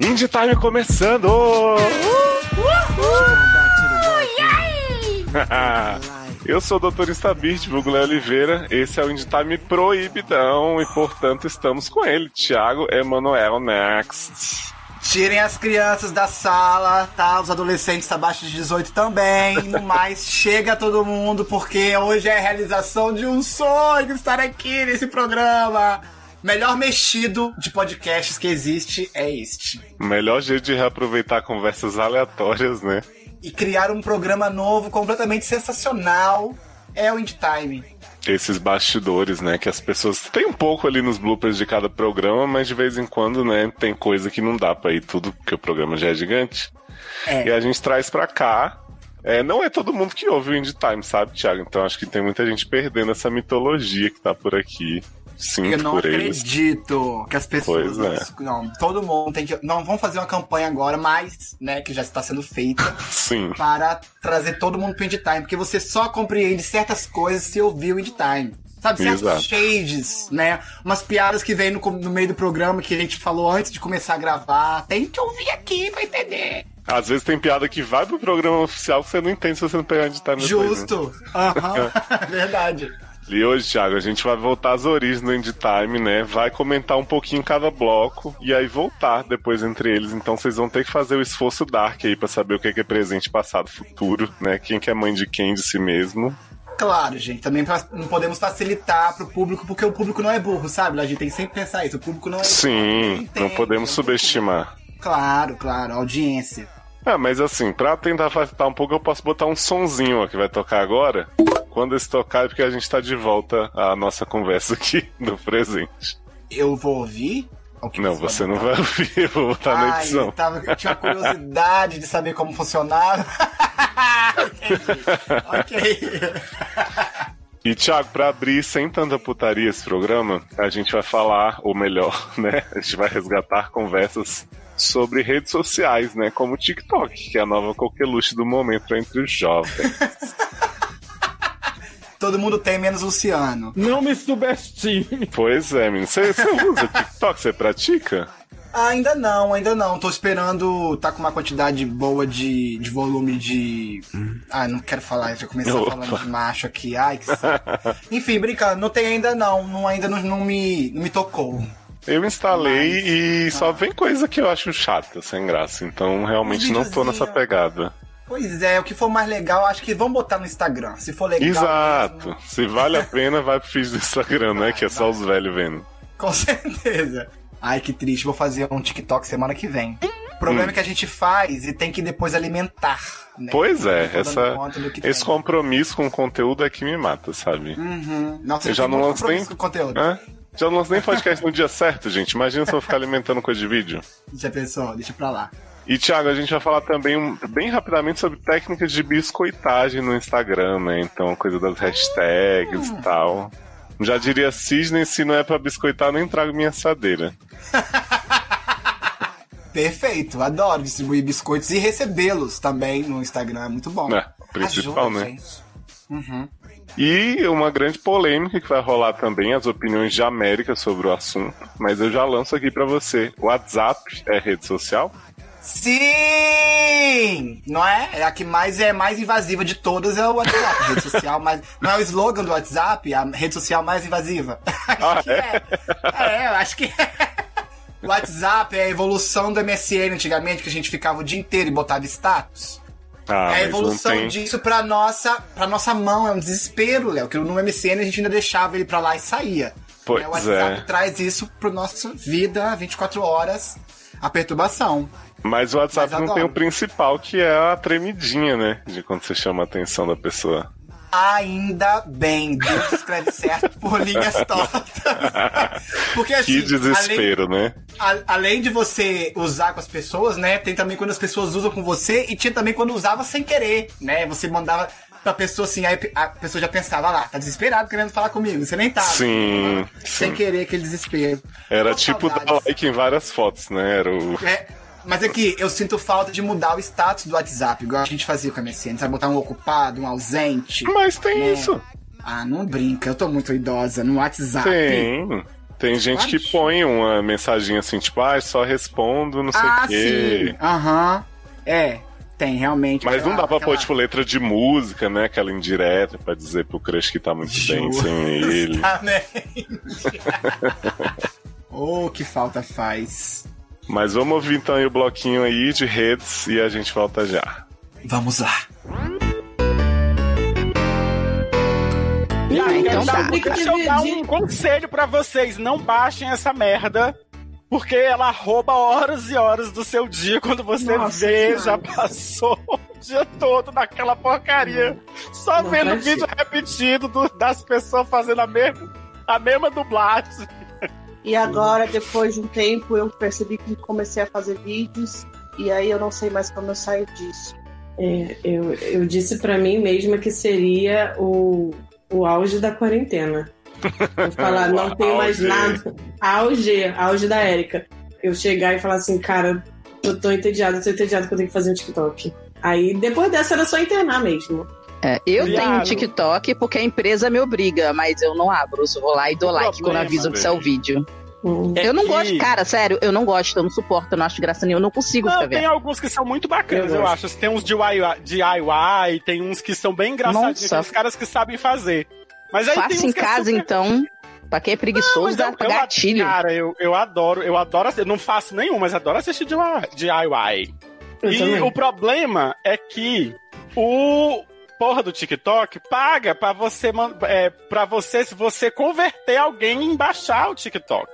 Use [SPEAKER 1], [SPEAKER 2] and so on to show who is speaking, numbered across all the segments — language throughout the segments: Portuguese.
[SPEAKER 1] Indie Time começando! Eu sou o Dr. Instabir, vulgo Léo Oliveira. Esse é o Indie Time Proibidão e, portanto, estamos com ele, Thiago Emanuel Next.
[SPEAKER 2] Tirem as crianças da sala, tá? Os adolescentes abaixo de 18 também. E no mais, chega todo mundo, porque hoje é a realização de um sonho estar aqui nesse programa. Melhor mexido de podcasts que existe é este.
[SPEAKER 1] O Melhor jeito de reaproveitar conversas aleatórias, né?
[SPEAKER 2] E criar um programa novo, completamente sensacional, é o Indie Time.
[SPEAKER 1] Esses bastidores, né? Que as pessoas tem um pouco ali nos bloopers de cada programa, mas de vez em quando, né? Tem coisa que não dá pra ir tudo, porque o programa já é gigante.
[SPEAKER 2] É.
[SPEAKER 1] E a gente traz pra cá. É, não é todo mundo que ouve o Indie Time, sabe, Thiago? Então acho que tem muita gente perdendo essa mitologia que tá por aqui. Sim,
[SPEAKER 2] Eu não
[SPEAKER 1] por eles.
[SPEAKER 2] acredito que as pessoas.
[SPEAKER 1] Pois é.
[SPEAKER 2] Não, todo mundo tem que. Não, vamos fazer uma campanha agora, mas, né, que já está sendo feita,
[SPEAKER 1] Sim.
[SPEAKER 2] para trazer todo mundo pro Indie Time. Porque você só compreende certas coisas se ouvir o Indie Time. Sabe, certos
[SPEAKER 1] Exato.
[SPEAKER 2] shades, né? Umas piadas que vem no, com- no meio do programa que a gente falou antes de começar a gravar. Tem que ouvir aqui pra entender.
[SPEAKER 1] Às vezes tem piada que vai pro programa oficial que você não entende se você não pegar onde tá depois, né?
[SPEAKER 2] Justo. Aham, verdade.
[SPEAKER 1] E hoje, Thiago, a gente vai voltar às origens do End Time, né? Vai comentar um pouquinho cada bloco e aí voltar depois entre eles. Então vocês vão ter que fazer o esforço dark aí pra saber o que é que é presente, passado, futuro, né? Quem que é mãe de quem de si mesmo.
[SPEAKER 2] Claro, gente, também pra- não podemos facilitar pro público, porque o público não é burro, sabe? A gente tem que sempre pensar isso, o público não é
[SPEAKER 1] Sim,
[SPEAKER 2] Entende,
[SPEAKER 1] não podemos
[SPEAKER 2] é um
[SPEAKER 1] subestimar.
[SPEAKER 2] Claro, claro, audiência.
[SPEAKER 1] Ah, mas assim, pra tentar facilitar um pouco, eu posso botar um sonzinho ó, que vai tocar agora. Quando esse tocar é porque a gente tá de volta à nossa conversa aqui no presente.
[SPEAKER 2] Eu vou ouvir? O que
[SPEAKER 1] Não, você não vai ouvir, eu vou botar
[SPEAKER 2] Ai,
[SPEAKER 1] na Tá edição.
[SPEAKER 2] Eu, tava, eu tinha curiosidade de saber como funcionava. Entendi. ok.
[SPEAKER 1] E, Thiago, pra abrir sem tanta putaria esse programa, a gente vai falar, ou melhor, né? A gente vai resgatar conversas sobre redes sociais, né? Como o TikTok, que é a nova coqueluche do momento entre os jovens.
[SPEAKER 2] Todo mundo tem, menos Luciano.
[SPEAKER 3] Não me subestime.
[SPEAKER 1] pois é, menino. Você você usa TikTok? Você pratica?
[SPEAKER 2] Ainda não, ainda não. Tô esperando tá com uma quantidade boa de, de volume de. Ah, não quero falar, já comecei
[SPEAKER 1] Opa.
[SPEAKER 2] falando de macho aqui. Ai, que saco. Enfim, brincando, não tem ainda não. não ainda não, não me, não me tocou.
[SPEAKER 1] Eu instalei e
[SPEAKER 2] ah.
[SPEAKER 1] só vem coisa que eu acho chata, sem graça. Então, realmente, não tô nessa
[SPEAKER 2] videozinho.
[SPEAKER 1] pegada.
[SPEAKER 2] Pois é, o que for mais legal, acho que vamos botar no Instagram. Se for legal.
[SPEAKER 1] Exato.
[SPEAKER 2] mesmo,
[SPEAKER 1] Se vale a pena, vai pro feed do Instagram, né? Que é só os velhos vendo.
[SPEAKER 2] com certeza. Ai, que triste, vou fazer um TikTok semana que vem. O
[SPEAKER 1] Hum.
[SPEAKER 2] problema é que a gente faz e tem que depois alimentar. Né?
[SPEAKER 1] Pois é,
[SPEAKER 2] Não tô dando
[SPEAKER 1] essa-
[SPEAKER 2] conta do que
[SPEAKER 1] Esse
[SPEAKER 2] tem.
[SPEAKER 1] compromisso com o conteúdo é que me mata, sabe?
[SPEAKER 2] Uhum. Nossa,
[SPEAKER 1] Eu já
[SPEAKER 2] tenho
[SPEAKER 1] não
[SPEAKER 2] muito
[SPEAKER 1] lancei.
[SPEAKER 2] compromisso com o conteúdo.
[SPEAKER 1] Hã? Já não lanço nem podcast no dia certo, gente. Imagina se eu ficar alimentando coisa de vídeo.
[SPEAKER 2] Já pensou? Deixa pra lá.
[SPEAKER 1] E, Thiago, a gente vai falar também um- bem rapidamente sobre técnicas de biscoitagem no Instagram, né? Então, coisa das hashtags
[SPEAKER 2] Hum.
[SPEAKER 1] e tal. Já diria Cisne, se não é pra biscoitar, nem trago minha assadeira.
[SPEAKER 2] Perfeito, adoro distribuir biscoitos e recebê-los também no Instagram, é muito bom.
[SPEAKER 1] É, principal,
[SPEAKER 2] Ajuda,
[SPEAKER 1] né?
[SPEAKER 2] gente. Uhum.
[SPEAKER 1] E uma grande polêmica que vai rolar também, as opiniões de América sobre o assunto. Mas eu já lanço aqui pra você. WhatsApp é rede social?
[SPEAKER 2] Sim! Não é? É a que mais é mais invasiva de todas é o WhatsApp. rede social mais. Não é o slogan do WhatsApp? A rede social mais invasiva? Acho
[SPEAKER 1] Ah,
[SPEAKER 2] que é. é. eu acho que é. O WhatsApp é a evolução do MSN antigamente, que a gente ficava o dia inteiro e botava status.
[SPEAKER 1] Ah,
[SPEAKER 2] é a
[SPEAKER 1] mas
[SPEAKER 2] evolução disso pra nossa, pra nossa mão, é um desespero, Léo. Que no MSN a gente ainda deixava ele pra lá e saía.
[SPEAKER 1] Pois
[SPEAKER 2] Né, o WhatsApp
[SPEAKER 1] é.
[SPEAKER 2] traz isso pro nossa vida 24 horas, a perturbação.
[SPEAKER 1] Mas o WhatsApp
[SPEAKER 2] Mas
[SPEAKER 1] não tem
[SPEAKER 2] adoro.
[SPEAKER 1] o principal, que é a tremidinha, né? De quando você chama a atenção da pessoa.
[SPEAKER 2] Ainda bem, Deus escreve certo por linhas tortas. Porque assim,
[SPEAKER 1] que desespero, né?
[SPEAKER 2] além, a- além de você usar com as pessoas, né? Tem também quando as pessoas usam com você e tinha também quando usava sem querer, né? Você mandava pra pessoa assim, aí a pessoa já pensava "Ah lá, tá desesperado querendo falar comigo, você nem tá.
[SPEAKER 1] Sim,
[SPEAKER 2] Sem
[SPEAKER 1] sim.
[SPEAKER 2] querer aquele desespero.
[SPEAKER 1] Era
[SPEAKER 2] Tô com
[SPEAKER 1] tipo dar
[SPEAKER 2] saudades.
[SPEAKER 1] like em várias fotos, né? Era o...
[SPEAKER 2] É, mas aqui, eu sinto falta de mudar o status do WhatsApp, igual a gente fazia com a MSN. Sabe, botar um ocupado, um ausente.
[SPEAKER 1] Mas tem
[SPEAKER 2] É.
[SPEAKER 1] isso.
[SPEAKER 2] Ah, não brinca, eu tô muito idosa no WhatsApp.
[SPEAKER 1] Tem. Tem gente que
[SPEAKER 2] Vários.
[SPEAKER 1] põe uma mensagem assim, tipo, ah, só respondo, não sei o
[SPEAKER 2] Ah,
[SPEAKER 1] quê.
[SPEAKER 2] sim. Aham. É, tem realmente.
[SPEAKER 1] Mas
[SPEAKER 2] aquela-
[SPEAKER 1] não dá pra pôr,
[SPEAKER 2] aquela-
[SPEAKER 1] tipo, letra de música, né? Aquela indireta pra dizer pro crush que tá muito bem
[SPEAKER 2] Justo.
[SPEAKER 1] sem ele.
[SPEAKER 2] Tá, Exatamente. né? oh, que falta faz.
[SPEAKER 1] Mas vamos ouvir então aí o bloquinho aí de redes e a gente volta já.
[SPEAKER 2] Vamos lá.
[SPEAKER 4] Ah, então
[SPEAKER 5] Então
[SPEAKER 4] tá.
[SPEAKER 5] deixa eu dar um conselho pra vocês. Não baixem essa merda. Porque ela rouba horas e horas do seu dia quando você
[SPEAKER 4] Nossa,
[SPEAKER 5] vê,
[SPEAKER 4] demais.
[SPEAKER 5] já passou o dia todo naquela porcaria. Só
[SPEAKER 4] Não
[SPEAKER 5] vendo
[SPEAKER 4] faz
[SPEAKER 5] vídeo repetido do- das pessoas fazendo a mesma, a mesma dublagem.
[SPEAKER 4] E agora, depois de um tempo, eu percebi que comecei a fazer vídeos e aí eu não sei mais como eu saio disso.
[SPEAKER 6] É, eu, eu disse pra mim mesma que seria o, o auge da quarentena. Eu falar, não tenho mais
[SPEAKER 1] Auge.
[SPEAKER 6] nada. Auge, auge da Érica. Eu chegar e falar assim, cara, eu tô entediada, tô entediada que eu tenho que fazer um TikTok. Aí depois dessa era só internar mesmo.
[SPEAKER 7] É, eu
[SPEAKER 5] Viado.
[SPEAKER 7] tenho um TikTok porque a empresa me obriga, mas eu não abro. Eu só vou lá e dou like quando
[SPEAKER 5] Problema,
[SPEAKER 7] aviso que
[SPEAKER 1] velho.
[SPEAKER 7] saiu o vídeo.
[SPEAKER 6] Hum.
[SPEAKER 5] É
[SPEAKER 7] eu não
[SPEAKER 5] que-
[SPEAKER 7] gosto, cara, sério, eu não gosto, eu não suporto, eu não acho graça nenhuma, eu não consigo
[SPEAKER 5] Não,
[SPEAKER 7] ficar
[SPEAKER 5] tem
[SPEAKER 7] vendo.
[SPEAKER 5] alguns que são muito bacanas,
[SPEAKER 6] Eu
[SPEAKER 5] eu,
[SPEAKER 6] gosto.
[SPEAKER 5] acho. Tem uns DIY, DIY, tem uns que são bem engraçadinhos,
[SPEAKER 7] Nossa.
[SPEAKER 5] tem uns caras que sabem fazer. Mas aí tem uns
[SPEAKER 7] Faço em
[SPEAKER 5] que é
[SPEAKER 7] casa,
[SPEAKER 5] super-
[SPEAKER 7] então. Pra quem é preguiçoso,
[SPEAKER 5] Mas
[SPEAKER 7] dá
[SPEAKER 5] eu- eu ad-
[SPEAKER 7] gatilho.
[SPEAKER 5] Cara, eu, eu adoro, eu adoro, assi- eu não faço nenhum, mas adoro assistir de DIY.
[SPEAKER 6] Eu
[SPEAKER 5] e
[SPEAKER 6] também.
[SPEAKER 5] o problema é que o porra do TikTok paga pra você man- é, para você se você converter alguém em baixar o TikTok.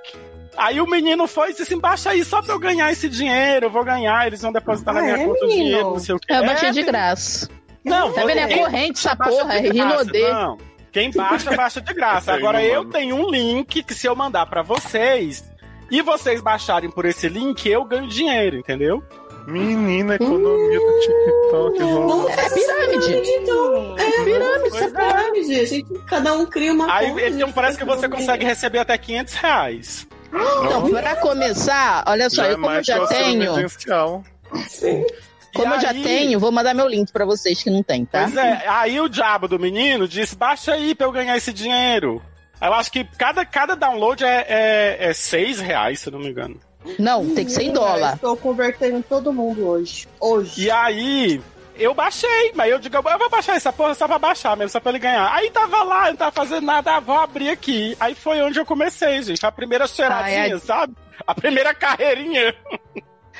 [SPEAKER 5] Aí o menino foi e disse assim, baixa aí só pra eu ganhar esse dinheiro, eu vou ganhar, eles vão depositar na
[SPEAKER 4] Ah,
[SPEAKER 5] minha
[SPEAKER 4] é,
[SPEAKER 5] conta o
[SPEAKER 4] menino?
[SPEAKER 5] dinheiro, não sei o É, que.
[SPEAKER 7] É, Eu baixei de graça.
[SPEAKER 5] Não,
[SPEAKER 7] Tá vendo? É
[SPEAKER 5] quem
[SPEAKER 7] corrente essa
[SPEAKER 5] baixa
[SPEAKER 7] porra, é
[SPEAKER 5] de graça,
[SPEAKER 7] Rinodê.
[SPEAKER 5] Não. Quem baixa, baixa de graça.
[SPEAKER 1] Eu
[SPEAKER 5] Agora
[SPEAKER 1] não
[SPEAKER 5] eu
[SPEAKER 1] mando.
[SPEAKER 5] tenho um link que se eu mandar pra vocês e vocês baixarem por esse link, eu ganho dinheiro, entendeu?
[SPEAKER 1] Menina, economia do TikTok.
[SPEAKER 6] Não
[SPEAKER 1] vó.
[SPEAKER 6] é
[SPEAKER 7] Hum, pirâmide.
[SPEAKER 6] Então, é pirâmide, é pirâmide. A gente, cada um cria uma
[SPEAKER 5] Aí
[SPEAKER 6] conta,
[SPEAKER 5] então
[SPEAKER 6] gente,
[SPEAKER 5] parece que
[SPEAKER 6] cada um
[SPEAKER 5] você
[SPEAKER 6] ganha.
[SPEAKER 5] consegue receber até 500 reais.
[SPEAKER 7] Então, pra começar, olha só,
[SPEAKER 5] é
[SPEAKER 7] eu como eu
[SPEAKER 1] mais
[SPEAKER 7] já
[SPEAKER 1] auxílio
[SPEAKER 7] tenho,
[SPEAKER 1] emergencial.
[SPEAKER 6] Sim.
[SPEAKER 7] como
[SPEAKER 5] E
[SPEAKER 7] eu já
[SPEAKER 5] aí-
[SPEAKER 7] tenho, vou mandar meu link pra vocês que não tem, tá?
[SPEAKER 5] Pois é, aí o diabo do menino disse, baixa aí pra eu ganhar esse dinheiro. Eu acho que cada, cada download é, é, é 6 reais, se eu não me engano.
[SPEAKER 7] Não, tem que ser em
[SPEAKER 4] Eu
[SPEAKER 7] dólar.
[SPEAKER 4] Estou convertendo todo mundo hoje. Hoje.
[SPEAKER 5] E aí, eu baixei, mas eu digo, eu vou baixar essa porra só pra baixar mesmo, só pra ele ganhar. Aí tava lá, eu não tava fazendo nada, ah, vou abrir aqui. Aí foi onde eu comecei, gente. A primeira cheiradinha,
[SPEAKER 7] Ai, ai.
[SPEAKER 5] sabe? A primeira carreirinha.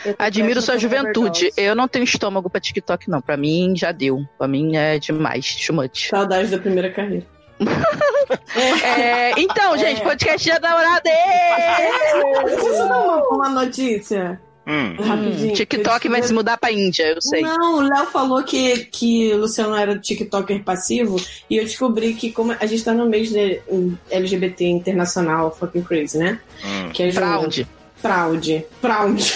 [SPEAKER 4] Eu tô
[SPEAKER 7] Admiro
[SPEAKER 4] prestes a
[SPEAKER 7] sua
[SPEAKER 6] é
[SPEAKER 4] ser
[SPEAKER 7] juventude.
[SPEAKER 4] overdose.
[SPEAKER 7] Eu não tenho estômago pra TikTok, não. Pra mim, já deu. Pra mim é demais. Too much.
[SPEAKER 6] Saudade da primeira carreira.
[SPEAKER 7] É, então, gente, podcast de namorada. ê!
[SPEAKER 6] Deixa eu só dar uma, uma notícia
[SPEAKER 1] Hum.
[SPEAKER 6] rapidinho.
[SPEAKER 7] TikTok vai se mudar pra Índia, eu sei.
[SPEAKER 6] Não, o Léo falou que, que o Luciano era TikToker passivo e eu descobri que como a gente tá no mês de- em LGBT internacional, fucking crazy, né?
[SPEAKER 1] Hum.
[SPEAKER 6] Que é junho.
[SPEAKER 7] Fraude.
[SPEAKER 6] Fraude. Fraude.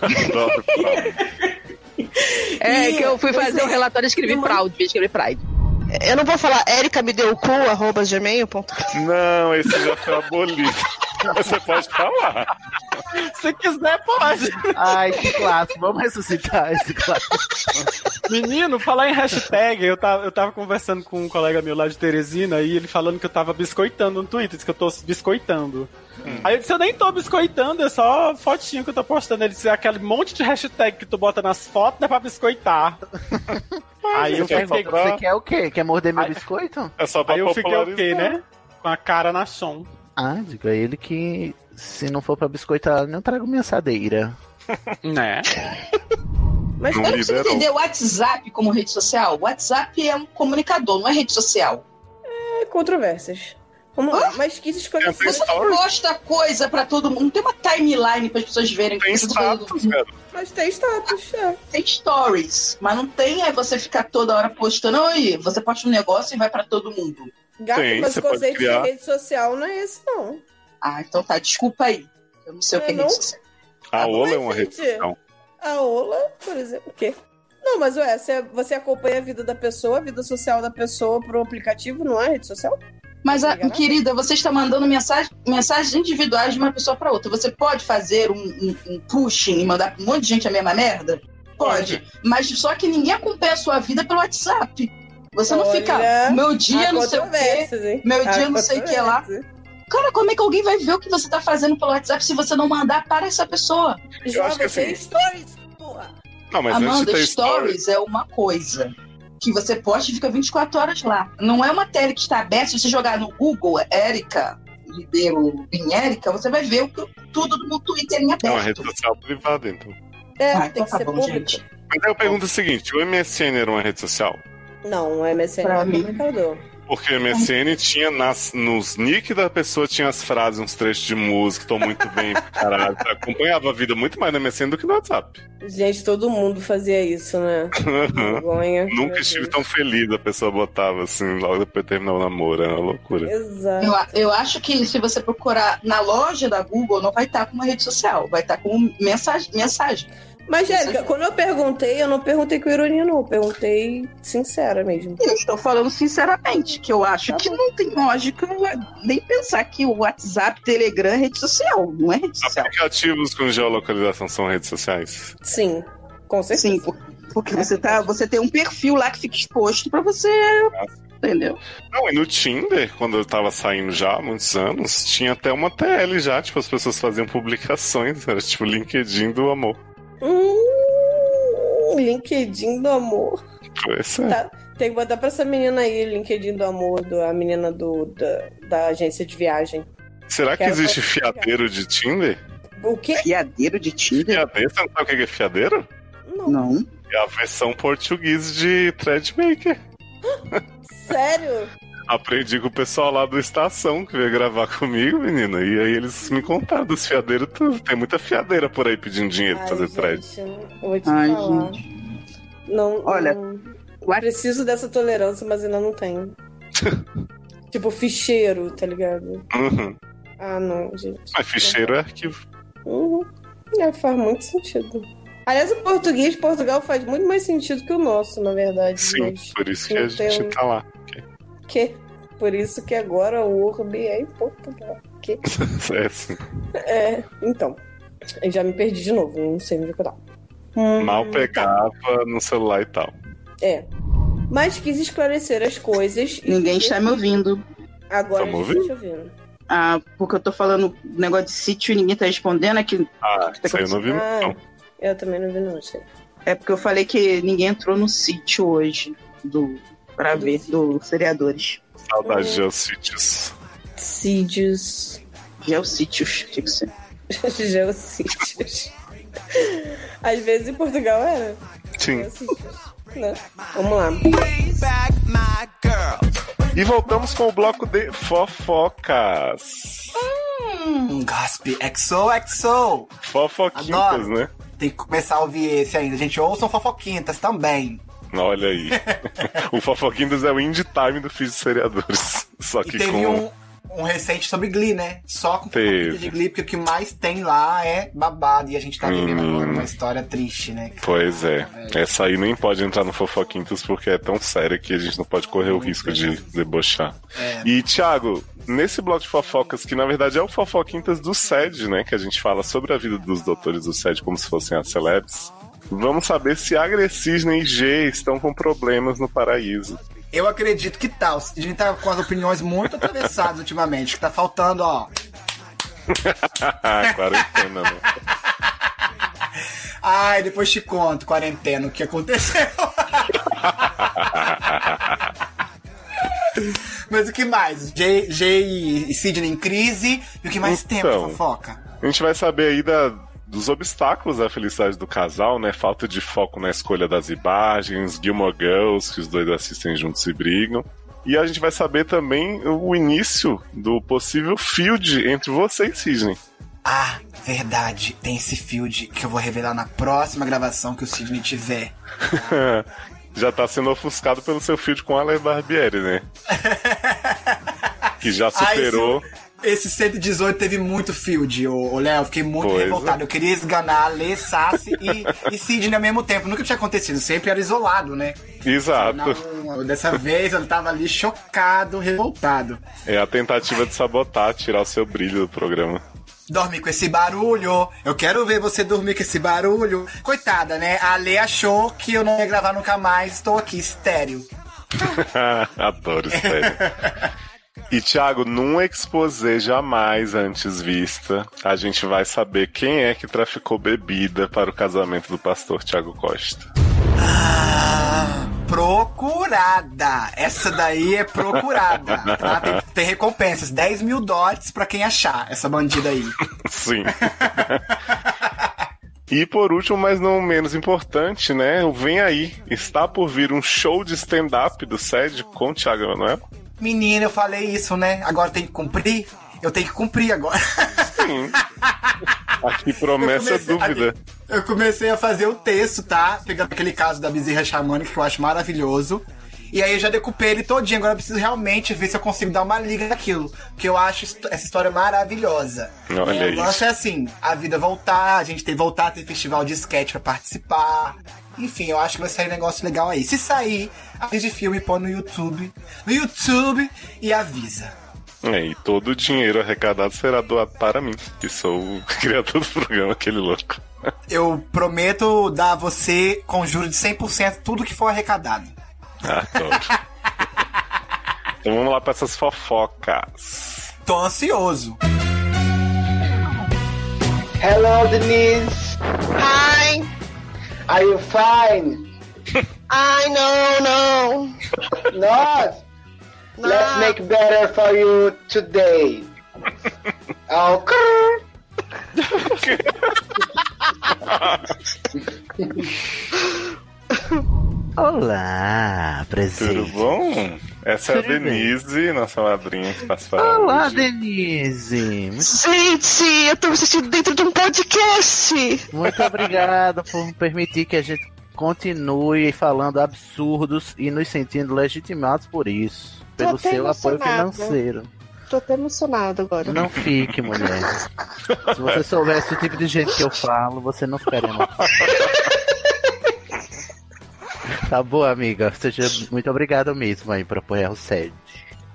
[SPEAKER 1] Adoro.
[SPEAKER 7] É
[SPEAKER 6] Ih,
[SPEAKER 7] que eu fui
[SPEAKER 6] pois
[SPEAKER 7] fazer
[SPEAKER 6] é.
[SPEAKER 7] um relatório e escrevi
[SPEAKER 6] Não.
[SPEAKER 7] fraude, eu escrevi pride.
[SPEAKER 4] Eu não vou falar Erika me deu o cu, arroba gmail.com.
[SPEAKER 1] Não, esse já foi abolido. Você pode falar.
[SPEAKER 5] Se quiser, pode.
[SPEAKER 8] Ai, que clássico. Vamos ressuscitar esse clássico.
[SPEAKER 5] Menino, falar em hashtag, eu tava, eu tava conversando com um colega meu lá de Teresina e ele falando que eu tava biscoitando no Twitter, disse que eu tô biscoitando.
[SPEAKER 1] Hum.
[SPEAKER 5] Aí eu disse, eu nem tô biscoitando, é só fotinho que eu tô postando. Ele disse, "É aquele monte de hashtag que tu bota nas fotos é pra biscoitar. Aí eu
[SPEAKER 1] Você quer
[SPEAKER 5] fiquei...
[SPEAKER 1] comprar?
[SPEAKER 8] Você quer o quê? Quer morder meu biscoito?
[SPEAKER 1] É só pra
[SPEAKER 5] Aí eu fiquei o
[SPEAKER 1] popularizar.
[SPEAKER 5] quê, né? Com a cara na chão.
[SPEAKER 8] Ah, diga a ele que se não for pra biscoitar, não trago minha assadeira.
[SPEAKER 5] Né?
[SPEAKER 7] Mas
[SPEAKER 1] Não
[SPEAKER 7] eu não consigo
[SPEAKER 1] liberou.
[SPEAKER 7] entender o WhatsApp como rede social. O WhatsApp é um comunicador, não é rede social.
[SPEAKER 9] É, Controvérsias. Vamos lá, mas que escolha
[SPEAKER 1] É, Tem
[SPEAKER 7] Você não
[SPEAKER 1] stories,
[SPEAKER 7] posta coisa pra todo mundo. Não tem uma timeline para as pessoas verem o que
[SPEAKER 1] tem
[SPEAKER 7] você tá falando.
[SPEAKER 1] status, cara.
[SPEAKER 9] Mas tem status, é.
[SPEAKER 7] Tem stories, mas não tem aí você ficar toda hora postando. Oi, você posta um negócio e vai pra todo mundo.
[SPEAKER 9] Gato,
[SPEAKER 1] Tem,
[SPEAKER 9] mas
[SPEAKER 1] você
[SPEAKER 9] o
[SPEAKER 1] pode
[SPEAKER 9] conceito de
[SPEAKER 1] criar.
[SPEAKER 9] rede social não é esse, não.
[SPEAKER 7] Ah, então tá, desculpa aí. Eu não sei o que é
[SPEAKER 9] É, não?
[SPEAKER 7] rede social.
[SPEAKER 1] A Ola é uma
[SPEAKER 9] Mas,
[SPEAKER 1] rede.
[SPEAKER 9] gente,
[SPEAKER 1] social.
[SPEAKER 9] A Ola, por exemplo, o quê? Não, mas ué, você, você acompanha a vida da pessoa, a vida social da pessoa pro aplicativo, não é rede social? Tá
[SPEAKER 7] Mas, a-
[SPEAKER 9] Obrigada.
[SPEAKER 7] querida, você está mandando mensagem, mensagens individuais de uma pessoa pra outra. Você pode fazer um, um- um pushing e mandar pra um monte de gente a mesma merda? Pode. Mas só que ninguém acompanha a sua vida pelo WhatsApp. Você não
[SPEAKER 9] Olha,
[SPEAKER 7] fica. Meu
[SPEAKER 9] Há
[SPEAKER 7] dia, não sei o quê.
[SPEAKER 9] controvérsias, hein?
[SPEAKER 7] Meu
[SPEAKER 9] Há
[SPEAKER 7] dia não sei o que lá.
[SPEAKER 9] controvérsias.
[SPEAKER 7] Cara, como é que alguém vai ver o que você tá fazendo pelo WhatsApp se você não mandar para essa pessoa?
[SPEAKER 1] acho que
[SPEAKER 6] Joga
[SPEAKER 1] assim-
[SPEAKER 6] sem stories, porra.
[SPEAKER 1] Não, mas antes de
[SPEAKER 7] Amanda,
[SPEAKER 1] ter
[SPEAKER 7] stories,
[SPEAKER 1] stories.
[SPEAKER 7] é uma coisa que você posta e fica 24 horas lá. Não é uma tela que está aberta. Se você jogar no Google, Érica Ribeiro em Érica, você vai ver o que, tudo no Twitter em
[SPEAKER 1] É uma rede
[SPEAKER 7] aberto.
[SPEAKER 1] social privada, então.
[SPEAKER 6] É,
[SPEAKER 7] Ah,
[SPEAKER 6] tem
[SPEAKER 7] então
[SPEAKER 6] que
[SPEAKER 7] tá
[SPEAKER 6] ser
[SPEAKER 7] bom,
[SPEAKER 6] público.
[SPEAKER 7] gente.
[SPEAKER 1] Mas aí eu pergunto o seguinte: o MSN era uma rede social?
[SPEAKER 6] Não, o MSN
[SPEAKER 7] Pra
[SPEAKER 6] é
[SPEAKER 7] mim.
[SPEAKER 6] comunicador.
[SPEAKER 1] Porque o MSN tinha nas, nos nick da pessoa tinha as frases, uns trechos de música, tô muito bem, caralho. Eu Acompanhava a vida muito mais no MSN do que no WhatsApp.
[SPEAKER 6] Gente, todo mundo fazia isso, né? Vergonha. Meu
[SPEAKER 1] Nunca estive
[SPEAKER 6] Deus.
[SPEAKER 1] tão feliz, a pessoa botava assim, logo depois terminar o namoro, era uma loucura.
[SPEAKER 6] Exato.
[SPEAKER 7] Eu, a- eu acho que se você procurar na loja da Google, não vai estar com uma rede social, vai estar com mensagem. mensagem.
[SPEAKER 6] Mas,
[SPEAKER 7] Isso
[SPEAKER 6] Jéssica, quando eu perguntei, eu não perguntei com ironia, não. Eu perguntei sincera mesmo.
[SPEAKER 7] Eu estou falando sinceramente, que eu acho
[SPEAKER 6] Tá
[SPEAKER 7] que não tem lógica nem pensar que o WhatsApp, Telegram é rede social. Não é rede social.
[SPEAKER 1] Aplicativos com geolocalização são redes sociais?
[SPEAKER 6] Sim, com certeza.
[SPEAKER 7] Sim, por- porque você, tá, você tem um perfil lá que fica exposto pra você. Entendeu?
[SPEAKER 1] Não, e no Tinder, quando eu tava saindo já há muitos anos, tinha até uma TL já, tipo, as pessoas faziam publicações, era tipo LinkedIn do amor.
[SPEAKER 6] Hum, LinkedIn do amor.
[SPEAKER 1] Esse é.
[SPEAKER 6] Tá. Tem que botar pra essa menina aí, LinkedIn do amor, do, a menina do, da, da agência de viagem.
[SPEAKER 1] Será que
[SPEAKER 6] Quero
[SPEAKER 1] existe
[SPEAKER 6] compartilhar.
[SPEAKER 1] fiadeiro de Tinder?
[SPEAKER 6] O quê?
[SPEAKER 7] Fiadeiro de Tinder?
[SPEAKER 1] Fiadeiro? Você não sabe o que é fiadeiro?
[SPEAKER 6] Não,
[SPEAKER 7] Não.
[SPEAKER 1] É a versão portuguesa de Threadmaker.
[SPEAKER 6] sério?
[SPEAKER 1] Aprendi com o pessoal lá do Estação que veio gravar comigo, menina. E aí eles me contaram dos fiadeiros tudo. Tem muita fiadeira por aí pedindo dinheiro pra fazer thread.
[SPEAKER 6] gente, eu vou te
[SPEAKER 7] Ai,
[SPEAKER 6] falar. Não,
[SPEAKER 7] Olha,
[SPEAKER 6] não-
[SPEAKER 7] o ar-
[SPEAKER 6] preciso dessa tolerância, mas ainda não tenho. tipo, ficheiro, tá ligado?
[SPEAKER 1] Uhum.
[SPEAKER 6] Ah, não, gente.
[SPEAKER 1] Mas ficheiro é arquivo.
[SPEAKER 6] Uhum. É, faz muito sentido. Aliás, o português de Portugal faz muito mais sentido que o nosso, na verdade.
[SPEAKER 1] Sim,
[SPEAKER 6] mas
[SPEAKER 1] por isso que a
[SPEAKER 6] não
[SPEAKER 1] gente
[SPEAKER 6] tem- um
[SPEAKER 1] tá lá.
[SPEAKER 6] que- Por isso que agora o Urbe é em Portugal. Que...
[SPEAKER 1] É assim.
[SPEAKER 6] É, então. Eu já me perdi de novo, não sei onde que eu tava. Hum,
[SPEAKER 1] Mal pegava no celular e tal.
[SPEAKER 6] É. Mas quis esclarecer as coisas. e
[SPEAKER 7] Ninguém
[SPEAKER 6] dizer-
[SPEAKER 7] está me ouvindo.
[SPEAKER 6] Agora
[SPEAKER 1] Tamo
[SPEAKER 6] a gente tá te ouvindo.
[SPEAKER 7] Ah, porque eu tô falando negócio de sítio e ninguém tá respondendo. É, que,
[SPEAKER 1] Ah, isso aí eu não vi
[SPEAKER 6] Ah,
[SPEAKER 1] não.
[SPEAKER 6] eu também não vi, não, sei.
[SPEAKER 7] é porque eu falei que ninguém entrou no sítio hoje do pra ver do seriadores.
[SPEAKER 1] Saudade de Geocities.
[SPEAKER 6] Sídios.
[SPEAKER 7] Geossítios, é tinha que ser.
[SPEAKER 6] Geossídios. Às vezes em Portugal era.
[SPEAKER 1] Sim.
[SPEAKER 6] Geossídios. Né? Vamos lá.
[SPEAKER 1] E voltamos com o bloco de fofocas.
[SPEAKER 6] Hum.
[SPEAKER 2] Um gaspe. XOXO.
[SPEAKER 1] Fofoquinhas,
[SPEAKER 2] Adoro.
[SPEAKER 1] né?
[SPEAKER 2] Tem que começar a ouvir esse ainda. Gente, ouçam fofoquintas também.
[SPEAKER 1] Olha aí. o Fofoquindas é o indie time do Fiz de Seriadores. Só
[SPEAKER 2] E
[SPEAKER 1] que
[SPEAKER 2] teve
[SPEAKER 1] com.
[SPEAKER 2] um, um recente sobre Glee, né? Só com
[SPEAKER 1] Teve.
[SPEAKER 2] fofoquintas de Glee, porque o que mais tem lá é babado. E a gente tá vivendo
[SPEAKER 1] Menina.
[SPEAKER 2] agora uma história triste, né?
[SPEAKER 1] Pois é. Essa aí nem pode entrar no Fofoquintas porque é tão séria que a gente não pode correr o risco de debochar.
[SPEAKER 2] É.
[SPEAKER 1] E, Thiago, nesse bloco de fofocas, que na verdade é o Fofoquintas do SED, né? Que a gente fala sobre a vida dos doutores do SED como se fossem as celebs. Vamos saber se a Grecisne e G estão com problemas no paraíso.
[SPEAKER 2] Eu acredito que tal. A gente tá com as opiniões muito atravessadas ultimamente. Que tá faltando, ó.
[SPEAKER 1] Quarentena, né?
[SPEAKER 2] Ai, depois te conto, quarentena, o que aconteceu. Mas o que mais? Jay, Jay e Sidney em crise. E o que mais temos
[SPEAKER 1] Então.
[SPEAKER 2] tem fofoca?
[SPEAKER 1] A gente vai saber aí da- dos obstáculos à felicidade do casal, né? Falta de foco na escolha das imagens, Gilmore Girls, que os dois assistem juntos e brigam. E a gente vai saber também o início do possível field entre você e Sidney.
[SPEAKER 2] Ah, verdade. Tem esse field que eu vou revelar na próxima gravação que o Sidney tiver.
[SPEAKER 1] já tá sendo ofuscado pelo seu field com a Ale Barbieri, né? que já superou.
[SPEAKER 2] Esse 118 teve muito field, ô, ô Léo. Fiquei muito
[SPEAKER 1] Pois é.
[SPEAKER 2] revoltado. Eu queria esganar Lê, Sassi e, e Sidney ao mesmo tempo. Nunca tinha acontecido. Sempre era isolado, né?
[SPEAKER 1] Exato.
[SPEAKER 2] Não, dessa vez eu tava ali chocado, revoltado.
[SPEAKER 1] É a tentativa de sabotar, tirar o seu brilho do programa.
[SPEAKER 2] Dormir com esse barulho, eu quero ver você dormir com esse barulho. Coitada, né? A Lê achou que eu não ia gravar nunca mais, estou aqui, estéreo.
[SPEAKER 1] Adoro sério. E, Thiago, num exposé jamais antes vista, a gente vai saber quem é que traficou bebida para o casamento do pastor Thiago Costa.
[SPEAKER 2] Ah, procurada. Essa daí é procurada. Tá? Tem, tem recompensas. 10 mil dots pra quem achar essa bandida aí.
[SPEAKER 1] Sim. E por último, mas não menos importante, né? o Vem aí. Está por vir um show de stand-up do SED com o Thiago Emanuel.
[SPEAKER 2] Menina, eu falei isso, né? Agora tem que cumprir? Eu tenho que cumprir agora.
[SPEAKER 1] Sim. Aqui promessa é
[SPEAKER 2] Eu comecei-
[SPEAKER 1] dúvida.
[SPEAKER 2] Eu comecei a fazer o texto, tá? Pegando aquele caso da bezerra xamânica que eu acho maravilhoso. E aí eu já decupei ele todinho. Agora eu preciso realmente ver se eu consigo dar uma liga naquilo. Porque eu acho est- essa história maravilhosa.
[SPEAKER 1] Olha
[SPEAKER 2] o lance
[SPEAKER 1] isso.
[SPEAKER 2] é assim, a vida voltar, a gente tem voltar, tem festival de sketch pra participar. Enfim, eu acho que vai sair um negócio legal aí. Se sair, atrás de filme põe no YouTube. No YouTube e avisa.
[SPEAKER 1] É, e todo o dinheiro arrecadado será doado para mim, que sou o criador do programa, aquele louco.
[SPEAKER 2] Eu prometo dar a você, conjuro de 100%, tudo que for arrecadado.
[SPEAKER 1] Ah, Adoro. então vamos lá para essas fofocas.
[SPEAKER 2] Tô ansioso.
[SPEAKER 10] Hello, Denise.
[SPEAKER 4] Ai,
[SPEAKER 10] Are you fine?
[SPEAKER 4] ai, não, não.
[SPEAKER 10] Not. Let's
[SPEAKER 4] Não.
[SPEAKER 10] make better for you today. Oh, Okay.
[SPEAKER 8] Olá,
[SPEAKER 1] Tudo
[SPEAKER 8] presente.
[SPEAKER 1] bom? Essa é a
[SPEAKER 8] Tudo bem.
[SPEAKER 1] Denise, nossa madrinha que participará
[SPEAKER 8] Olá,
[SPEAKER 1] hoje.
[SPEAKER 8] Denise. Mu-
[SPEAKER 4] Gente, eu tô me sentindo dentro de um podcast.
[SPEAKER 8] Muito obrigado por permitir que a gente continue falando absurdos e nos sentindo legitimados por isso.
[SPEAKER 4] Tô
[SPEAKER 8] Pelo
[SPEAKER 4] até
[SPEAKER 8] seu apoio
[SPEAKER 4] emocionada.
[SPEAKER 8] financeiro.
[SPEAKER 4] Tô até emocionada agora.
[SPEAKER 8] Não fique, mulher. Se você soubesse o tipo de gente que eu falo, você não ficaria emocionado. Tá bom, amiga. Seja muito obrigado mesmo aí por apoiar o SED.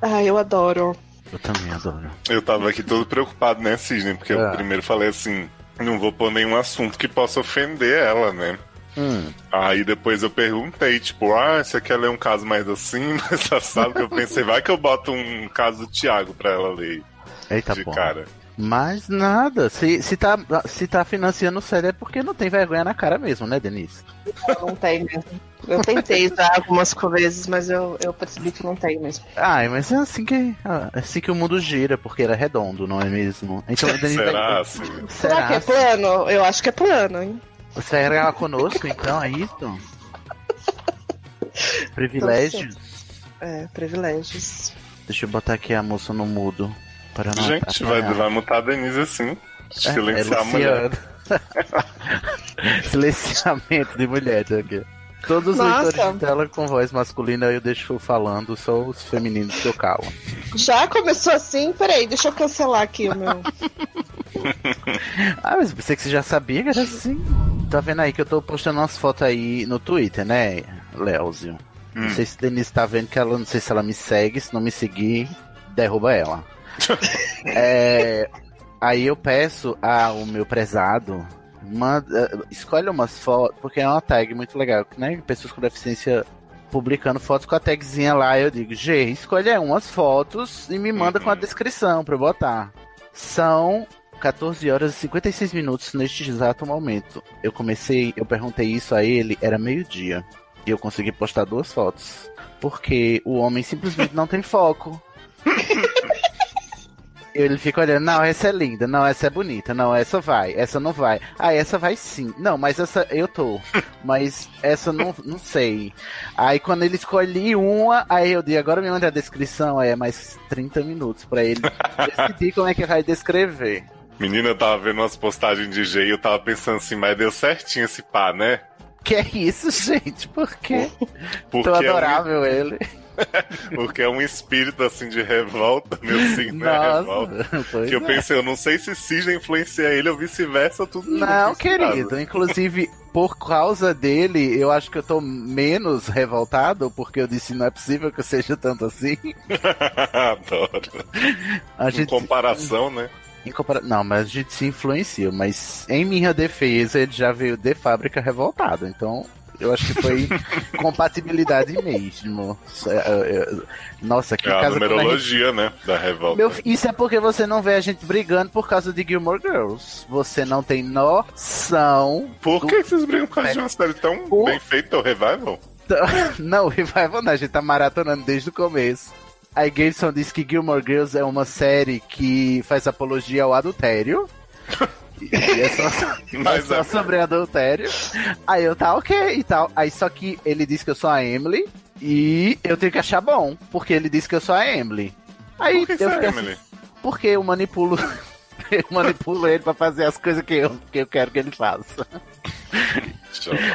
[SPEAKER 4] Ai, eu adoro.
[SPEAKER 8] Eu também adoro.
[SPEAKER 1] Eu tava aqui todo preocupado, né, Sidney? Porque eu
[SPEAKER 8] Ah.
[SPEAKER 1] primeiro falei assim: não vou pôr nenhum assunto que possa ofender ela, né?
[SPEAKER 8] Hum.
[SPEAKER 1] Aí depois eu perguntei, tipo, ah, você quer ler um caso mais assim, mais assado? Que eu pensei, vai que eu boto um caso do Thiago pra ela ler
[SPEAKER 8] Eita
[SPEAKER 1] de
[SPEAKER 8] bom.
[SPEAKER 1] cara.
[SPEAKER 8] Mas nada. Se, se, tá, se tá financiando o SED é porque não tem vergonha na cara mesmo, né, Denise?
[SPEAKER 4] Não tem mesmo. Eu tentei já algumas vezes, mas eu, eu percebi que não tem mesmo.
[SPEAKER 8] Ai, mas é assim que, é assim que o mundo gira, porque era redondo, não é mesmo? Então, Denise,
[SPEAKER 1] Será assim?
[SPEAKER 4] Será que é plano? Eu acho que é plano, hein?
[SPEAKER 8] Você vai gravar conosco, então, é isso? Privilégios.
[SPEAKER 4] É, privilégios.
[SPEAKER 8] Deixa eu botar aqui a moça no mudo. Para não
[SPEAKER 1] Gente, vai,
[SPEAKER 8] atrapalhar.
[SPEAKER 1] vai mutar a Denise assim.
[SPEAKER 8] tá É,
[SPEAKER 1] Silenciar
[SPEAKER 8] é
[SPEAKER 1] a mulher.
[SPEAKER 8] Luciano. Silenciamento de mulher, tá aqui. Todos os
[SPEAKER 4] Nossa.
[SPEAKER 8] leitores de tela com voz masculina eu deixo falando, só os femininos que eu calo.
[SPEAKER 4] Já começou assim? Peraí, deixa eu cancelar aqui o meu.
[SPEAKER 8] Ah, mas eu pensei que você já sabia que era assim. Tá vendo aí que eu tô postando umas fotos aí no Twitter, né, Leozio? Não
[SPEAKER 1] Hum.
[SPEAKER 8] sei se Denise tá vendo que ela não sei se ela me segue, se não me seguir, derruba ela. É, aí eu peço ao meu prezado, manda, escolhe umas fotos, porque é uma tag muito legal, né? Pessoas com deficiência publicando fotos com a tagzinha lá, eu digo, G, escolhe aí umas fotos e me manda com a
[SPEAKER 1] Uhum.
[SPEAKER 8] descrição pra eu botar. São 14 horas e 56 minutos neste exato momento. Eu comecei, eu perguntei isso a ele, era meio-dia. E eu consegui postar duas fotos. Porque o homem simplesmente não tem foco. Ele fica olhando, não, essa é linda, não, essa é bonita, não, essa vai, essa não vai. Ah, essa vai sim. Não, mas essa eu tô. Mas essa não, não sei. Aí quando ele escolhe uma, aí eu dei, agora me manda a descrição, aí é mais 30 minutos pra ele decidir como é que vai descrever.
[SPEAKER 1] Menina, eu tava vendo umas postagens de G e eu tava pensando assim, mas deu certinho esse pá, né?
[SPEAKER 8] Que é isso, gente? Por quê?
[SPEAKER 1] Porque,
[SPEAKER 8] Tão
[SPEAKER 1] é
[SPEAKER 8] adorável ele.
[SPEAKER 1] um, porque é um espírito assim de revolta, meu signo é revolta.
[SPEAKER 8] Nossa, pois
[SPEAKER 1] Que eu
[SPEAKER 8] é.
[SPEAKER 1] pensei, eu não sei se Sidney influencia ele ou vice-versa, tudo
[SPEAKER 8] Não,
[SPEAKER 1] junto, sabe?
[SPEAKER 8] querido. Inclusive, por causa dele, eu acho que eu tô menos revoltado, porque eu disse, não é possível que eu seja tanto assim.
[SPEAKER 1] Adoro.
[SPEAKER 8] A
[SPEAKER 1] Em
[SPEAKER 8] gente,
[SPEAKER 1] comparação, né?
[SPEAKER 8] em compara- Não, mas a gente se influencia. Mas em minha defesa, ele já veio de fábrica revoltado. Então, Eu acho que foi compatibilidade mesmo. É, é, é, Nossa, que
[SPEAKER 1] É a
[SPEAKER 8] casa quando a gente-
[SPEAKER 1] numerologia, né? Da revolta.
[SPEAKER 8] Meu, fi- isso é porque você não vê a gente brigando por causa de Gilmore Girls. Você não tem noção.
[SPEAKER 1] Por
[SPEAKER 8] do-
[SPEAKER 1] que vocês brigam por causa de uma série tão
[SPEAKER 8] O-
[SPEAKER 1] bem feita, o Revival?
[SPEAKER 8] Não, Revival não, a gente tá maratonando desde o começo. Aí Gibson diz que Gilmore Girls é uma série que faz apologia ao adultério. E e é só,
[SPEAKER 1] Mas
[SPEAKER 8] só
[SPEAKER 1] é,
[SPEAKER 8] sobre adultério. Aí eu tá ok e tal. Aí só que ele diz que eu sou a Emily e eu tenho que achar bom, porque ele disse que eu sou a Emily.
[SPEAKER 1] por
[SPEAKER 8] Aí
[SPEAKER 1] que
[SPEAKER 8] eu
[SPEAKER 1] isso é,
[SPEAKER 8] fiquei assim,
[SPEAKER 1] Emily?
[SPEAKER 8] porque eu manipulo. Eu manipulo ele pra fazer as coisas que eu, que eu quero que ele faça.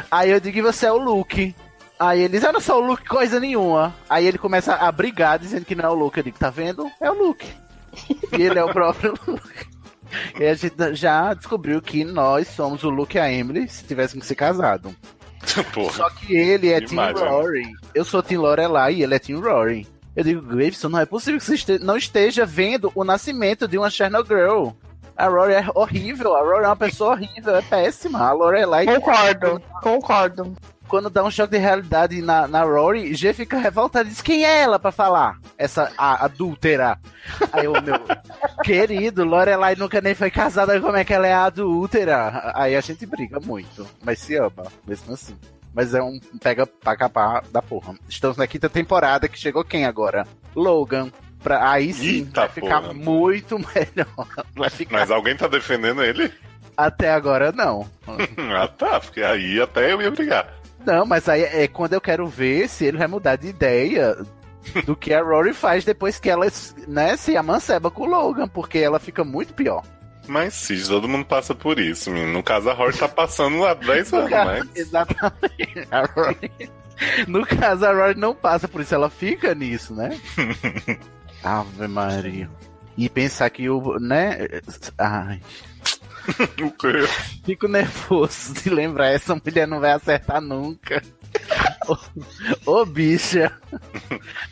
[SPEAKER 8] Aí eu digo que você é o Luke. Aí ele diz, eu não sou o Luke coisa nenhuma. Aí ele começa a brigar dizendo que não é o Luke. Eu digo, tá vendo? É o Luke. E ele é o próprio Luke. E a gente já descobriu que nós somos o Luke e a Emily se tivéssemos se casado.
[SPEAKER 1] Porra.
[SPEAKER 8] Só que ele é
[SPEAKER 1] Demais,
[SPEAKER 8] Tim
[SPEAKER 1] né?
[SPEAKER 8] Rory. Eu sou Tim Lorelai e ele é Tim Rory. Eu digo, Graveson, não é possível que você este- não esteja vendo o nascimento de uma Chernobyl. A Rory é horrível, a Rory é uma pessoa horrível, é péssima. A Lorelai,
[SPEAKER 11] Concordo, concordo.
[SPEAKER 8] quando dá um choque de realidade na, na Rory, G fica revoltada e diz, quem é ela pra falar? Essa a, adúltera. Aí o meu querido, Lorelai nunca nem foi casada, como é que ela é adúltera? Aí a gente briga muito, mas se ama, mesmo assim. Mas é um pega pra capar da porra. Estamos na quinta temporada que chegou quem agora? Logan. Pra, aí sim
[SPEAKER 1] Eita
[SPEAKER 8] vai ficar
[SPEAKER 1] porra.
[SPEAKER 8] muito melhor. Vai ficar.
[SPEAKER 1] Mas alguém tá defendendo ele?
[SPEAKER 8] Até agora não.
[SPEAKER 1] Ah, tá. Porque aí até eu ia brigar.
[SPEAKER 8] Não, mas aí é quando eu quero ver se ele vai mudar de ideia do que a Rory faz depois que ela né, se amanceba com o Logan, porque ela fica muito pior.
[SPEAKER 1] Mas sim, todo mundo passa por isso, menino. No caso, a Rory tá passando há 10 anos, né?
[SPEAKER 8] Exatamente. A Rory... No caso, a Rory não passa por isso, ela fica nisso, né? Ave Maria. E pensar que o. né? Ai.
[SPEAKER 1] O quê?
[SPEAKER 8] Fico nervoso de lembrar, essa mulher não vai acertar nunca. Ô, ô, bicha,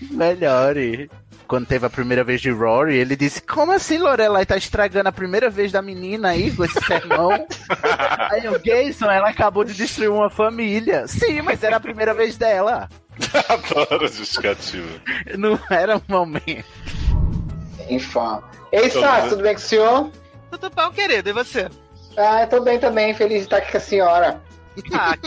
[SPEAKER 8] melhore. Quando teve a primeira vez de Rory, ele disse: Como assim, Lorelai tá estragando a primeira vez da menina aí com esse sermão? aí o Gayson, ela acabou de destruir uma família. Sim, mas era a primeira vez dela.
[SPEAKER 1] Adoro justificativa.
[SPEAKER 8] Não era um momento.
[SPEAKER 2] Infame. Ei, Sassi, É tudo bem com o senhor?
[SPEAKER 11] Tudo bom, querido? E você?
[SPEAKER 2] Ah, eu tô bem também, feliz de estar aqui com a senhora.
[SPEAKER 11] Ah,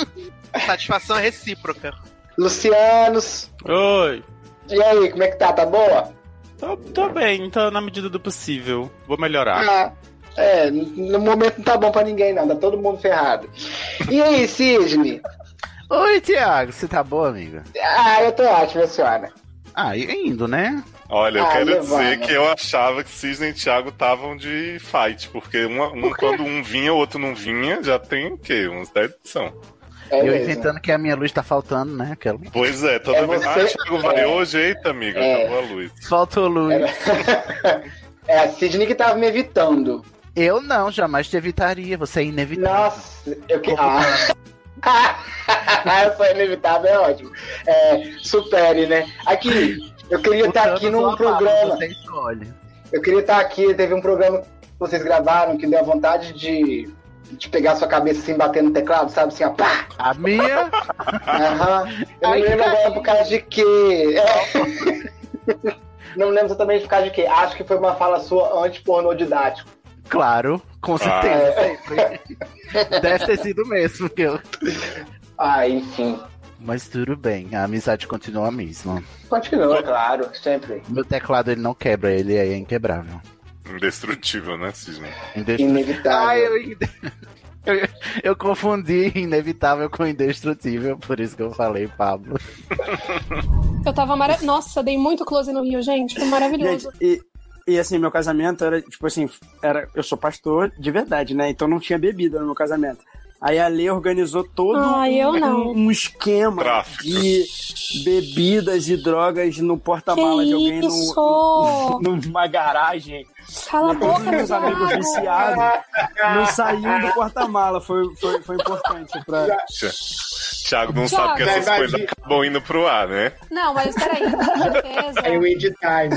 [SPEAKER 8] tá.
[SPEAKER 11] satisfação é recíproca.
[SPEAKER 2] Lucianos,
[SPEAKER 12] Oi.
[SPEAKER 2] e aí, como é que tá? Tá boa?
[SPEAKER 12] Tô, tô bem, tô na medida do possível. Vou melhorar.
[SPEAKER 2] Ah, é, no momento não tá bom pra ninguém, não, tá todo mundo ferrado. E aí, Sidney?
[SPEAKER 8] Oi, Tiago, você tá boa, amiga?
[SPEAKER 2] Ah, eu tô ótima, senhora.
[SPEAKER 8] Ah, e indo, né?
[SPEAKER 1] Olha, eu
[SPEAKER 2] Ah,
[SPEAKER 1] quero
[SPEAKER 2] Giovanna.
[SPEAKER 1] dizer que eu achava que Cisne e Thiago estavam de fight, porque uma- um, quando um vinha, o outro não vinha, já tem o quê? Uns 10 edição.
[SPEAKER 2] É
[SPEAKER 8] eu
[SPEAKER 2] mesmo.
[SPEAKER 8] inventando que a minha luz tá faltando, né? Aquela...
[SPEAKER 1] Pois é, toda
[SPEAKER 2] É
[SPEAKER 1] vez.
[SPEAKER 2] você-
[SPEAKER 1] Ah, Thiago
[SPEAKER 2] é.
[SPEAKER 1] variou, hoje, eita, amigo,
[SPEAKER 2] É.
[SPEAKER 1] acabou a luz.
[SPEAKER 8] Faltou luz.
[SPEAKER 2] É, a Sidney que tava me evitando.
[SPEAKER 8] Eu não, jamais te evitaria. Você é inevitável. tá?
[SPEAKER 2] Nossa, eu que. Ah. eu sou inevitável, é ótimo. É, supere, né? Aqui, eu queria
[SPEAKER 8] Você
[SPEAKER 2] estar aqui num programa.
[SPEAKER 8] Você escolhe.
[SPEAKER 2] Eu queria estar aqui, teve um programa que vocês gravaram que deu vontade de, de pegar sua cabeça assim, bater no teclado, sabe? Assim, ó, pá!
[SPEAKER 8] A minha,
[SPEAKER 2] Aham. Eu não
[SPEAKER 8] Ai,
[SPEAKER 2] lembro
[SPEAKER 8] cara.
[SPEAKER 2] agora por causa de quê. É. Não lembro exatamente por causa de quê. Acho que foi uma fala sua anti-pornô didático.
[SPEAKER 8] claro,
[SPEAKER 1] Ah.
[SPEAKER 8] com certeza. sempre. Deve ter sido mesmo. que eu-
[SPEAKER 2] Ah, enfim.
[SPEAKER 8] Mas tudo bem, a amizade continua a mesma.
[SPEAKER 2] Continua, claro, sempre.
[SPEAKER 8] Meu teclado ele não quebra, ele é inquebrável.
[SPEAKER 1] Indestrutível, né, Cisne?
[SPEAKER 8] Indestrutível. Ah,
[SPEAKER 2] Inevitável.
[SPEAKER 8] eu... eu- eu confundi inevitável com indestrutível, por isso que eu falei, Pablo.
[SPEAKER 13] Eu tava maravilhoso. Nossa, dei muito close no Rio, gente.
[SPEAKER 2] Ah.
[SPEAKER 13] Foi maravilhoso.
[SPEAKER 5] Gente, e, e assim, meu casamento era, tipo assim, era, eu sou pastor de verdade, né? Então não tinha bebida no meu casamento. Aí a Lê organizou todo
[SPEAKER 13] Ah, eu
[SPEAKER 5] um,
[SPEAKER 13] não.
[SPEAKER 5] um esquema
[SPEAKER 1] Tráfico.
[SPEAKER 5] de bebidas e drogas no porta-malas
[SPEAKER 13] Que
[SPEAKER 5] de alguém
[SPEAKER 13] isso?
[SPEAKER 5] no, numa garagem.
[SPEAKER 13] Cala a
[SPEAKER 5] Todos
[SPEAKER 13] boca,
[SPEAKER 5] meus amigos
[SPEAKER 13] Thiago.
[SPEAKER 5] viciados não saíam do porta-mala. Foi, foi, foi importante pra.
[SPEAKER 1] Thiago não sabe que
[SPEAKER 13] Thiago.
[SPEAKER 1] essas
[SPEAKER 2] é Verdade.
[SPEAKER 1] coisas acabam indo pro ar, né?
[SPEAKER 13] Não, mas peraí.
[SPEAKER 2] Aí o
[SPEAKER 13] Defesa.
[SPEAKER 2] Edit Time.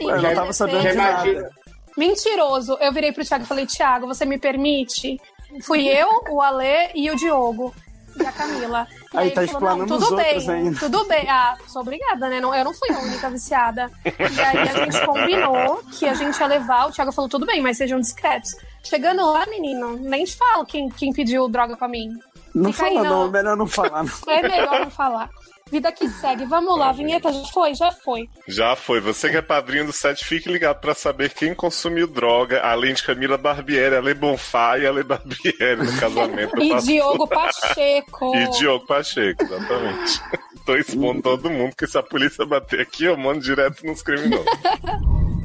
[SPEAKER 13] Em
[SPEAKER 5] Eu não tava
[SPEAKER 13] defesa.
[SPEAKER 5] sabendo de nada.
[SPEAKER 13] Mentiroso. Eu virei pro Thiago e falei, Thiago, você me permite? Fui eu, o Alê e o Diogo. e a Camila. E
[SPEAKER 5] Aí
[SPEAKER 13] ele
[SPEAKER 5] tá
[SPEAKER 13] falou, não,
[SPEAKER 5] explanando
[SPEAKER 13] tudo
[SPEAKER 5] os outros
[SPEAKER 13] bem,
[SPEAKER 5] ainda."
[SPEAKER 13] tudo bem. Ah, sou obrigada, né? Não, eu não fui a única viciada. E aí a gente combinou que a gente ia levar. O Thiago falou, tudo bem, mas sejam discretos. Chegando lá, menino, nem te falo quem, quem pediu droga pra mim.
[SPEAKER 5] Não
[SPEAKER 13] Fica aí,
[SPEAKER 5] fala,
[SPEAKER 13] não.
[SPEAKER 5] não. Melhor não falar. não.
[SPEAKER 13] É melhor não falar. Vida que segue, vamos lá, a vinheta já foi, já foi.
[SPEAKER 1] Já foi. Você que é padrinho do set, fique ligado pra saber quem consumiu droga, além de Camila Barbieri, Ale Bonfá e Ale Barbieri no casamento.
[SPEAKER 13] E
[SPEAKER 1] passado.
[SPEAKER 13] Diogo Pacheco.
[SPEAKER 1] E Diogo Pacheco, exatamente. Tô expondo todo mundo, que se a polícia bater aqui, eu mando direto nos criminosos.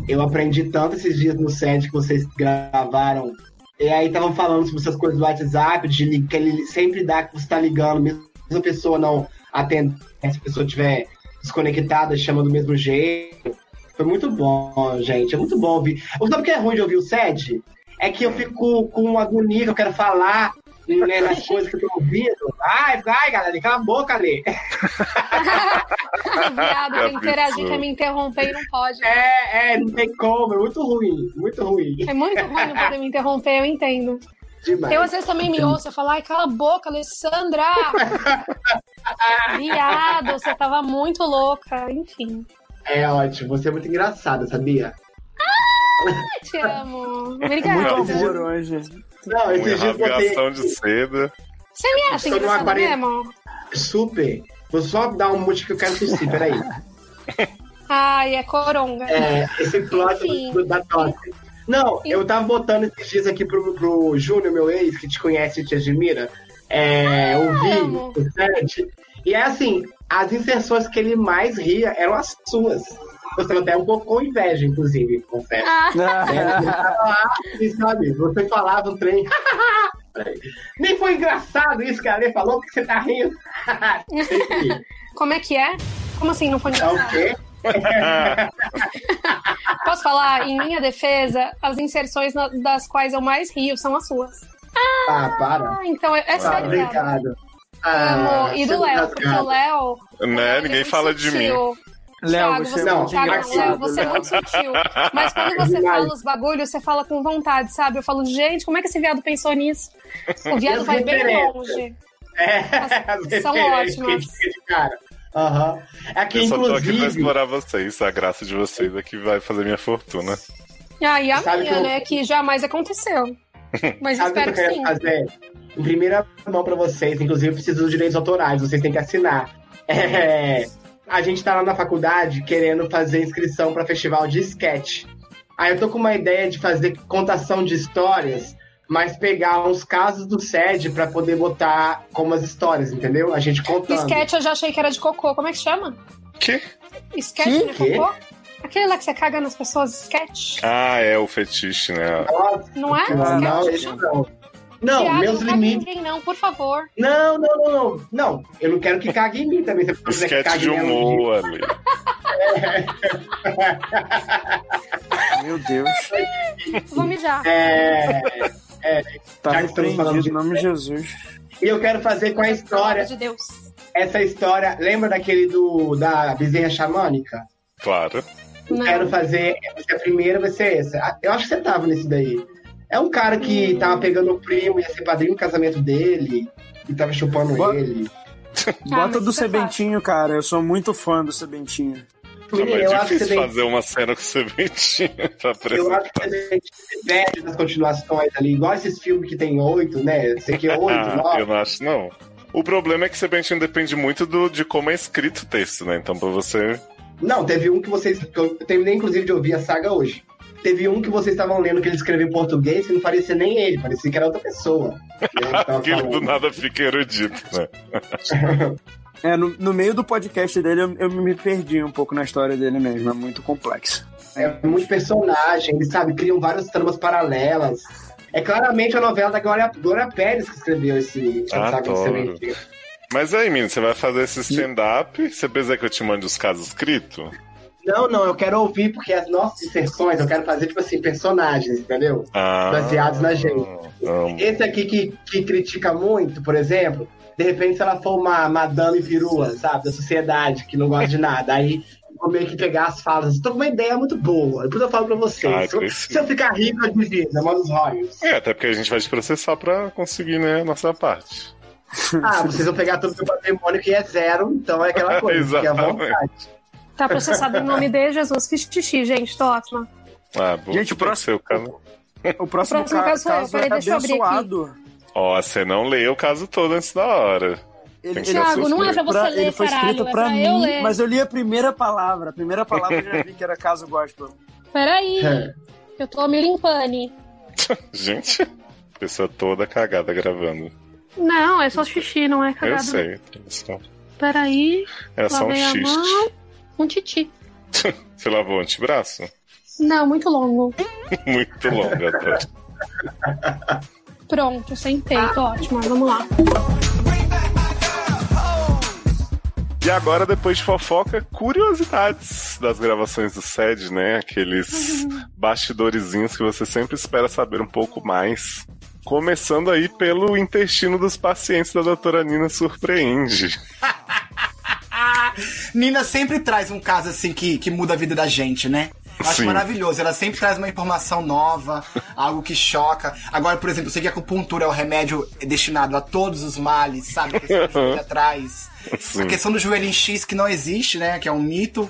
[SPEAKER 2] Eu aprendi tanto esses dias no set que vocês gravaram. E aí estavam falando sobre essas coisas do WhatsApp, de li- que ele sempre dá que você tá ligando, mesmo se a pessoa não atender, se a pessoa estiver desconectada, chama do mesmo jeito. Foi muito bom, gente. É muito bom ouvir. Sabe o que é ruim de ouvir o SED? É que eu fico com uma agonia que eu quero falar né, nas coisas que eu tô ouvindo. Ai, ai, galera, cala a boca, Lê.
[SPEAKER 13] Viado,
[SPEAKER 2] É
[SPEAKER 13] quer interagir,
[SPEAKER 2] absurdo.
[SPEAKER 13] quer me interromper e não pode. né?
[SPEAKER 2] É, é, não tem como. É muito ruim. Muito ruim.
[SPEAKER 13] É muito ruim não poder me interromper, eu entendo.
[SPEAKER 2] Demais.
[SPEAKER 13] Eu às vezes também me ouço eu falo, ai, cala a boca, Alessandra! Viado, você tava muito louca, enfim.
[SPEAKER 2] É ótimo, você é muito engraçada, sabia? É
[SPEAKER 13] Ai, te amo. Obrigada.
[SPEAKER 1] Muito amor
[SPEAKER 5] hoje.
[SPEAKER 2] né? Não,
[SPEAKER 1] Uma
[SPEAKER 2] esses dias botei
[SPEAKER 1] rasgação de seda.
[SPEAKER 13] Você me acha
[SPEAKER 2] Estou numa
[SPEAKER 13] engraçada
[SPEAKER 2] quarenta-
[SPEAKER 13] mesmo?
[SPEAKER 2] super. Vou só dar um mute que eu quero tossir, peraí.
[SPEAKER 13] Ai, é coronga.
[SPEAKER 2] É, esse plot
[SPEAKER 13] Enfim.
[SPEAKER 2] do- da tosse. Não, eu tava botando esses dias aqui pro, pro Júnior, meu ex, que te conhece e te admira. É,
[SPEAKER 13] Ah, amo.
[SPEAKER 2] ouvi o set. E é assim, as inserções que ele mais ria eram as suas. Você até um pouco com inveja, inclusive, confesso.
[SPEAKER 5] Ah.
[SPEAKER 2] É, ele tava lá, e sabe, você falava um trem. Nem foi É engraçado isso que a Ale falou, porque você tá rindo.
[SPEAKER 13] Como é que é? Como assim, não foi engraçado? Posso falar, em minha defesa, as inserções na- das quais eu mais rio são as suas.
[SPEAKER 2] Ah, para.
[SPEAKER 13] Ah, então é, é sério, Léo.
[SPEAKER 2] Obrigado. Ah,
[SPEAKER 13] Amo. E do Léo, porque o Léo.
[SPEAKER 1] Né? Ninguém fala de mim.
[SPEAKER 13] sutil. Thiago, você, Thiago, Léo, você
[SPEAKER 2] né?
[SPEAKER 13] é muito sutil. Mas quando você fala os bagulhos, você fala com vontade, sabe? Eu falo, gente, como é que esse viado pensou nisso? O viado
[SPEAKER 2] As
[SPEAKER 13] vai bem
[SPEAKER 2] referências.
[SPEAKER 13] longe.
[SPEAKER 2] É,
[SPEAKER 13] são ótimas.
[SPEAKER 2] Cara. Aham. É que,
[SPEAKER 1] eu só tô aqui pra
[SPEAKER 2] inclusive,
[SPEAKER 1] explorar vocês. A graça de vocês é que vai fazer minha fortuna.
[SPEAKER 13] Ah, e a
[SPEAKER 2] Sabe
[SPEAKER 13] minha,
[SPEAKER 2] que eu-
[SPEAKER 13] né? Que jamais aconteceu. Mas
[SPEAKER 2] sabe o que
[SPEAKER 13] espero
[SPEAKER 2] eu
[SPEAKER 13] que
[SPEAKER 2] quero
[SPEAKER 13] sim.
[SPEAKER 2] fazer? Em primeira mão pra vocês, inclusive eu preciso dos direitos autorais, vocês têm que assinar. É, a gente tá lá na faculdade querendo fazer inscrição pra festival de sketch. Aí eu tô com uma ideia de fazer contação de histórias, mas pegar uns casos do SED pra poder botar como as histórias, entendeu? A gente contando.
[SPEAKER 13] Sketch eu já achei que era de cocô. Como é que chama?
[SPEAKER 1] Que?
[SPEAKER 13] Sketch
[SPEAKER 2] Que?
[SPEAKER 13] não é cocô? Aquele lá que você caga nas pessoas, sketch.
[SPEAKER 1] Ah, é o fetiche, né?
[SPEAKER 13] Não é?
[SPEAKER 2] Não, não,
[SPEAKER 13] Sketch.
[SPEAKER 2] esse não. Não,
[SPEAKER 13] Viado,
[SPEAKER 2] meus
[SPEAKER 13] não caga em
[SPEAKER 2] limites.
[SPEAKER 13] Ninguém, não, por favor.
[SPEAKER 2] Não, não, não, não. Não, eu não quero que cague em mim também. Se a pessoa quiser que
[SPEAKER 1] Esquete
[SPEAKER 2] cague
[SPEAKER 1] de
[SPEAKER 2] nela,
[SPEAKER 1] humor ali.
[SPEAKER 5] Meu Deus.
[SPEAKER 13] Vou mijar.
[SPEAKER 2] É. é
[SPEAKER 5] Tá
[SPEAKER 2] já que estamos falando
[SPEAKER 5] repreendido
[SPEAKER 2] de
[SPEAKER 5] em nome de Jesus.
[SPEAKER 2] E eu quero fazer com a história.
[SPEAKER 13] De Deus.
[SPEAKER 2] Essa história. Lembra daquele do da bezerra xamânica?
[SPEAKER 1] Claro.
[SPEAKER 2] Eu Quero fazer. essa é A primeira vai ser essa. Ah, Eu acho que você tava nesse daí. É um cara que
[SPEAKER 13] Hum.
[SPEAKER 2] tava pegando o primo, ia ser padrinho do casamento dele. E tava chupando ele.
[SPEAKER 13] Ah,
[SPEAKER 5] Bota do
[SPEAKER 13] é
[SPEAKER 5] Sebentinho, cara. Eu sou muito fã do Sebentinho.
[SPEAKER 1] Também é difícil fazer uma cena com o Seventinho pra
[SPEAKER 2] Eu
[SPEAKER 1] apresentar.
[SPEAKER 2] acho que você perde nas continuações ali, igual esses filmes que tem oito, né? Esse aqui é oito,
[SPEAKER 1] Ah, eu
[SPEAKER 2] nove.
[SPEAKER 1] não acho, não. O problema é que Sebentinho depende muito do, de como é escrito o texto, né? Então, pra você.
[SPEAKER 2] Não, teve um que vocês. que eu terminei, inclusive, de ouvir a saga hoje. Teve um que vocês estavam lendo que ele escreveu em português e não parecia nem ele, parecia que era outra pessoa. Então, tá
[SPEAKER 1] Aquilo do nada fica erudito, né?
[SPEAKER 5] É, no, no meio do podcast dele eu, eu me perdi um pouco na história dele mesmo. É muito complexo.
[SPEAKER 2] É muito personagem, eles, sabe, criam várias tramas paralelas. É claramente a novela da Glória, Glória Pérez que escreveu esse essa saga do
[SPEAKER 1] Adoro.
[SPEAKER 2] Sementinho.
[SPEAKER 1] Mas aí, menino, você vai fazer esse stand-up? Você pensa que eu te mande os casos escritos?
[SPEAKER 2] Não, não, eu quero ouvir, porque as nossas inserções eu quero fazer, tipo assim, personagens, entendeu?
[SPEAKER 1] Ah.
[SPEAKER 2] Baseados na gente.
[SPEAKER 1] Amo.
[SPEAKER 2] Esse aqui que, que critica muito, por exemplo, de repente, se ela for uma madame virua, sabe, da sociedade, que não gosta de nada, aí eu vou meio que pegar as falas. assim, Tô com uma ideia muito boa, depois eu falo pra vocês.
[SPEAKER 1] Ai,
[SPEAKER 2] se, eu,
[SPEAKER 1] preciso.
[SPEAKER 2] se eu ficar rico, eu divido, eu mando os royalties.
[SPEAKER 1] É, até porque a gente vai te processar pra conseguir, né, a nossa parte.
[SPEAKER 14] Ah, vocês vão pegar todo o meu patrimônio que é zero, então é aquela coisa, que é à vontade.
[SPEAKER 13] Tá processado em nome de Jesus. Fiz xixi, gente. Tô ótima.
[SPEAKER 1] Ah, bom,
[SPEAKER 5] Gente, o próximo, o, próximo,
[SPEAKER 13] O próximo
[SPEAKER 5] ca-
[SPEAKER 13] caso sou eu.
[SPEAKER 5] caso
[SPEAKER 13] Peraí,
[SPEAKER 5] é
[SPEAKER 13] deixa eu abrir aqui.
[SPEAKER 5] abençoado.
[SPEAKER 1] Ó, você não leu o caso todo antes da hora. Tem que ser
[SPEAKER 13] Thiago, não é
[SPEAKER 1] suspeito.
[SPEAKER 13] pra você ler,
[SPEAKER 5] ele foi
[SPEAKER 13] caralho,
[SPEAKER 5] escrito
[SPEAKER 13] é
[SPEAKER 5] pra
[SPEAKER 13] pra
[SPEAKER 5] mim,
[SPEAKER 13] eu ler.
[SPEAKER 5] mas eu li a primeira palavra. A primeira palavra eu já vi que era caso gospel.
[SPEAKER 13] Peraí.
[SPEAKER 1] É.
[SPEAKER 13] Eu tô me limpando.
[SPEAKER 1] Gente, pessoa toda cagada gravando.
[SPEAKER 13] Não, é só xixi, não é cagado.
[SPEAKER 1] Eu sei. tem isso.
[SPEAKER 13] Peraí.
[SPEAKER 1] É só um
[SPEAKER 13] lavei a
[SPEAKER 1] xiste.
[SPEAKER 13] mão. Um titi.
[SPEAKER 1] Você lavou o antebraço?
[SPEAKER 13] Não, muito longo.
[SPEAKER 1] Muito longa, Dora.
[SPEAKER 13] Pronto, sentei. Tô
[SPEAKER 6] Ah.
[SPEAKER 13] ótima. Vamos lá.
[SPEAKER 1] E agora, depois de fofoca, curiosidades das gravações do SED, né? Aqueles bastidorezinhos que você sempre espera saber um pouco mais. Começando aí pelo intestino dos pacientes da doutora Nina Surpreende.
[SPEAKER 2] Nina sempre traz um caso assim que, que muda a vida da gente, né? Eu Acho
[SPEAKER 1] Sim.
[SPEAKER 2] maravilhoso. Ela sempre traz uma informação nova, algo que choca. Agora, por exemplo, eu sei que a acupuntura é o remédio destinado a todos os males, sabe? Que a gente atrás. A
[SPEAKER 1] Sim,
[SPEAKER 2] questão do joelho em X que não existe, né? Que é um mito.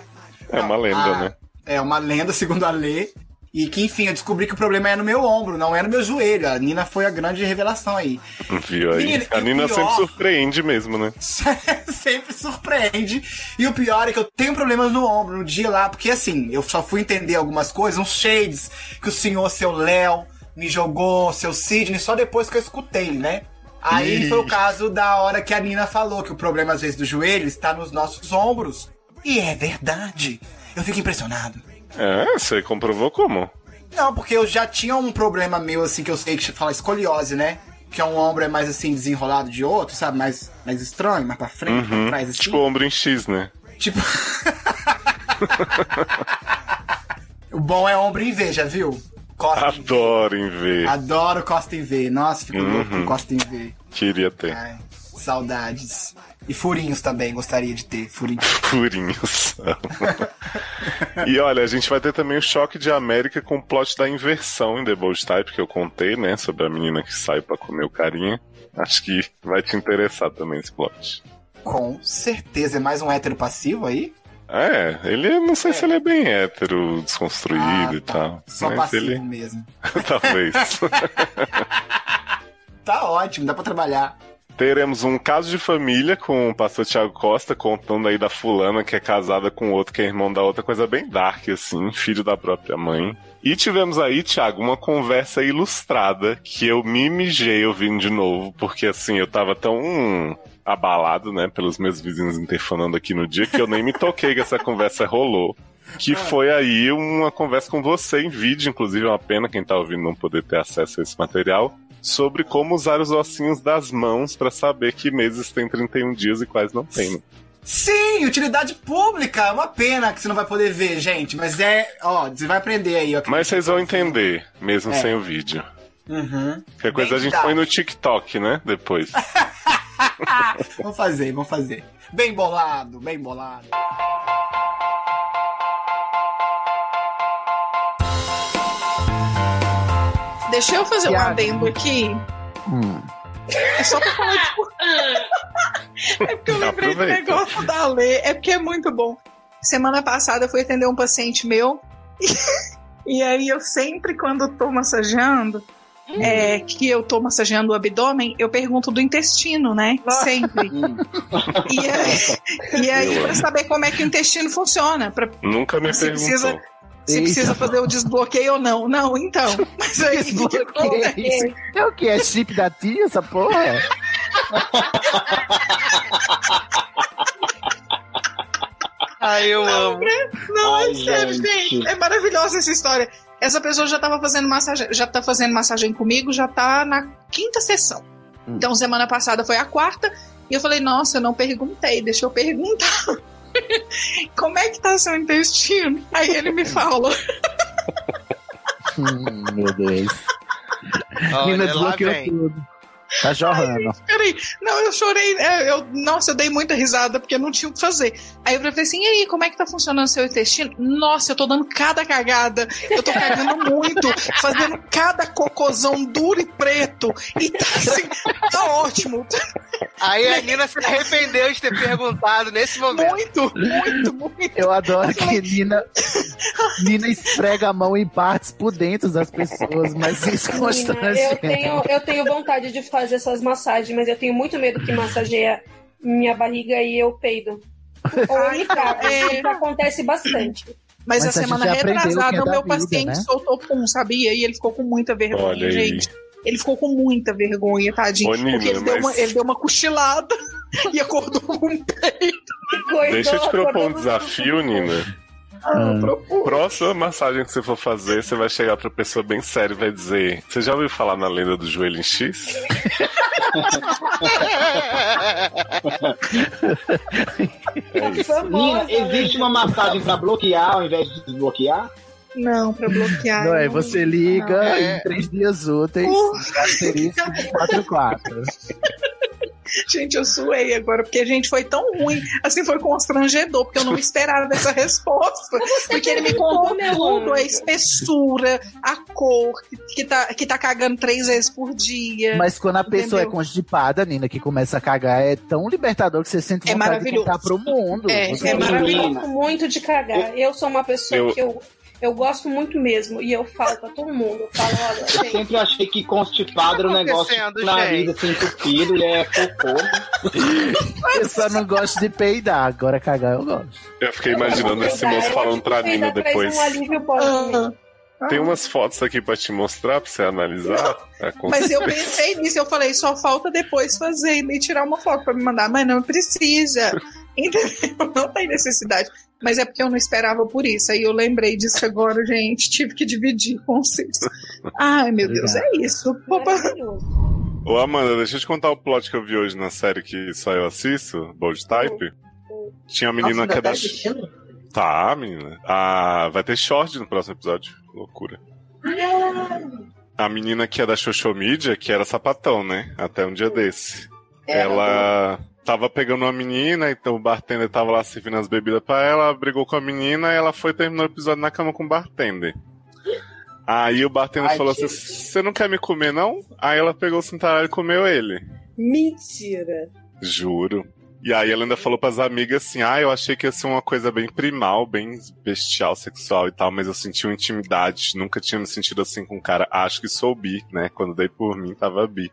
[SPEAKER 1] é uma lenda,
[SPEAKER 2] Ah,
[SPEAKER 1] né?
[SPEAKER 2] É uma lenda, segundo a lei. E que, enfim, eu descobri que o problema é no meu ombro, não é no meu joelho. A Nina foi a grande revelação aí.
[SPEAKER 1] Viu aí?
[SPEAKER 2] Menina,
[SPEAKER 1] a
[SPEAKER 2] e o
[SPEAKER 1] Nina
[SPEAKER 2] pior-
[SPEAKER 1] sempre surpreende mesmo, né?
[SPEAKER 2] sempre surpreende. E o pior é que eu tenho problemas no ombro no dia lá, porque assim, eu só fui entender algumas coisas, uns shades que o senhor, seu Léo, me jogou, seu Sidney, só depois que eu escutei, né? Aí
[SPEAKER 15] Ih.
[SPEAKER 2] foi o caso da hora que a Nina falou que o problema, às vezes, do joelho está nos nossos ombros. E é verdade. Eu fico impressionado.
[SPEAKER 1] É, você comprovou como?
[SPEAKER 2] Não, porque eu já tinha um problema meu, assim, que eu sei que fala escoliose, né? Que é um ombro é mais assim, desenrolado de outro, sabe? Mais, mais estranho, mais pra frente, pra
[SPEAKER 1] Uhum.
[SPEAKER 2] trás, assim.
[SPEAKER 1] Tipo ombro em X, né?
[SPEAKER 2] Tipo. o bom é ombro em V, já viu? Costa.
[SPEAKER 1] Adoro em ver.
[SPEAKER 2] Adoro Costa em V. Nossa, fico louco
[SPEAKER 1] Uhum.
[SPEAKER 2] com Costa em V.
[SPEAKER 1] Queria ter.
[SPEAKER 2] Ai, saudades. E furinhos também, gostaria de ter. Furinhos.
[SPEAKER 1] Furinhos. e olha, a gente vai ter também o choque de América com o plot da inversão em The Bold Type, que eu contei, né? Sobre a menina que sai pra comer o carinha. Acho que vai te interessar também esse plot.
[SPEAKER 2] Com certeza. É mais um hétero passivo aí?
[SPEAKER 1] É, ele não sei se ele é bem hétero, desconstruído
[SPEAKER 2] Ah,
[SPEAKER 1] e tal.
[SPEAKER 2] Só
[SPEAKER 1] mas
[SPEAKER 2] passivo
[SPEAKER 1] ele.
[SPEAKER 2] mesmo.
[SPEAKER 1] Talvez.
[SPEAKER 2] Tá ótimo, dá pra trabalhar.
[SPEAKER 1] Teremos um caso de família com o pastor Tiago Costa contando aí da fulana que é casada com outro que é irmão da outra, coisa bem dark, assim, filho da própria mãe. E tivemos aí, Tiago, uma conversa ilustrada que eu me mijei ouvindo de novo, porque assim, eu tava tão hum, abalado, né, pelos meus vizinhos interfonando aqui no dia, que eu nem me toquei que essa conversa rolou. Que foi aí uma conversa com você em vídeo, inclusive é uma pena quem tá ouvindo não poder ter acesso a esse material, sobre como usar os ossinhos das mãos pra saber que meses tem 31 dias e quais não tem. né?
[SPEAKER 2] Sim, utilidade pública. É uma pena que você não vai poder ver, gente. Mas é. Ó, você vai aprender aí, ó.
[SPEAKER 1] Mas vocês vão entender, mesmo
[SPEAKER 2] É.
[SPEAKER 1] sem o vídeo.
[SPEAKER 2] Uhum.
[SPEAKER 1] Qualquer coisa a gente
[SPEAKER 2] verdade.
[SPEAKER 1] põe no TikTok, né? Depois.
[SPEAKER 2] Vamos fazer, vamos fazer. Bem bolado, bem bolado.
[SPEAKER 9] Deixa eu fazer um
[SPEAKER 16] Tiago.
[SPEAKER 9] adendo aqui.
[SPEAKER 8] Hum.
[SPEAKER 9] É só pra falar, tipo. é porque eu lembrei
[SPEAKER 8] Aproveita.
[SPEAKER 9] do negócio da Lê. É porque é muito bom. Semana passada eu fui atender um paciente meu. E, e aí eu sempre, quando tô massageando, é, que eu tô massageando o abdômen, eu pergunto do intestino, né? Sempre. e aí, e aí
[SPEAKER 1] Eu
[SPEAKER 9] pra
[SPEAKER 1] amo.
[SPEAKER 9] saber como é que o intestino funciona. Pra,
[SPEAKER 1] Nunca me
[SPEAKER 9] Ah, se
[SPEAKER 1] perguntou.
[SPEAKER 9] precisa, se precisa fazer o desbloqueio ou não. Não, então. Mas aí né? o que acontece?
[SPEAKER 8] É o que? É chip da tia, essa porra?
[SPEAKER 6] Ai, Ah, eu amo.
[SPEAKER 9] Não,
[SPEAKER 6] Ai,
[SPEAKER 9] é sério,
[SPEAKER 6] gente.
[SPEAKER 9] gente. É maravilhosa essa história. Essa pessoa já tava fazendo massagem, já tá fazendo massagem comigo, já tá na quinta sessão.
[SPEAKER 8] Hum.
[SPEAKER 9] Então, semana passada foi a quarta, e eu falei, nossa, eu não perguntei, deixa eu perguntar. Como é que tá seu intestino? Aí ele me falou.
[SPEAKER 8] Hum, meu Deus.
[SPEAKER 6] Olha,
[SPEAKER 8] Nina
[SPEAKER 6] lá
[SPEAKER 8] desbloqueou
[SPEAKER 6] vem.
[SPEAKER 8] tudo. Tá jorrando.
[SPEAKER 9] Cara, chorei. Não, eu chorei. é, Eu, nossa, eu dei muita risada porque não tinha o que fazer. Aí eu falei assim: e aí, como é que tá funcionando seu intestino? Nossa, eu tô dando cada cagada. Eu tô cagando muito, fazendo cada cocôzão duro e preto. E tá assim, tá ótimo.
[SPEAKER 15] Aí a Nina se arrependeu de ter perguntado nesse momento.
[SPEAKER 9] Muito, muito, muito.
[SPEAKER 8] Eu adoro que Nina, Nina esfrega a mão em partes por dentro das pessoas, mas isso
[SPEAKER 6] Menina,
[SPEAKER 8] constrange.
[SPEAKER 6] eu, tenho, eu tenho vontade de fazer essas massagens, mas eu tenho muito medo que massageia minha barriga e eu peido. Ou eu me cago. Isso acontece bastante.
[SPEAKER 9] Mas,
[SPEAKER 6] Mas
[SPEAKER 9] a
[SPEAKER 6] a gente
[SPEAKER 9] semana
[SPEAKER 6] já aprendeu que
[SPEAKER 9] retrasada,
[SPEAKER 6] é
[SPEAKER 9] o
[SPEAKER 6] da
[SPEAKER 9] meu
[SPEAKER 6] vida,
[SPEAKER 9] paciente
[SPEAKER 6] né?
[SPEAKER 9] soltou pum, sabia? E ele ficou com muita vergonha,
[SPEAKER 1] Olha aí.
[SPEAKER 9] gente. Ele ficou com muita vergonha, tadinho.
[SPEAKER 1] Ô, Nina,
[SPEAKER 9] porque ele, deu
[SPEAKER 1] mas-
[SPEAKER 9] uma, ele deu uma cochilada e acordou com um peito.
[SPEAKER 1] Deixa eu te propor um desafio, Nina. Próxima massagem que você for fazer, você vai chegar pra pessoa bem séria e vai dizer: Você já ouviu falar na lenda do joelho em X? É
[SPEAKER 2] Nina, existe uma massagem pra bloquear ao invés de desbloquear?
[SPEAKER 9] Não, pra bloquear.
[SPEAKER 8] Não é, você liga
[SPEAKER 2] Não, é.
[SPEAKER 8] em três dias úteis, asterisco 44.
[SPEAKER 9] Então, Gente, eu suei agora, porque a gente foi tão ruim. Assim, foi constrangedor, porque eu não esperava essa resposta. Porque ele me contou tudo, a espessura, a cor, que tá, que tá cagando três vezes por dia.
[SPEAKER 8] Mas quando a pessoa é
[SPEAKER 9] Entendeu?
[SPEAKER 8] constipada, Nina, que começa a cagar, é tão libertador que você sente
[SPEAKER 6] É
[SPEAKER 8] vontade de
[SPEAKER 6] maravilhoso.
[SPEAKER 8] contar pro mundo.
[SPEAKER 6] É,
[SPEAKER 8] Você
[SPEAKER 6] é
[SPEAKER 8] fala,
[SPEAKER 6] maravilhoso. Eu
[SPEAKER 8] "Nina,
[SPEAKER 6] gosto muito de cagar. Eu sou uma pessoa
[SPEAKER 8] Eu-
[SPEAKER 6] que eu, eu gosto muito mesmo. E eu falo pra todo mundo. Eu falo, olha,
[SPEAKER 2] Eu sempre achei que constipado era um
[SPEAKER 5] tá
[SPEAKER 2] negócio
[SPEAKER 6] acontecendo,
[SPEAKER 2] com o nariz
[SPEAKER 6] gente?
[SPEAKER 2] assim, entupido e é cocô.
[SPEAKER 8] Eu só não gosto de peidar, agora cagar eu gosto.
[SPEAKER 1] Eu fiquei imaginando esse moço falando pra
[SPEAKER 6] tipo,
[SPEAKER 1] Nina
[SPEAKER 6] um
[SPEAKER 1] depois.
[SPEAKER 9] Ah,
[SPEAKER 1] Tem um umas fotos aqui pra te mostrar, pra você analisar. É, a
[SPEAKER 9] Mas eu
[SPEAKER 1] consistência.
[SPEAKER 9] pensei nisso, eu falei, só falta depois fazer e tirar uma foto pra me mandar. Mas não precisa. Entendeu? Não tem necessidade. Mas é porque eu não esperava por isso. Aí eu lembrei disso agora, gente. Tive que dividir com vocês. Ai, meu Deus, é isso. Opa.
[SPEAKER 1] Ô, Amanda, deixa eu te contar o plot que eu vi hoje na série que só eu assisto, Bold Type. Tinha uma menina que é da.
[SPEAKER 6] tá
[SPEAKER 1] Tá, menina. Ah, vai ter short no próximo episódio. Loucura. A menina que é da Xoxomídia, que era sapatão, né? Até um dia desse. Ela tava pegando uma menina, então o bartender tava lá servindo as bebidas pra ela, brigou com a menina e ela foi terminou o episódio na cama com o bartender. Aí o bartender
[SPEAKER 5] Ai,
[SPEAKER 1] falou
[SPEAKER 5] gente.
[SPEAKER 1] assim: Você não quer me comer, não? Aí ela pegou o cintaralho e comeu ele.
[SPEAKER 6] Mentira.
[SPEAKER 1] Juro. E aí ela ainda falou pras amigas assim: ah, eu achei que ia ser uma coisa bem primal, bem bestial, sexual e tal, mas eu senti uma intimidade. Nunca tinha me sentido assim com um cara. Acho que sou bi, né? Quando dei por mim, tava bi.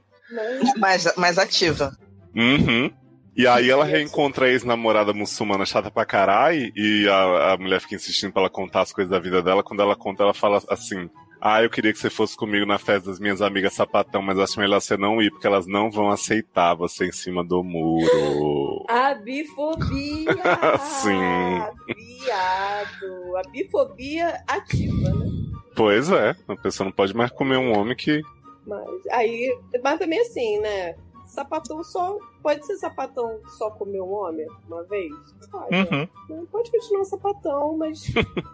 [SPEAKER 7] Mais, mais ativa.
[SPEAKER 1] Uhum. E aí ela reencontra a ex-namorada muçulmana chata pra caralho, e a, a mulher fica insistindo pra ela contar as coisas da vida dela. Quando ela conta, ela fala assim: Ah, eu queria que você fosse comigo na festa das minhas amigas sapatão, mas acho melhor você não ir, porque elas não vão aceitar você em cima do muro.
[SPEAKER 6] A bifobia.
[SPEAKER 1] Sim.
[SPEAKER 6] Viado. A bifobia ativa, né?
[SPEAKER 1] Pois é, a pessoa não pode mais comer um homem que.
[SPEAKER 6] Mas aí, mas também assim, né? Sapatão só. Pode ser sapatão só comer um homem uma vez? Pode.
[SPEAKER 1] Uhum.
[SPEAKER 6] Não Pode continuar sapatão, mas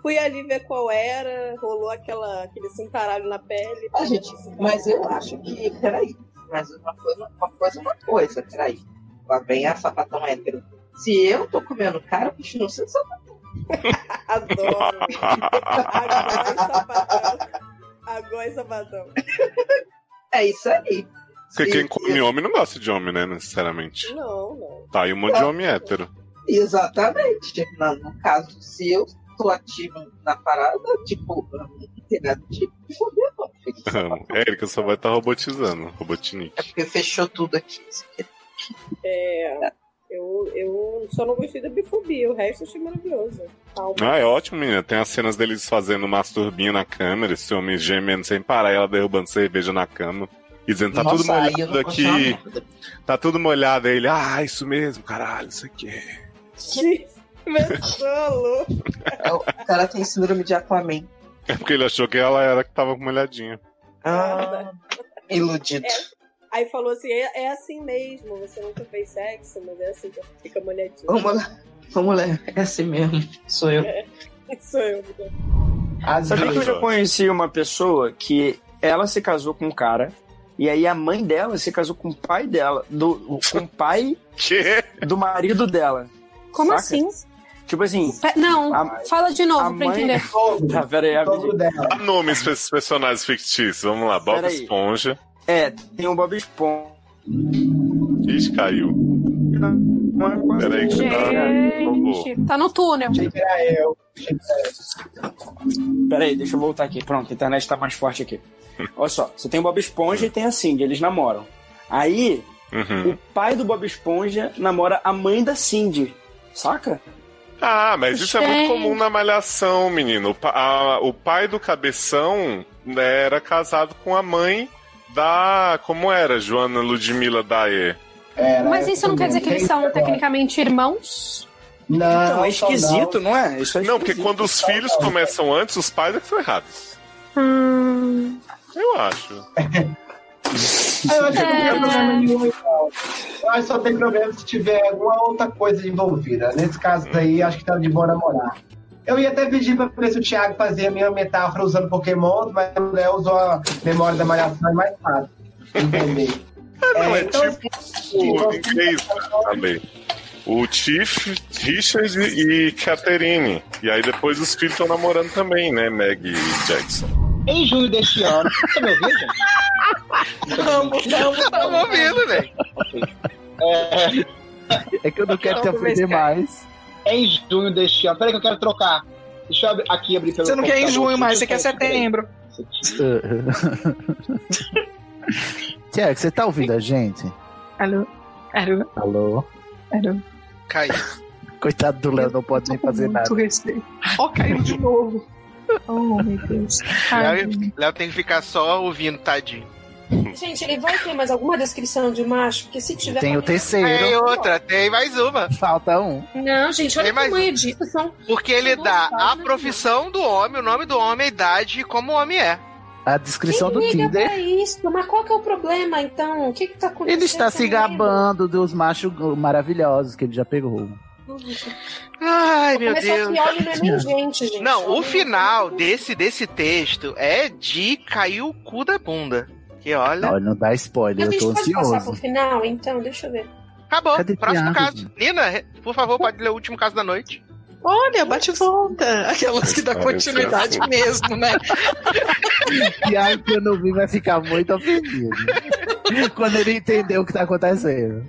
[SPEAKER 6] fui ali ver qual era, rolou aquela, aquele cintaralho na pele.
[SPEAKER 7] Ah, gente, né? mas eu acho que. Peraí. Mas uma coisa, uma coisa, é uma coisa. Peraí. Lá vem a sapatão hétero. Se eu tô comendo cara, eu continuo sendo sapatão.
[SPEAKER 6] Adoro. Agora sapatão.
[SPEAKER 7] É isso aí.
[SPEAKER 1] Porque quem come homem não gosta de homem, né, necessariamente.
[SPEAKER 6] Não, não.
[SPEAKER 1] Tá, e um monte de homem hétero.
[SPEAKER 7] Exatamente. No, no caso, se eu tô ativo na parada, tipo, não tem nada de foder, não.
[SPEAKER 1] Amo. Érica só vai estar robotizando, robotnik.
[SPEAKER 7] Porque fechou tudo aqui.
[SPEAKER 6] É, eu, eu só não gostei da bifobia, o resto eu achei maravilhoso. Calma.
[SPEAKER 1] Ah, é ótimo, menina. Tem as cenas deles fazendo masturbinha na câmera, esse homem gemendo sem parar, e ela derrubando cerveja na cama. E dizendo, tá
[SPEAKER 7] Nossa,
[SPEAKER 1] tudo
[SPEAKER 7] aí eu
[SPEAKER 1] molhado
[SPEAKER 7] não
[SPEAKER 1] aqui.
[SPEAKER 7] gostava
[SPEAKER 1] Tá tudo molhado. Aí ele, ah, isso mesmo, caralho, isso aqui.
[SPEAKER 6] Solo.
[SPEAKER 7] É, O cara tem síndrome de Aquaman.
[SPEAKER 1] É porque ele achou que ela era que tava com molhadinha.
[SPEAKER 7] Ah, iludido.
[SPEAKER 6] É. Aí falou assim: é, é assim mesmo, você nunca fez sexo, mas é assim que fica molhadinho.
[SPEAKER 7] Vamos lá. Vamos lá. É assim mesmo. Sou eu.
[SPEAKER 6] É, Sou eu.
[SPEAKER 17] Sabia que eu já conheci uma pessoa que ela se casou com um cara
[SPEAKER 5] E aí a mãe dela se casou com o pai dela. Do, com o pai do marido dela.
[SPEAKER 18] Como
[SPEAKER 5] saca?
[SPEAKER 18] assim?
[SPEAKER 5] Tipo assim.
[SPEAKER 18] Pe- Não,
[SPEAKER 5] A-
[SPEAKER 18] fala de
[SPEAKER 5] a
[SPEAKER 18] novo pra
[SPEAKER 5] mãe-
[SPEAKER 18] entender.
[SPEAKER 7] Ah,
[SPEAKER 5] Tá, pera aí, rapidinho.
[SPEAKER 1] Dá nomes pra esses personagens fictícios. Vamos lá, Bob
[SPEAKER 5] Pera aí.
[SPEAKER 1] Esponja.
[SPEAKER 5] É, tem o Bob Esponja.
[SPEAKER 1] Ih, caiu. Peraí, que tá. bugou.
[SPEAKER 18] Gente, tá no túnel.
[SPEAKER 5] Peraí, deixa eu voltar aqui. Pronto, a internet tá mais forte aqui. Olha só, você tem o Bob Esponja e tem a Cindy, eles namoram. Aí,
[SPEAKER 1] Uhum.
[SPEAKER 5] o pai do Bob Esponja namora a mãe da Cindy, saca?
[SPEAKER 1] Ah, mas isso é muito
[SPEAKER 5] Gente.
[SPEAKER 1] comum na malhação, menino. O, pa- a- o pai do cabeção né, era casado com a mãe da. Como era? Joana Ludmilla Daer.
[SPEAKER 18] Mas isso não quer dizer que eles são tecnicamente irmãos?
[SPEAKER 2] Não,
[SPEAKER 5] então, é esquisito, não, é? Isso é
[SPEAKER 1] Não, porque quando os filhos começam antes, os pais é que são errados.
[SPEAKER 2] Ah.
[SPEAKER 18] Hum.
[SPEAKER 1] Eu acho.
[SPEAKER 2] Eu acho que não
[SPEAKER 18] É.
[SPEAKER 2] tem problema nenhum, então. Eu acho que só tem problema se tiver alguma outra coisa envolvida. Nesse caso aí, acho que tá de boa namorar. Eu ia até pedir pra ver se o Thiago fazia a minha metáfora usando Pokémon, mas o Léo usou a memória da malhação, é mais fácil. Entender.
[SPEAKER 1] Não, é,
[SPEAKER 2] então, assim,
[SPEAKER 1] tipo o inglês também. O Tiff, Richard e Catherine. E aí depois os filhos estão namorando também, né? Meg e Jackson.
[SPEAKER 4] Em julho deste ano. Tá me ouvindo? Estamos,
[SPEAKER 15] Tamo ouvindo, né? velho.
[SPEAKER 4] É que eu não
[SPEAKER 15] quero te ofender
[SPEAKER 4] mais. Em junho deste ano. Peraí que eu quero trocar. Deixa eu abrir- aqui abrir pelo
[SPEAKER 9] Você não quer em
[SPEAKER 4] computador.
[SPEAKER 9] junho mais, você quer
[SPEAKER 4] Deixa eu-
[SPEAKER 9] setembro.
[SPEAKER 8] Tiago, você tá ouvindo a gente?
[SPEAKER 9] Alô? Alô?
[SPEAKER 8] Alô?
[SPEAKER 9] Alô?
[SPEAKER 15] Caiu.
[SPEAKER 8] Coitado do Léo, não pode nem fazer nada.
[SPEAKER 9] Muito respeito. Ó, caiu de novo. Oh, meu Deus.
[SPEAKER 15] Léo, Léo tem que ficar só ouvindo, tadinho.
[SPEAKER 19] Gente, ele vai ter mais alguma descrição de macho? Porque se tiver.
[SPEAKER 8] Tem o terceiro.
[SPEAKER 15] Tem outra, tem mais uma.
[SPEAKER 8] Falta um.
[SPEAKER 19] Não, gente, olha
[SPEAKER 15] Tem
[SPEAKER 19] o
[SPEAKER 15] mais um.
[SPEAKER 19] tamanho disso. São... né?
[SPEAKER 15] Porque ele dá a profissão do homem, o nome do homem, a idade e como o homem é.
[SPEAKER 8] A descrição do
[SPEAKER 19] Quem liga
[SPEAKER 8] Tinder.
[SPEAKER 19] pra isso? Mas qual que é o problema, então? O que que tá acontecendo?
[SPEAKER 8] Ele está se gabando dos machos maravilhosos que ele já pegou.
[SPEAKER 15] Ai, meu
[SPEAKER 19] Começou
[SPEAKER 15] Deus.
[SPEAKER 19] que homem não é nem gente, gente. é
[SPEAKER 15] Não, o
[SPEAKER 19] Homem-
[SPEAKER 15] final desse, desse texto é de cair o cu da bunda. Que olha.
[SPEAKER 8] Olha, não dá
[SPEAKER 19] A
[SPEAKER 8] spoiler, eu
[SPEAKER 19] gente
[SPEAKER 8] tô
[SPEAKER 19] pode passar
[SPEAKER 8] ansioso.
[SPEAKER 19] pro final, então? Deixa eu ver.
[SPEAKER 15] Acabou.
[SPEAKER 8] Cadê
[SPEAKER 15] Próximo
[SPEAKER 8] Thiago,
[SPEAKER 15] caso. Nina, re- por favor, pode ler o último caso da noite.
[SPEAKER 9] Olha, bate e volta. Aquelas que dá continuidade mesmo, né?
[SPEAKER 8] Tiago, que eu não vi, vai ficar muito ofendido. Quando ele entender o que tá acontecendo.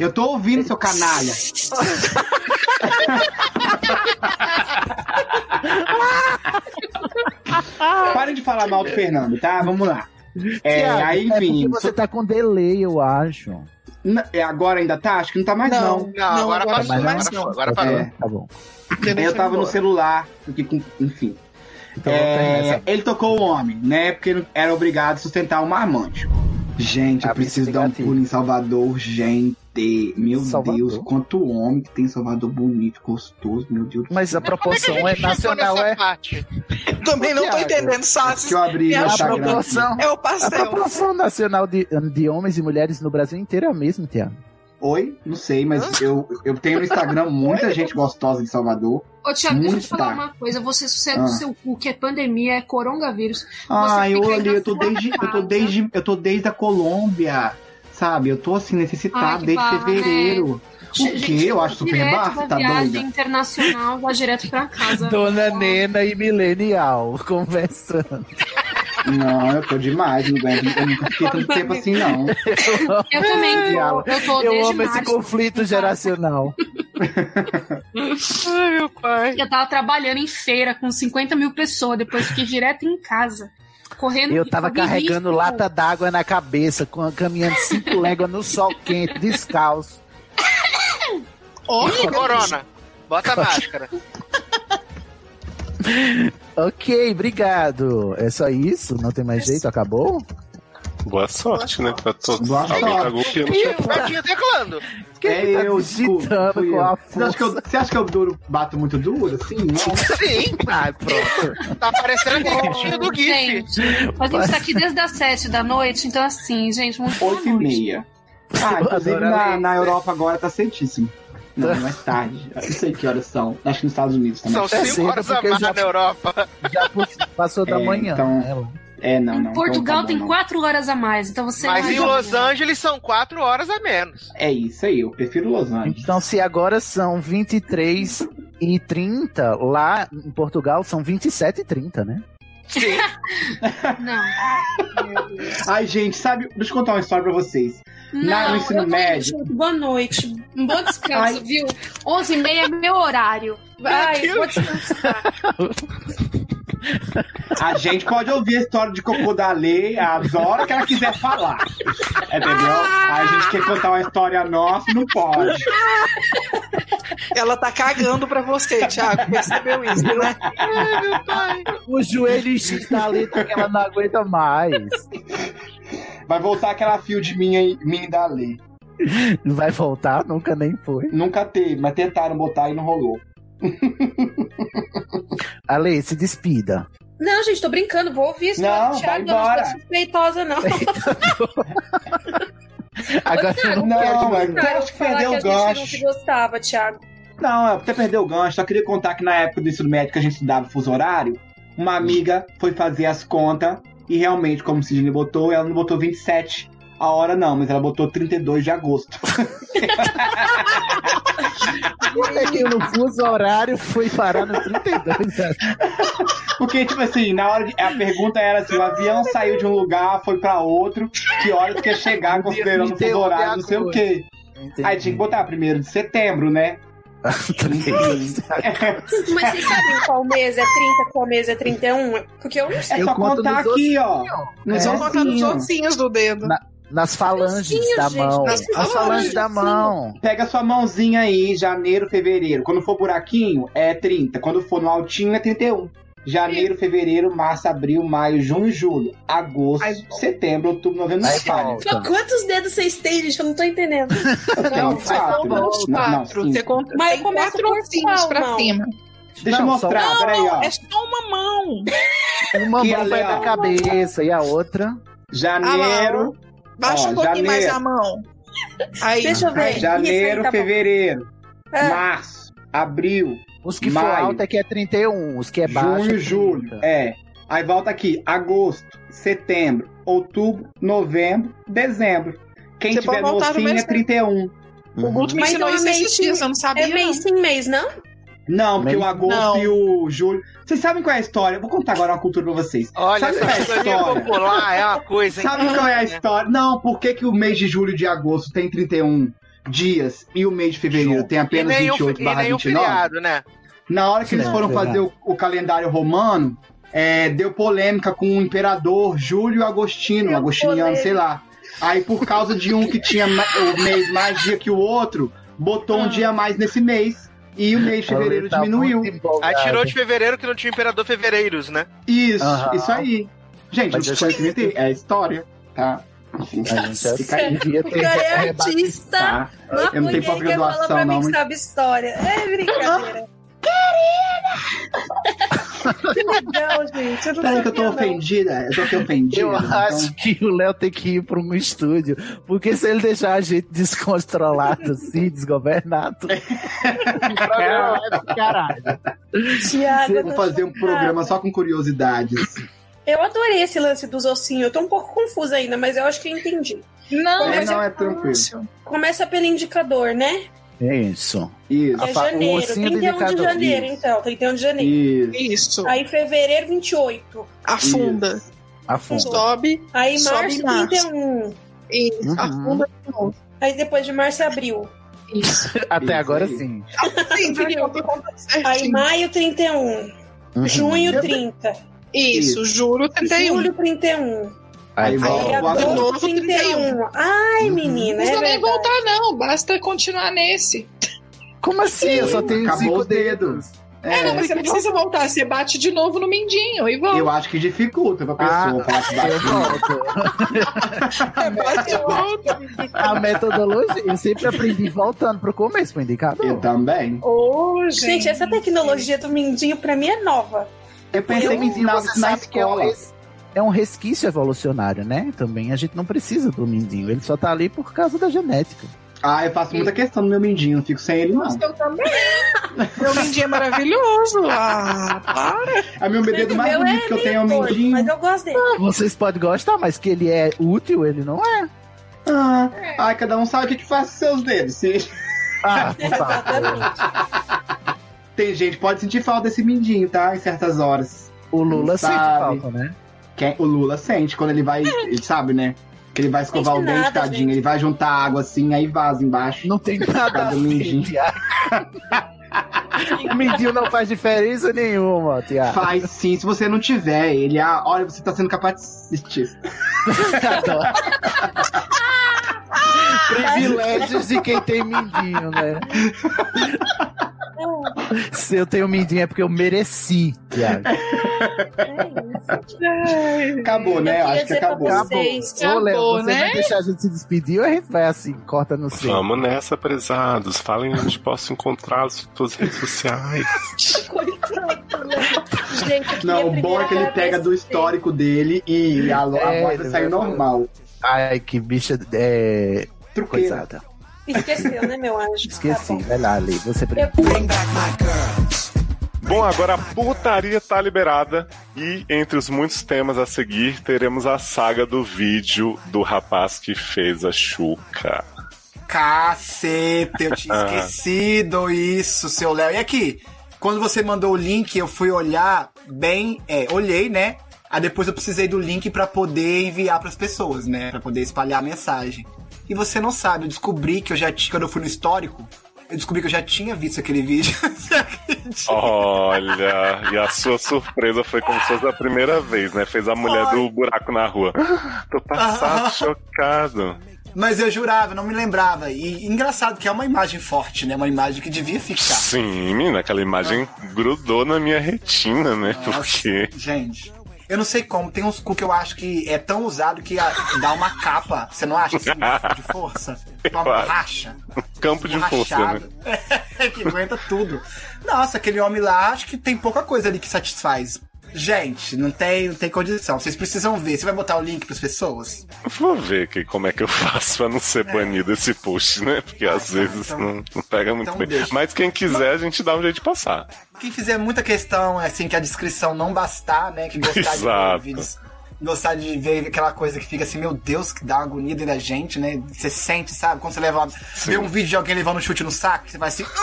[SPEAKER 2] Eu tô ouvindo, seu canalha. Parem de falar mal do Fernando, tá? Vamos lá. É,
[SPEAKER 8] Tiago,
[SPEAKER 2] aí,
[SPEAKER 8] é porque
[SPEAKER 2] enfim.
[SPEAKER 8] você tá com delay, eu acho.
[SPEAKER 2] N- é, Agora ainda tá? Acho que não tá mais, não.
[SPEAKER 15] Não, agora
[SPEAKER 2] agora
[SPEAKER 15] passou,
[SPEAKER 2] não,
[SPEAKER 15] agora,
[SPEAKER 2] mas
[SPEAKER 15] foi,
[SPEAKER 2] não.
[SPEAKER 15] agora parou.
[SPEAKER 2] É.
[SPEAKER 8] Tá bom.
[SPEAKER 2] Aí eu tava no celular, fiquei com- enfim. É, ele tocou o homem, né? Porque era obrigado a sustentar um marmanjo. Gente, eu preciso dar um pulo em Salvador, gente. Meu Deus, quanto homem que tem em Salvador bonito, gostoso, meu Deus.
[SPEAKER 8] Mas a proporção
[SPEAKER 9] é nacional, é-
[SPEAKER 15] Parte.
[SPEAKER 9] Também não tô
[SPEAKER 8] Thiago,
[SPEAKER 9] entendendo, Sassi.
[SPEAKER 8] que eu abri
[SPEAKER 9] Me
[SPEAKER 8] no
[SPEAKER 9] ajuda.
[SPEAKER 8] Instagram. A proporção-
[SPEAKER 9] É o
[SPEAKER 8] A
[SPEAKER 9] pastel.
[SPEAKER 8] proporção nacional de, de homens e mulheres no Brasil inteiro é a mesma, Tiago.
[SPEAKER 2] Oi? Não sei, mas eu, eu tenho no Instagram muita gente gostosa de Salvador.
[SPEAKER 13] Ô, Thiago, deixa eu te
[SPEAKER 2] Muita.
[SPEAKER 13] falar uma coisa. Você sossega
[SPEAKER 2] Ah.
[SPEAKER 13] o seu cu, que é pandemia, é coronavírus.
[SPEAKER 2] Ah,
[SPEAKER 13] Você
[SPEAKER 2] eu
[SPEAKER 13] fica aí
[SPEAKER 2] olhei,
[SPEAKER 13] na
[SPEAKER 2] eu tô
[SPEAKER 13] sua
[SPEAKER 2] desde. Eu tô
[SPEAKER 13] casa.
[SPEAKER 2] desde. Eu tô desde a Colômbia. Sabe? Eu tô assim,
[SPEAKER 13] Ai,
[SPEAKER 2] necessitado
[SPEAKER 13] que
[SPEAKER 2] desde
[SPEAKER 13] barra, né?
[SPEAKER 2] fevereiro.
[SPEAKER 13] Gente,
[SPEAKER 2] O quê? Eu acho super
[SPEAKER 13] direto
[SPEAKER 2] barra,
[SPEAKER 13] da
[SPEAKER 2] tá
[SPEAKER 13] viagem
[SPEAKER 2] doida?
[SPEAKER 13] internacional, vai direto pra casa.
[SPEAKER 8] Dona Nena e Milenial conversando.
[SPEAKER 2] Não, eu tô demais, não aguento. Eu nunca fiquei tanto tempo assim, não.
[SPEAKER 13] Eu também tô.
[SPEAKER 8] Diálogo.
[SPEAKER 13] Eu tô
[SPEAKER 8] Eu
[SPEAKER 13] desde
[SPEAKER 8] amo esse
[SPEAKER 13] março.
[SPEAKER 8] conflito geracional.
[SPEAKER 13] Ai, meu pai. Eu tava trabalhando em feira com 50 mil pessoas, depois fiquei direto em casa. Correndo.
[SPEAKER 8] Eu tava
[SPEAKER 13] corri risco.
[SPEAKER 8] carregando lata d'água na cabeça, com a- caminhando cinco léguas no sol quente, descalço.
[SPEAKER 15] Ih, corona. Bota a máscara.
[SPEAKER 8] Ok, obrigado. É só isso? Não tem mais jeito? Acabou?
[SPEAKER 1] Boa sorte, né? Pra todos. Alguém
[SPEAKER 8] sorte.
[SPEAKER 1] cagou o pino.
[SPEAKER 15] Ih, o Tadinho teclando.
[SPEAKER 2] É eu, desculpa. fui
[SPEAKER 8] tá com
[SPEAKER 2] eu.
[SPEAKER 8] a
[SPEAKER 2] Você acha que eu- você acha que eu duro, bato muito duro, assim? Não.
[SPEAKER 15] Sim.
[SPEAKER 8] Ai, É, pronto.
[SPEAKER 15] Tá parecendo aquele gatinho do GIF.
[SPEAKER 13] Gente, a gente tá aqui desde as 7 da noite, então assim, gente, muito boa
[SPEAKER 2] Oito e
[SPEAKER 13] noite.
[SPEAKER 2] meia. Ah, inclusive
[SPEAKER 13] Adoro
[SPEAKER 2] na,
[SPEAKER 13] ler.
[SPEAKER 2] na Europa agora tá certíssimo. Não, mais tarde. Eu não sei que horas são. Acho que
[SPEAKER 8] é
[SPEAKER 2] nos Estados Unidos também.
[SPEAKER 15] São cinco horas a mais na Europa.
[SPEAKER 8] Já passou da
[SPEAKER 2] É,
[SPEAKER 8] manhã.
[SPEAKER 2] então,
[SPEAKER 8] né?
[SPEAKER 2] É, não, não. então
[SPEAKER 13] Portugal
[SPEAKER 2] tá bom,
[SPEAKER 13] tem
[SPEAKER 2] não.
[SPEAKER 13] quatro horas a mais, então você.
[SPEAKER 15] Mas em
[SPEAKER 13] imagina.
[SPEAKER 15] Los Angeles são quatro horas a menos.
[SPEAKER 2] É isso aí, eu prefiro Los Angeles.
[SPEAKER 8] Então, se agora são 23 e 30, lá em Portugal são 27 e 30, né?
[SPEAKER 13] Não.
[SPEAKER 2] Ai, gente, sabe? Deixa eu contar uma história pra vocês. Lá
[SPEAKER 13] Não,
[SPEAKER 2] no
[SPEAKER 13] eu
[SPEAKER 2] ensino
[SPEAKER 13] tô
[SPEAKER 2] médio.
[SPEAKER 13] indo. Boa noite. Um bom descanso,
[SPEAKER 2] Ai.
[SPEAKER 13] viu? 11 h 30 é meu horário. Vai,
[SPEAKER 2] Meu
[SPEAKER 13] vou descansar.
[SPEAKER 2] A gente pode ouvir a história de cocô da Lê a hora que ela quiser falar. É, Entendeu?
[SPEAKER 13] Ah!
[SPEAKER 2] A gente quer contar uma história nossa, não pode.
[SPEAKER 9] Ela tá cagando pra você, Thiago. Percebeu isso, né?
[SPEAKER 8] O joelho está ali porque ela não aguenta mais.
[SPEAKER 2] Vai voltar aquela fio de minha, e- minha e da Lê.
[SPEAKER 8] Não vai voltar? Nunca nem foi.
[SPEAKER 2] Nunca teve, mas tentaram botar e não rolou.
[SPEAKER 8] Ale, se despida.
[SPEAKER 6] Não, gente, tô brincando, vou ouvir isso.
[SPEAKER 8] Não,
[SPEAKER 6] do
[SPEAKER 8] vai
[SPEAKER 6] Thiago, eu não
[SPEAKER 8] embora.
[SPEAKER 6] sou suspeitosa, não.
[SPEAKER 8] Agora
[SPEAKER 6] Thiago,
[SPEAKER 2] não,
[SPEAKER 6] quero
[SPEAKER 2] não,
[SPEAKER 6] te
[SPEAKER 2] eu
[SPEAKER 6] mostrar,
[SPEAKER 2] acho que
[SPEAKER 6] falar
[SPEAKER 2] perdeu o
[SPEAKER 6] a gente
[SPEAKER 2] gancho.
[SPEAKER 6] não se gostava, Thiago.
[SPEAKER 2] Não, até perdeu o gancho. Só queria contar que na época do ensino médio que a gente estudava fuso horário, uma amiga foi fazer as contas e realmente, como o Sidney botou, ela não botou 27 a hora, não, mas ela botou 32 de agosto.
[SPEAKER 8] Porque no fuso horário fui parar no 32.
[SPEAKER 2] Porque, tipo assim, na hora de- a pergunta era se o avião saiu de um lugar, foi pra outro, que horas que ia chegar, considerando o fuso
[SPEAKER 8] deu
[SPEAKER 2] horário, não sei o
[SPEAKER 8] agosto.
[SPEAKER 2] quê. Aí tinha que botar primeiro de setembro, né? É.
[SPEAKER 6] Mas vocês sabem qual mês é 30, qual mês é 31? Porque eu não sei.
[SPEAKER 2] É só contar aqui, ó.
[SPEAKER 9] Eu só
[SPEAKER 8] É,
[SPEAKER 9] contar nos
[SPEAKER 8] sim, ó.
[SPEAKER 9] ossinhos do dedo.
[SPEAKER 8] Nas falanges
[SPEAKER 9] Ossinho,
[SPEAKER 8] da
[SPEAKER 9] gente,
[SPEAKER 8] mão.
[SPEAKER 9] nas
[SPEAKER 8] As falanges
[SPEAKER 9] falanges,
[SPEAKER 8] da
[SPEAKER 9] sim.
[SPEAKER 8] mão.
[SPEAKER 2] Pega sua mãozinha aí, janeiro, fevereiro. Quando for buraquinho, é 30. Quando for no altinho, é 31. Janeiro, fevereiro, março, abril, maio, junho, julho. Agosto, setembro, outubro, novembro. Não é falha.
[SPEAKER 6] Pô, Quantos dedos vocês têm, gente? Eu não tô entendendo.
[SPEAKER 2] Não, quatro. Não, não, cinco.
[SPEAKER 6] Mas
[SPEAKER 9] tem
[SPEAKER 6] começa
[SPEAKER 9] quatro
[SPEAKER 6] por
[SPEAKER 9] ossinhos
[SPEAKER 6] qual
[SPEAKER 9] pra
[SPEAKER 6] mão?
[SPEAKER 9] cima.
[SPEAKER 2] Deixa eu
[SPEAKER 8] Não, só- um
[SPEAKER 2] mostrar,
[SPEAKER 8] Não,
[SPEAKER 2] peraí, ó.
[SPEAKER 9] É só uma mão.
[SPEAKER 8] Uma
[SPEAKER 2] Que é
[SPEAKER 8] mão vai
[SPEAKER 2] legal.
[SPEAKER 8] na cabeça e a outra.
[SPEAKER 2] Janeiro.
[SPEAKER 9] Baixa
[SPEAKER 2] ó,
[SPEAKER 9] um pouquinho mais
[SPEAKER 2] janeiro.
[SPEAKER 9] a mão. Aí,
[SPEAKER 6] Deixa eu ver.
[SPEAKER 9] aí,
[SPEAKER 2] Janeiro,
[SPEAKER 6] Isso aí, tá bom.
[SPEAKER 2] fevereiro,
[SPEAKER 6] É.
[SPEAKER 2] março, abril.
[SPEAKER 8] Os que for
[SPEAKER 2] maio,
[SPEAKER 8] alto é que é 31, os que é baixo.
[SPEAKER 2] junho,
[SPEAKER 8] é
[SPEAKER 2] julho. É. Aí volta aqui, agosto, setembro, outubro, novembro, dezembro. Quem
[SPEAKER 9] Você
[SPEAKER 2] tiver
[SPEAKER 9] pode voltar no
[SPEAKER 2] mocinha é
[SPEAKER 9] mês, né?
[SPEAKER 2] 31.
[SPEAKER 9] O Guto me
[SPEAKER 6] Mas
[SPEAKER 9] ensinou
[SPEAKER 6] não é
[SPEAKER 9] isso
[SPEAKER 6] mês
[SPEAKER 9] esses dias,
[SPEAKER 6] sim.
[SPEAKER 9] eu não sabia.
[SPEAKER 6] É mês sem mês, não?
[SPEAKER 2] Não, porque
[SPEAKER 8] Mês-
[SPEAKER 2] o agosto
[SPEAKER 9] Não.
[SPEAKER 2] e o julho. Vocês sabem qual é a história? Eu vou contar agora uma cultura pra vocês.
[SPEAKER 15] Olha,
[SPEAKER 2] Sabe qual é a
[SPEAKER 15] essa economia
[SPEAKER 2] história?
[SPEAKER 15] popular é uma coisa, hein?
[SPEAKER 2] Sabe qual é a história? Não, por que, que o mês de julho e de agosto tem 31 dias e o mês de fevereiro tem
[SPEAKER 15] E
[SPEAKER 2] apenas
[SPEAKER 15] nem, o,
[SPEAKER 2] 28
[SPEAKER 15] e
[SPEAKER 2] barra
[SPEAKER 15] nem o
[SPEAKER 2] 29?
[SPEAKER 15] feriado, né?
[SPEAKER 2] Na hora que eles
[SPEAKER 8] Não,
[SPEAKER 2] foram
[SPEAKER 8] feriado.
[SPEAKER 2] fazer o, o calendário romano, é, deu polêmica com o imperador Júlio Agostino, Agostiniano, sei lá. Aí, por causa de um que tinha ma- o mês mais dia que o outro, botou um dia a mais nesse mês. E o mês de fevereiro
[SPEAKER 8] tá
[SPEAKER 2] diminuiu.
[SPEAKER 15] Aí
[SPEAKER 2] é,
[SPEAKER 15] tirou de fevereiro que não tinha imperador fevereiros, né?
[SPEAKER 2] Isso,
[SPEAKER 8] Aham.
[SPEAKER 2] isso aí. Gente,
[SPEAKER 8] Mas
[SPEAKER 2] não
[SPEAKER 8] eu
[SPEAKER 2] foi
[SPEAKER 8] sei.
[SPEAKER 2] que é a história, tá? Enfim,
[SPEAKER 8] A gente é-
[SPEAKER 2] fica aí.
[SPEAKER 8] devia
[SPEAKER 6] O
[SPEAKER 8] ter
[SPEAKER 6] cara é
[SPEAKER 8] reba-
[SPEAKER 6] artista.
[SPEAKER 2] Tá? Eu não tenho
[SPEAKER 6] mulher que fala
[SPEAKER 2] pós-graduação,
[SPEAKER 6] pra mim
[SPEAKER 2] não.
[SPEAKER 6] que
[SPEAKER 2] mas-
[SPEAKER 6] sabe história. É brincadeira. Querida! que legal, gente. Eu não
[SPEAKER 2] Peraí que eu tô
[SPEAKER 6] sabia, não.
[SPEAKER 2] ofendida, eu tô aqui ofendida.
[SPEAKER 8] Eu
[SPEAKER 2] então-
[SPEAKER 8] acho que o Léo tem que ir para um estúdio, porque se ele deixar a gente descontrolado assim, desgovernado, o programa vai pro caralho.
[SPEAKER 6] Thiago, eu
[SPEAKER 2] Vou
[SPEAKER 6] tô
[SPEAKER 2] fazer um
[SPEAKER 6] chocada.
[SPEAKER 2] programa só com curiosidades.
[SPEAKER 6] Eu adorei esse lance dos ossinhos. Eu tô um pouco confusa ainda, mas eu acho que eu entendi.
[SPEAKER 9] Não,
[SPEAKER 2] É,
[SPEAKER 9] mas
[SPEAKER 2] não,
[SPEAKER 9] é
[SPEAKER 2] é tranquilo.
[SPEAKER 9] fácil.
[SPEAKER 6] Começa pelo indicador, né?
[SPEAKER 8] É isso.
[SPEAKER 2] Isso,
[SPEAKER 6] Que é janeiro. 31 de janeiro, então. 31 de janeiro.
[SPEAKER 2] isso.
[SPEAKER 9] Isso.
[SPEAKER 6] Aí fevereiro, 28.
[SPEAKER 9] Afunda.
[SPEAKER 8] Afunda.
[SPEAKER 9] Sobe.
[SPEAKER 6] Aí
[SPEAKER 9] Sobe
[SPEAKER 6] março,
[SPEAKER 9] em março.
[SPEAKER 6] 31.
[SPEAKER 9] Isso.
[SPEAKER 8] Uhum.
[SPEAKER 9] Afunda de novo.
[SPEAKER 6] Aí depois de março, abril.
[SPEAKER 9] Isso.
[SPEAKER 8] Até agora
[SPEAKER 2] aí.
[SPEAKER 8] sim.
[SPEAKER 9] Sim, entendeu? Tô contando
[SPEAKER 6] Aí
[SPEAKER 9] certinho.
[SPEAKER 6] maio, 31.
[SPEAKER 2] Uhum.
[SPEAKER 6] Junho, 30.
[SPEAKER 9] Isso, juro, 31.
[SPEAKER 6] Julho, 31.
[SPEAKER 8] Aí
[SPEAKER 2] Aí
[SPEAKER 8] volta. Uhum.
[SPEAKER 2] volta.
[SPEAKER 6] Aí
[SPEAKER 9] agora-
[SPEAKER 2] volta.
[SPEAKER 6] agosto,
[SPEAKER 9] novo,
[SPEAKER 6] 31. Ai, menina,
[SPEAKER 9] Não
[SPEAKER 6] é
[SPEAKER 9] precisa nem
[SPEAKER 6] verdade.
[SPEAKER 9] voltar, não. Basta continuar nesse.
[SPEAKER 8] Como assim? Eu só tenho
[SPEAKER 2] Acabou
[SPEAKER 8] cinco
[SPEAKER 2] os dedos.
[SPEAKER 9] É, não,
[SPEAKER 2] É,
[SPEAKER 9] mas você não precisa voltar. Você bate de novo no mindinho e volta.
[SPEAKER 2] eu acho que dificulta pra pessoa
[SPEAKER 8] Ah,
[SPEAKER 2] falar que
[SPEAKER 8] Eu
[SPEAKER 2] bate.
[SPEAKER 8] volto.
[SPEAKER 6] um.
[SPEAKER 9] Bate e volta.
[SPEAKER 2] Ah,
[SPEAKER 8] A metodologia, eu sempre aprendi voltando pro começo pro indicador.
[SPEAKER 2] Eu também.
[SPEAKER 9] Ô, gente.
[SPEAKER 6] Gente, essa tecnologia do Mindinho pra mim é nova.
[SPEAKER 2] Eu pensei em ensinar isso na escola.
[SPEAKER 8] É um resquício evolucionário, né? Também a gente não precisa do mindinho, ele só tá ali por causa da genética.
[SPEAKER 2] Tá Ah, eu faço muita questão no meu mindinho, não fico sem ele, não.
[SPEAKER 9] Eu também. Meu mindinho é maravilhoso. Ah, para.
[SPEAKER 6] A minha
[SPEAKER 9] bebedo
[SPEAKER 6] mais Meu é bonito que eu tenho é o lindo, mindinho. mas
[SPEAKER 9] eu gosto dele.
[SPEAKER 8] Vocês podem gostar, mas que ele é útil, ele não é.
[SPEAKER 6] Ah, ai, cada um sabe o que, que faz com seus dedos. Se...
[SPEAKER 8] Ah,
[SPEAKER 6] Tem gente que pode sentir falta desse mindinho, tá? Em certas horas.
[SPEAKER 8] O Lula
[SPEAKER 6] Não
[SPEAKER 8] sente
[SPEAKER 6] sabe.
[SPEAKER 8] falta, né?
[SPEAKER 6] Quem- o Lula sente quando ele vai, ele sabe, né? Que ele vai escovar
[SPEAKER 8] É. Sente
[SPEAKER 6] o dente,
[SPEAKER 8] nada,
[SPEAKER 6] tadinho. Ele vai juntar água assim, aí vaza embaixo.
[SPEAKER 8] Não tem nada a ver, Tiago. O mindinho não faz diferença nenhuma, Tiago.
[SPEAKER 6] Faz sim, se você não tiver ele. Ah, olha, você tá sendo capacitista.
[SPEAKER 2] Ah.
[SPEAKER 8] Privilégios de quem tem mindinho, né? Se eu tenho mindinho é porque eu mereci, Tiago.
[SPEAKER 6] Acabou, né? Acho que acabou.
[SPEAKER 8] Ô, Léo, você
[SPEAKER 2] né?
[SPEAKER 8] vai deixar a gente se despedir ou a gente vai assim, corta no seio?
[SPEAKER 1] Vamos nessa, prezados. Falem onde posso encontrar as suas redes sociais.
[SPEAKER 20] Gente,
[SPEAKER 6] Não, o bom é que ele pega do histórico dele e a, lo-
[SPEAKER 8] É,
[SPEAKER 6] a voz vai sair normal.
[SPEAKER 8] Ai, que bicha é... coisada.
[SPEAKER 21] Esqueceu, né, meu
[SPEAKER 6] Tá
[SPEAKER 21] anjo?
[SPEAKER 8] Esqueci, vai lá, Lê. Você primeiro.
[SPEAKER 1] Bom, agora a putaria tá liberada e entre os muitos temas a seguir teremos a saga do vídeo do rapaz que fez a Xuca.
[SPEAKER 2] Caceta, eu tinha
[SPEAKER 1] Ah.
[SPEAKER 2] esquecido isso, seu Léo. E aqui, quando você mandou o link, eu fui olhar bem, é, olhei, né? Aí depois eu precisei do link pra poder enviar pras pessoas, né? Pra poder espalhar a mensagem. E você não sabe, eu descobri que eu já tinha, quando eu fui no histórico, eu descobri que eu já tinha visto aquele vídeo.
[SPEAKER 1] Olha, e a sua surpresa foi como se fosse a primeira vez, né? Fez a mulher do buraco na rua. Tô passado, chocado.
[SPEAKER 2] Mas eu jurava, eu não me lembrava. E engraçado que é uma imagem forte, né? Uma imagem que devia ficar.
[SPEAKER 1] Sim, menina, aquela imagem
[SPEAKER 2] Ah.
[SPEAKER 1] grudou na minha retina, né? Porque.
[SPEAKER 2] Gente. Eu não sei como, tem uns cu que eu acho que é tão usado que a- dá uma capa. Você não acha? Assim, de força? Uma
[SPEAKER 1] Eu acho. Um
[SPEAKER 2] borracha.
[SPEAKER 1] Campo de força, né?
[SPEAKER 2] Borrachado. É, que aguenta tudo. Nossa, aquele homem lá, acho que tem pouca coisa ali que satisfaz. Gente, não tem, não tem condição. Vocês precisam ver. Você vai botar o link pras pessoas?
[SPEAKER 1] Vou ver que, como é que eu faço pra não ser banido esse post, né? Porque às vezes
[SPEAKER 2] É. então-
[SPEAKER 1] não, não pega muito
[SPEAKER 2] então
[SPEAKER 1] bem.
[SPEAKER 2] deixa.
[SPEAKER 1] Mas quem quiser, a gente dá um jeito de passar.
[SPEAKER 2] Quem fizer muita questão, assim, que a descrição não bastar, né? Que gostar de ver
[SPEAKER 1] Exato.
[SPEAKER 2] vídeos. Gostar de ver aquela coisa que fica assim, meu Deus, que dá uma agonia dentro da gente, né? Você sente, sabe? Quando você leva vê um vídeo de alguém levando um chute no saco, você vai assim.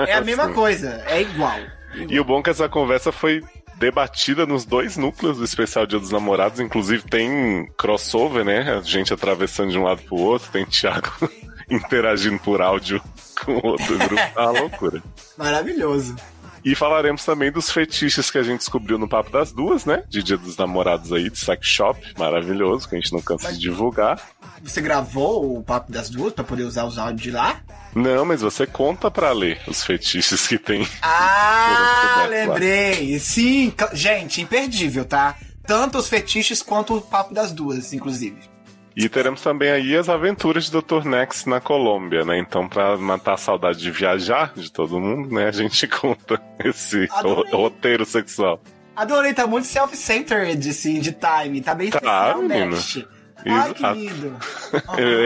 [SPEAKER 2] "Ah!" É a mesma
[SPEAKER 1] Sim.
[SPEAKER 2] coisa, é igual.
[SPEAKER 1] E o bom é que essa conversa foi debatida nos dois núcleos do especial Dia dos Namorados. Inclusive tem crossover, né? A gente atravessando de um lado pro outro, tem Thiago interagindo por áudio com outro grupo. É uma loucura.
[SPEAKER 2] Maravilhoso.
[SPEAKER 1] E falaremos também dos fetiches que a gente descobriu no Papo das Duas, né? De Dia dos Namorados aí, de Sex Shop, maravilhoso, que a gente não cansa de divulgar.
[SPEAKER 2] Você gravou o papo das duas pra poder usar os áudios de lá?
[SPEAKER 1] Não, mas você conta pra ler os fetiches que tem.
[SPEAKER 2] Ah,
[SPEAKER 1] Claro.
[SPEAKER 2] lembrei. Sim, ca- gente, imperdível, tá? Tanto os fetiches quanto o papo das duas, inclusive.
[SPEAKER 1] E teremos também aí as aventuras de Dr. Nex na Colômbia, né? Então, pra matar a saudade de viajar de todo mundo, né? A gente conta esse
[SPEAKER 2] Adorei.
[SPEAKER 1] ro- roteiro sexual.
[SPEAKER 2] Adorei, tá muito self-centered, assim, de time. Tá bem
[SPEAKER 1] Tá,
[SPEAKER 2] especial,
[SPEAKER 1] menino.
[SPEAKER 2] Nash.
[SPEAKER 1] E
[SPEAKER 2] Ai, que
[SPEAKER 1] a-
[SPEAKER 2] lindo.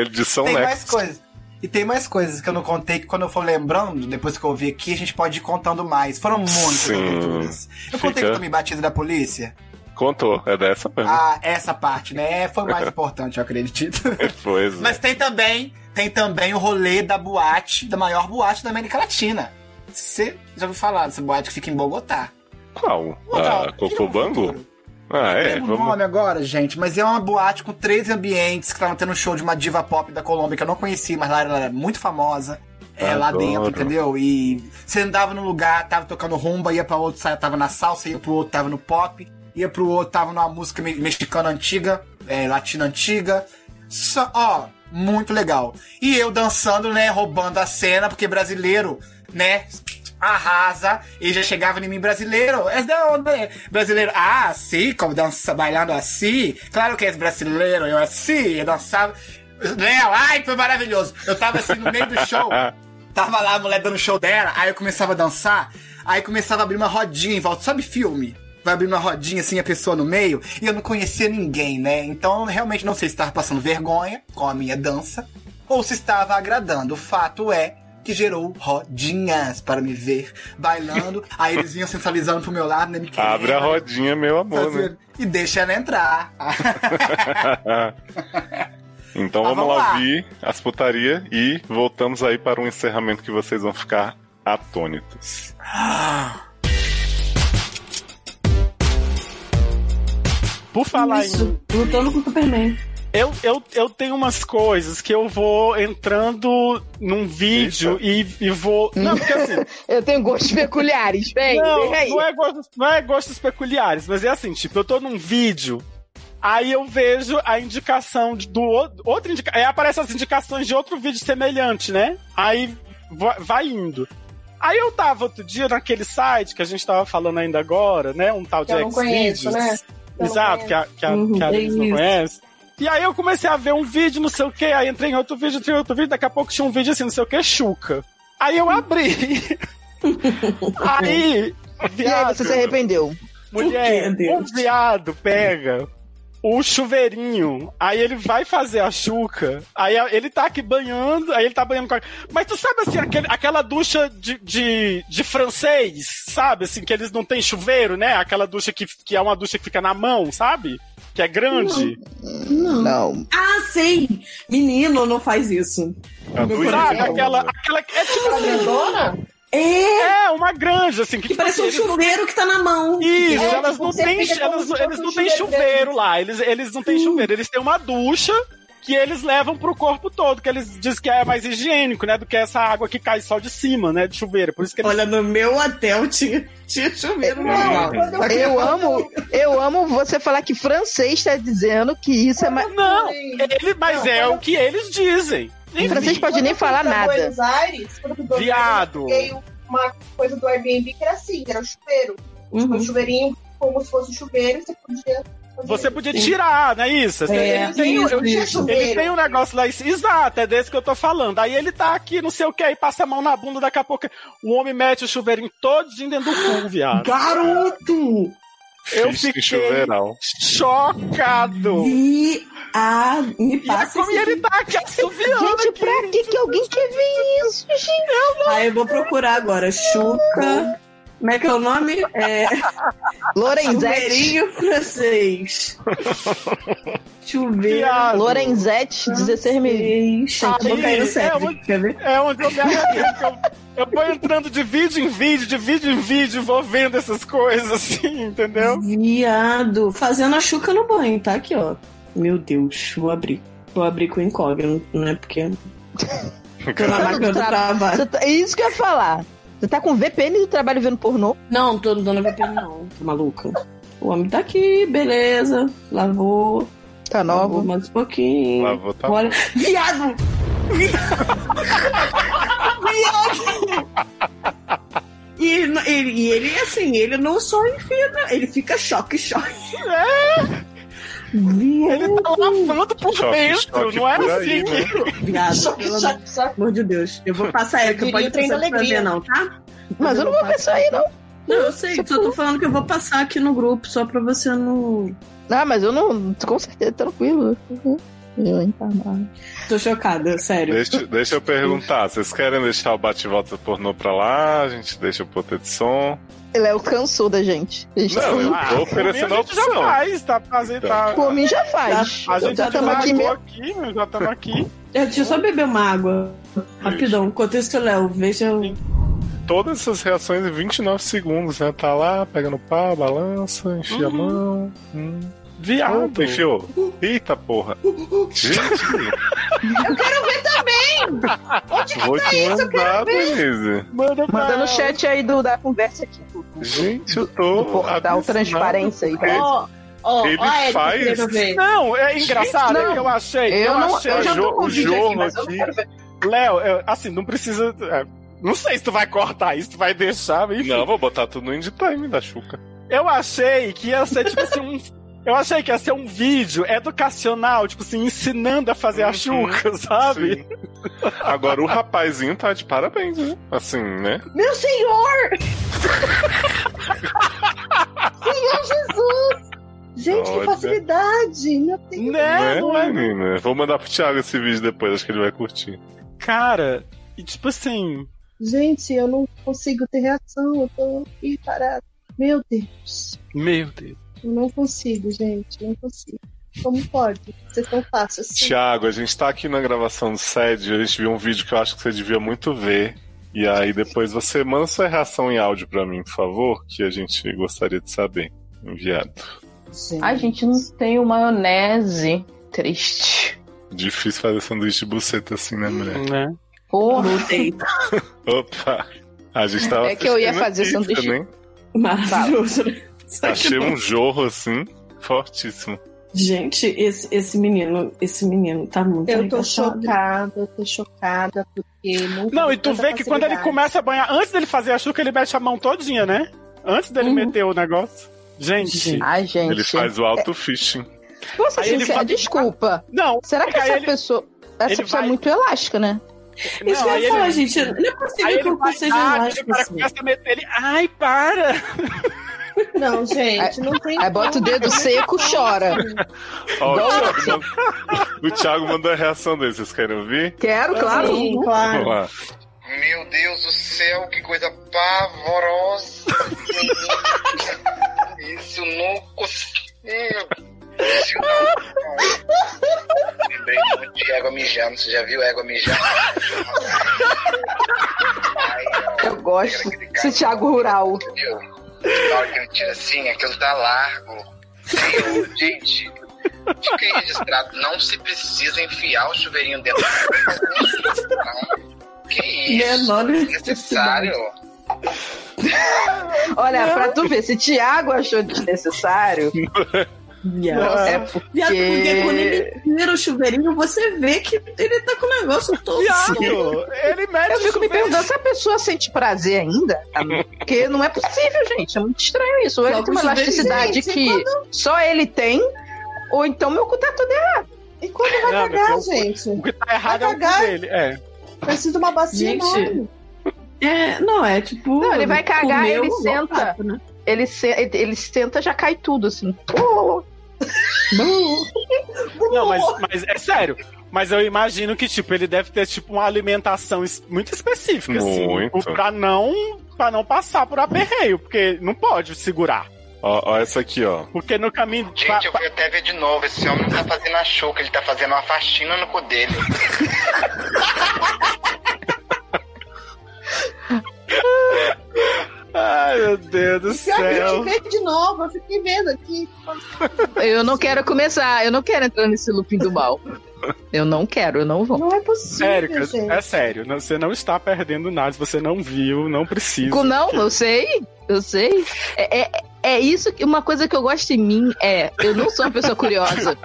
[SPEAKER 1] Edição
[SPEAKER 2] tem mais
[SPEAKER 1] Nex.
[SPEAKER 2] coisas. E tem mais coisas que eu não contei que quando eu for lembrando, depois que eu ouvir aqui, a gente pode ir contando mais. Foram muitas
[SPEAKER 1] Sim.
[SPEAKER 2] aventuras. Eu contei que eu tomei batida da polícia?
[SPEAKER 1] Contou, é dessa mesmo.
[SPEAKER 2] Ah, essa parte, né? Foi o mais importante, eu acredito.
[SPEAKER 1] Pois é.
[SPEAKER 2] Mas tem também, tem também o rolê da boate, da maior boate da América Latina. Você já ouviu falar dessa boate que fica em Bogotá?
[SPEAKER 1] Qual? A Cocobango? Ah, é?
[SPEAKER 2] lembro o
[SPEAKER 1] Vamos.
[SPEAKER 2] nome agora, gente, mas é uma boate com três ambientes que tava tendo um show de uma diva pop da Colômbia que eu não conheci, mas lá ela era muito famosa. É, lá
[SPEAKER 1] Adoro.
[SPEAKER 2] dentro, entendeu? E você andava num lugar, tava tocando rumba, ia pra outro, sa- tava na salsa, ia pro outro, tava no pop, ia pro outro, tava numa música me- mexicana antiga, é, latina antiga. Só, ó, muito legal. E eu dançando, né, roubando a cena, porque brasileiro, né, arrasa. E já chegava em mim brasileiro. É da onda, é? Brasileiro, ah, sim, como dança, bailando assim. Claro que é brasileiro, eu assim, eu dançava. Léo, ai, foi maravilhoso. Eu tava assim no meio do show. Tava lá a mulher dando show dela, aí eu começava a dançar, aí começava a abrir uma rodinha em volta, sabe filme? Vai abrir uma rodinha assim, a pessoa no meio, e eu não conhecia ninguém, né? Então eu realmente não sei se estava passando vergonha com a minha dança ou se estava agradando. O fato é
[SPEAKER 22] que gerou rodinhas para me ver bailando. Aí eles vinham sensualizando pro meu lado, né? Me querendo,
[SPEAKER 1] Abre a rodinha, meu amor,
[SPEAKER 22] fazendo-
[SPEAKER 1] né?
[SPEAKER 22] E deixa ela entrar.
[SPEAKER 1] então
[SPEAKER 22] Mas
[SPEAKER 1] vamos
[SPEAKER 22] vamos
[SPEAKER 1] lá
[SPEAKER 22] lá.
[SPEAKER 1] ouvir as putaria e voltamos aí para um encerramento que vocês vão ficar atônitos.
[SPEAKER 5] Por falar
[SPEAKER 6] Isso, lutando com o Superman.
[SPEAKER 5] Eu, eu, eu tenho umas coisas que eu vou entrando num vídeo e, e vou. Não, porque assim.
[SPEAKER 7] eu tenho gostos peculiares, vem.
[SPEAKER 5] Não,
[SPEAKER 7] vem aí.
[SPEAKER 5] não é, gostos, não é gostos peculiares, mas é assim, tipo, eu tô num vídeo. Aí eu vejo a indicação de- do outro. outra indica- Aí aparecem as indicações de outro vídeo semelhante, né? Aí va- vai indo. Aí eu tava outro dia naquele site que a gente tava falando ainda agora, né? Um tal
[SPEAKER 23] Que eu
[SPEAKER 5] de
[SPEAKER 23] não conheço,
[SPEAKER 5] Xvideos.
[SPEAKER 23] né? Que eu não
[SPEAKER 5] Exato, que a, que a,
[SPEAKER 23] Uhum,
[SPEAKER 5] que a
[SPEAKER 23] é
[SPEAKER 5] Liz não
[SPEAKER 23] isso.
[SPEAKER 5] conhece. E aí eu comecei a ver um vídeo, não sei o quê, aí entrei em outro vídeo, entrei em outro vídeo, daqui a pouco tinha um vídeo assim, não sei o quê, Xuca. Aí eu abri. aí. Viado,
[SPEAKER 7] você se arrependeu.
[SPEAKER 5] Mulher,
[SPEAKER 7] Por quê,
[SPEAKER 5] um viado pega o chuveirinho, aí ele vai fazer a chuca, aí a- ele tá aqui banhando, aí ele tá banhando com a... Mas tu sabe assim, aquele- aquela ducha de, de, de francês, sabe? Assim, que eles não têm chuveiro, né? Aquela ducha que, que é uma ducha que fica na mão, sabe? Que é grande.
[SPEAKER 6] Não. Ah, sei! Menino, não faz isso.
[SPEAKER 5] A
[SPEAKER 6] Meu
[SPEAKER 5] ducha
[SPEAKER 6] coração.
[SPEAKER 5] que fica- aquela, aquela. É tipo assim.
[SPEAKER 6] É,
[SPEAKER 5] é uma granja, assim. Que, tipo
[SPEAKER 6] parece
[SPEAKER 5] assim,
[SPEAKER 6] um
[SPEAKER 5] eles não-
[SPEAKER 6] chuveiro que tá na mão.
[SPEAKER 5] Isso,
[SPEAKER 6] É,
[SPEAKER 5] elas
[SPEAKER 6] tipo,
[SPEAKER 5] não
[SPEAKER 6] você
[SPEAKER 5] têm
[SPEAKER 6] fica como
[SPEAKER 5] elas,
[SPEAKER 6] se fosse
[SPEAKER 5] eles
[SPEAKER 6] um
[SPEAKER 5] não têm chuveiro lá, eles, eles não têm chuveiro, eles têm uma ducha que eles levam pro corpo todo, que eles dizem que é mais higiênico, né, do que essa água que cai só de cima, né, de chuveiro. Por isso que É,
[SPEAKER 6] Olha, no meu hotel tinha, tinha chuveiro na mão.
[SPEAKER 7] Eu amo, eu amo você falar que francês tá dizendo que isso é mais.
[SPEAKER 5] Não, ele, mas é o que eles dizem. Enfim.
[SPEAKER 7] Francês pode nem falar
[SPEAKER 4] pra
[SPEAKER 7] nada.
[SPEAKER 4] Buenos Aires, quando eu fui pra Buenos Aires,
[SPEAKER 5] Viado.
[SPEAKER 4] eu peguei uma coisa do Airbnb que era assim, que era um chuveiro. Tipo, um chuveirinho como se fosse um chuveiro, você podia.
[SPEAKER 5] Você podia tirar, não é isso? Você-
[SPEAKER 4] É,
[SPEAKER 5] ele, tem,
[SPEAKER 4] isso,
[SPEAKER 5] eu-
[SPEAKER 4] isso.
[SPEAKER 5] ele tem um negócio lá, isso- exato, é desse que eu tô falando. Aí ele tá aqui, não sei o que, aí passa a mão na bunda, daqui a pouco o homem mete o chuveirinho todinho dentro do cu, viado.
[SPEAKER 6] Garoto!
[SPEAKER 5] Eu
[SPEAKER 1] Fiz que
[SPEAKER 5] fiquei chocado.
[SPEAKER 6] E, ah, me passa
[SPEAKER 5] como ele tá aqui assoviando.
[SPEAKER 6] Gente, pra que, que alguém quer ver isso, gente? Eu não... Ah, eu vou procurar agora. Chuca. Como é que é o nome? É...
[SPEAKER 7] Lorenzetti.
[SPEAKER 6] Chuveirinho francês. Chuveiro.
[SPEAKER 7] Lorenzetti, 16 mil. Tá
[SPEAKER 6] eu vou cair no
[SPEAKER 5] é,
[SPEAKER 6] sexo,
[SPEAKER 5] onde,
[SPEAKER 6] quer ver?
[SPEAKER 5] é onde eu me arrependo, porque eu- Eu vou entrando de vídeo em vídeo, de vídeo em vídeo, vou vendo essas coisas, assim, entendeu?
[SPEAKER 6] Viado. Fazendo a chuca no banho, tá aqui, ó. Meu Deus, vou abrir. Vou abrir com incógnito, né? Porque. Tô na máquina do trabalho.
[SPEAKER 7] Você tá- é isso que eu ia falar. Você tá com VPN do trabalho vendo pornô?
[SPEAKER 6] Não, tô dando VPN não. Tô maluca. O homem tá aqui, beleza. Lavou.
[SPEAKER 7] Tá
[SPEAKER 6] nova. Lavou mais um pouquinho.
[SPEAKER 1] Lavou, tá
[SPEAKER 6] Bora.
[SPEAKER 1] bom.
[SPEAKER 6] Viado! Viado! E, n- ele, e ele, assim, ele não só enfia, né? ele fica choque, choque. Ele
[SPEAKER 5] tá lavando por
[SPEAKER 6] Choque,
[SPEAKER 5] dentro,
[SPEAKER 6] choque
[SPEAKER 5] não é
[SPEAKER 6] por
[SPEAKER 5] assim
[SPEAKER 6] aí, né?
[SPEAKER 5] que...
[SPEAKER 6] Viado,
[SPEAKER 5] Choque,
[SPEAKER 6] pelo
[SPEAKER 5] choque,
[SPEAKER 6] amor de Deus. Eu vou passar ela, que
[SPEAKER 5] Eu
[SPEAKER 6] eu pode
[SPEAKER 5] diria trem da
[SPEAKER 6] não fazer,
[SPEAKER 5] alegria.
[SPEAKER 6] não, tá?
[SPEAKER 7] Mas eu não vou ver isso aí, não.
[SPEAKER 6] Não, eu sei, só tô falando que eu vou passar aqui no grupo, só pra você não.
[SPEAKER 7] Ah, mas eu não. Com certeza, é tranquilo. Uhum. Eu, hein, tá mal.
[SPEAKER 6] Tô chocada, sério.
[SPEAKER 1] Deixa, deixa eu perguntar, vocês querem deixar o bate-volta pornô pra lá? A gente deixa o poder de som.
[SPEAKER 7] Léo é cansou da gente. A gente tá
[SPEAKER 1] Não, eu
[SPEAKER 7] falando-
[SPEAKER 1] tô oferecendo a
[SPEAKER 5] A gente já
[SPEAKER 1] opção.
[SPEAKER 5] faz, tá fazendo...
[SPEAKER 1] então.
[SPEAKER 5] Tá...
[SPEAKER 7] Por mim já faz.
[SPEAKER 5] A gente
[SPEAKER 7] Já
[SPEAKER 5] já
[SPEAKER 7] tamo aqui
[SPEAKER 5] largou
[SPEAKER 7] mesmo.
[SPEAKER 5] aqui, meu, já estamos aqui.
[SPEAKER 6] É, Deixa eu só beber uma água. Rapidão, enquanto isso, Léo, veja. o-
[SPEAKER 1] Todas essas reações em 29 segundos, né? Tá lá, pega no pau, balança, enfia a mão. Hum.
[SPEAKER 5] Viado.
[SPEAKER 1] Opa, enfiou. Eita porra. Gente,
[SPEAKER 4] Eu quero ver também! Onde que
[SPEAKER 1] vou
[SPEAKER 4] tá
[SPEAKER 1] te
[SPEAKER 4] isso? Eu
[SPEAKER 1] mandar,
[SPEAKER 4] quero ver!
[SPEAKER 1] Denise.
[SPEAKER 5] Manda,
[SPEAKER 7] Manda no chat aí do, da conversa aqui.
[SPEAKER 1] Gente, eu tô.
[SPEAKER 7] Do portal
[SPEAKER 1] abismado.
[SPEAKER 7] Transparência aí. pra
[SPEAKER 1] Ó,
[SPEAKER 7] gente.
[SPEAKER 1] Ah, Ele faz.
[SPEAKER 5] Não, é engraçado,
[SPEAKER 7] Gente, não.
[SPEAKER 5] é que eu achei.
[SPEAKER 7] Eu não-
[SPEAKER 5] achei
[SPEAKER 7] eu já tô com
[SPEAKER 5] o
[SPEAKER 7] o vídeo aqui,
[SPEAKER 5] jorro
[SPEAKER 7] mas eu não
[SPEAKER 5] aqui.
[SPEAKER 7] quero
[SPEAKER 5] Léo, eu- assim, não precisa. é, Não sei se tu vai cortar isso, tu vai deixar, enfim.
[SPEAKER 1] Não, vou botar tudo no end time da Xuca.
[SPEAKER 5] Eu achei que ia ser, tipo assim, um. Eu achei que ia ser um vídeo educacional, tipo assim, ensinando a fazer
[SPEAKER 1] Uhum.
[SPEAKER 5] a chuca, sabe?
[SPEAKER 1] Agora o rapazinho tá de parabéns, né? Assim, né?
[SPEAKER 7] Meu senhor!
[SPEAKER 4] Senhor Jesus! Gente,
[SPEAKER 1] Olha.
[SPEAKER 4] que facilidade! Meu Deus!
[SPEAKER 5] É,
[SPEAKER 1] né, menina? Vou mandar pro Thiago esse vídeo depois, acho que ele vai curtir.
[SPEAKER 5] Cara, E tipo assim.
[SPEAKER 4] Gente, eu não consigo ter reação, eu tô aqui parada. Meu Deus,
[SPEAKER 5] Meu Deus.
[SPEAKER 4] eu não consigo, gente, não consigo. Como pode ser tão fácil assim?
[SPEAKER 1] Tiago, a gente tá aqui na gravação do SED, a gente viu um vídeo que eu acho que você devia muito ver. E aí depois você manda sua reação em áudio pra mim, por favor, que a gente gostaria de saber. Enviado.
[SPEAKER 7] A gente não tem maionese. Triste.
[SPEAKER 1] Difícil fazer sanduíche de buceta assim, né, mulher?
[SPEAKER 5] Hum, é.
[SPEAKER 7] Porra. Tá.
[SPEAKER 1] Opa! A gente tava
[SPEAKER 7] É que eu ia
[SPEAKER 1] assistindo
[SPEAKER 7] fazer
[SPEAKER 1] pizza,
[SPEAKER 7] sanduíche.
[SPEAKER 1] né?
[SPEAKER 6] Maravilhoso, né? Só que
[SPEAKER 1] Achei
[SPEAKER 6] não.
[SPEAKER 1] um jorro assim, fortíssimo.
[SPEAKER 6] Gente, esse, esse menino, esse menino tá muito
[SPEAKER 4] Eu tô
[SPEAKER 6] arregaçado.
[SPEAKER 4] chocada, eu tô chocada, porque muito.
[SPEAKER 5] Não, e tu vê que quando ele começa a banhar, antes dele fazer a chuca, ele mete a mão todinha, né? Antes
[SPEAKER 7] Uhum.
[SPEAKER 5] dele meter o negócio. Gente.
[SPEAKER 7] Ai, gente.
[SPEAKER 1] Ele faz o auto-fishing.
[SPEAKER 7] Nossa,
[SPEAKER 5] Aí ele
[SPEAKER 7] gente, é
[SPEAKER 5] fa-
[SPEAKER 7] desculpa.
[SPEAKER 5] Não.
[SPEAKER 7] Será que
[SPEAKER 5] aí
[SPEAKER 7] essa
[SPEAKER 5] ele-
[SPEAKER 7] pessoa. Essa
[SPEAKER 5] ele
[SPEAKER 7] pessoa
[SPEAKER 5] vai-
[SPEAKER 7] é muito elástica, né?
[SPEAKER 5] Não,
[SPEAKER 7] Isso que eu ia
[SPEAKER 5] aí
[SPEAKER 7] falar,
[SPEAKER 5] ele-
[SPEAKER 7] gente, não é possível
[SPEAKER 5] Aí
[SPEAKER 7] que
[SPEAKER 5] ele
[SPEAKER 7] o
[SPEAKER 5] vai
[SPEAKER 7] cu seja
[SPEAKER 5] dar,
[SPEAKER 7] elástico
[SPEAKER 5] O cara
[SPEAKER 7] assim.
[SPEAKER 5] começa a meter ele. Ai, para!
[SPEAKER 4] Não, gente, não tem.
[SPEAKER 7] Aí bota o dedo seco, chora.
[SPEAKER 1] Ó, o,
[SPEAKER 7] Nossa.
[SPEAKER 1] Thiago mandou- o Thiago mandou a reação dele, vocês querem ouvir?
[SPEAKER 7] Quero, claro. Sim, claro.
[SPEAKER 1] Vamos lá.
[SPEAKER 2] Meu Deus do céu, que coisa pavorosa! Isso não consigo. Isso não. Lembrei muito de égua mijando, você já viu égua mijando?
[SPEAKER 7] Eu gosto. Esse Thiago Rural.
[SPEAKER 2] Viu? Na hora que eu tiro assim, aquilo tá largo. Meu, gente, fica aí registrado. Não se precisa enfiar o chuveirinho dentro da não. Que isso?
[SPEAKER 7] Menor
[SPEAKER 15] é
[SPEAKER 2] Necessário.
[SPEAKER 24] Olha, pra tu ver, se Tiago achou desnecessário.
[SPEAKER 6] Nossa.
[SPEAKER 24] É
[SPEAKER 6] Viado, porque quando
[SPEAKER 24] porque.
[SPEAKER 6] ele tira o chuveirinho, você vê que ele tá com o negócio todo solto.
[SPEAKER 24] Eu fico me perguntando se a pessoa sente prazer ainda. Porque não é possível, gente. É muito estranho isso. Ou
[SPEAKER 7] Só
[SPEAKER 24] ele tem uma
[SPEAKER 7] com chuveiro.
[SPEAKER 24] elasticidade
[SPEAKER 7] Gente, e
[SPEAKER 24] que só ele tem, ou então meu cu tá todo errado.
[SPEAKER 4] E quando vai
[SPEAKER 5] Não, meu
[SPEAKER 4] cagar,
[SPEAKER 5] Deus,
[SPEAKER 4] gente?
[SPEAKER 5] O que tá errado é o cu
[SPEAKER 4] cagar.
[SPEAKER 5] dele. É.
[SPEAKER 4] Precisa de uma bacia
[SPEAKER 7] Gente,
[SPEAKER 4] enorme.
[SPEAKER 6] É, não, é tipo.
[SPEAKER 7] Não, ele vai cagar,
[SPEAKER 6] comeu
[SPEAKER 7] ele
[SPEAKER 6] igual
[SPEAKER 7] senta.
[SPEAKER 6] papo, né?
[SPEAKER 7] Ele, se, ele, ele senta, já cai tudo, assim. Pô. Uh!
[SPEAKER 5] Não, mas, mas é sério. Mas eu imagino que, tipo, ele deve ter, tipo, uma alimentação es- muito específica, assim.
[SPEAKER 1] Muito.
[SPEAKER 5] Pra não, pra não passar por aperreio, porque não pode segurar.
[SPEAKER 1] Ó, ó essa aqui, ó.
[SPEAKER 5] Porque no caminho.
[SPEAKER 2] Gente, eu fui até ver de novo. Esse homem não tá fazendo a chuca, ele tá fazendo uma faxina no cu dele.
[SPEAKER 5] Ai, meu Deus do
[SPEAKER 7] é
[SPEAKER 4] Pior que eu
[SPEAKER 7] céu.
[SPEAKER 4] fiquei de novo, eu fiquei vendo aqui.
[SPEAKER 7] Eu não quero começar, eu não quero entrar nesse looping do mal. Eu não quero, eu não vou.
[SPEAKER 4] Não é possível.
[SPEAKER 5] Sério, cara, é sério. não- Você não está perdendo nada. Se você não viu, não precisa.
[SPEAKER 7] Cu Não, eu sei, eu sei. É, é, é isso que uma coisa que eu gosto em mim é eu não sou uma pessoa curiosa.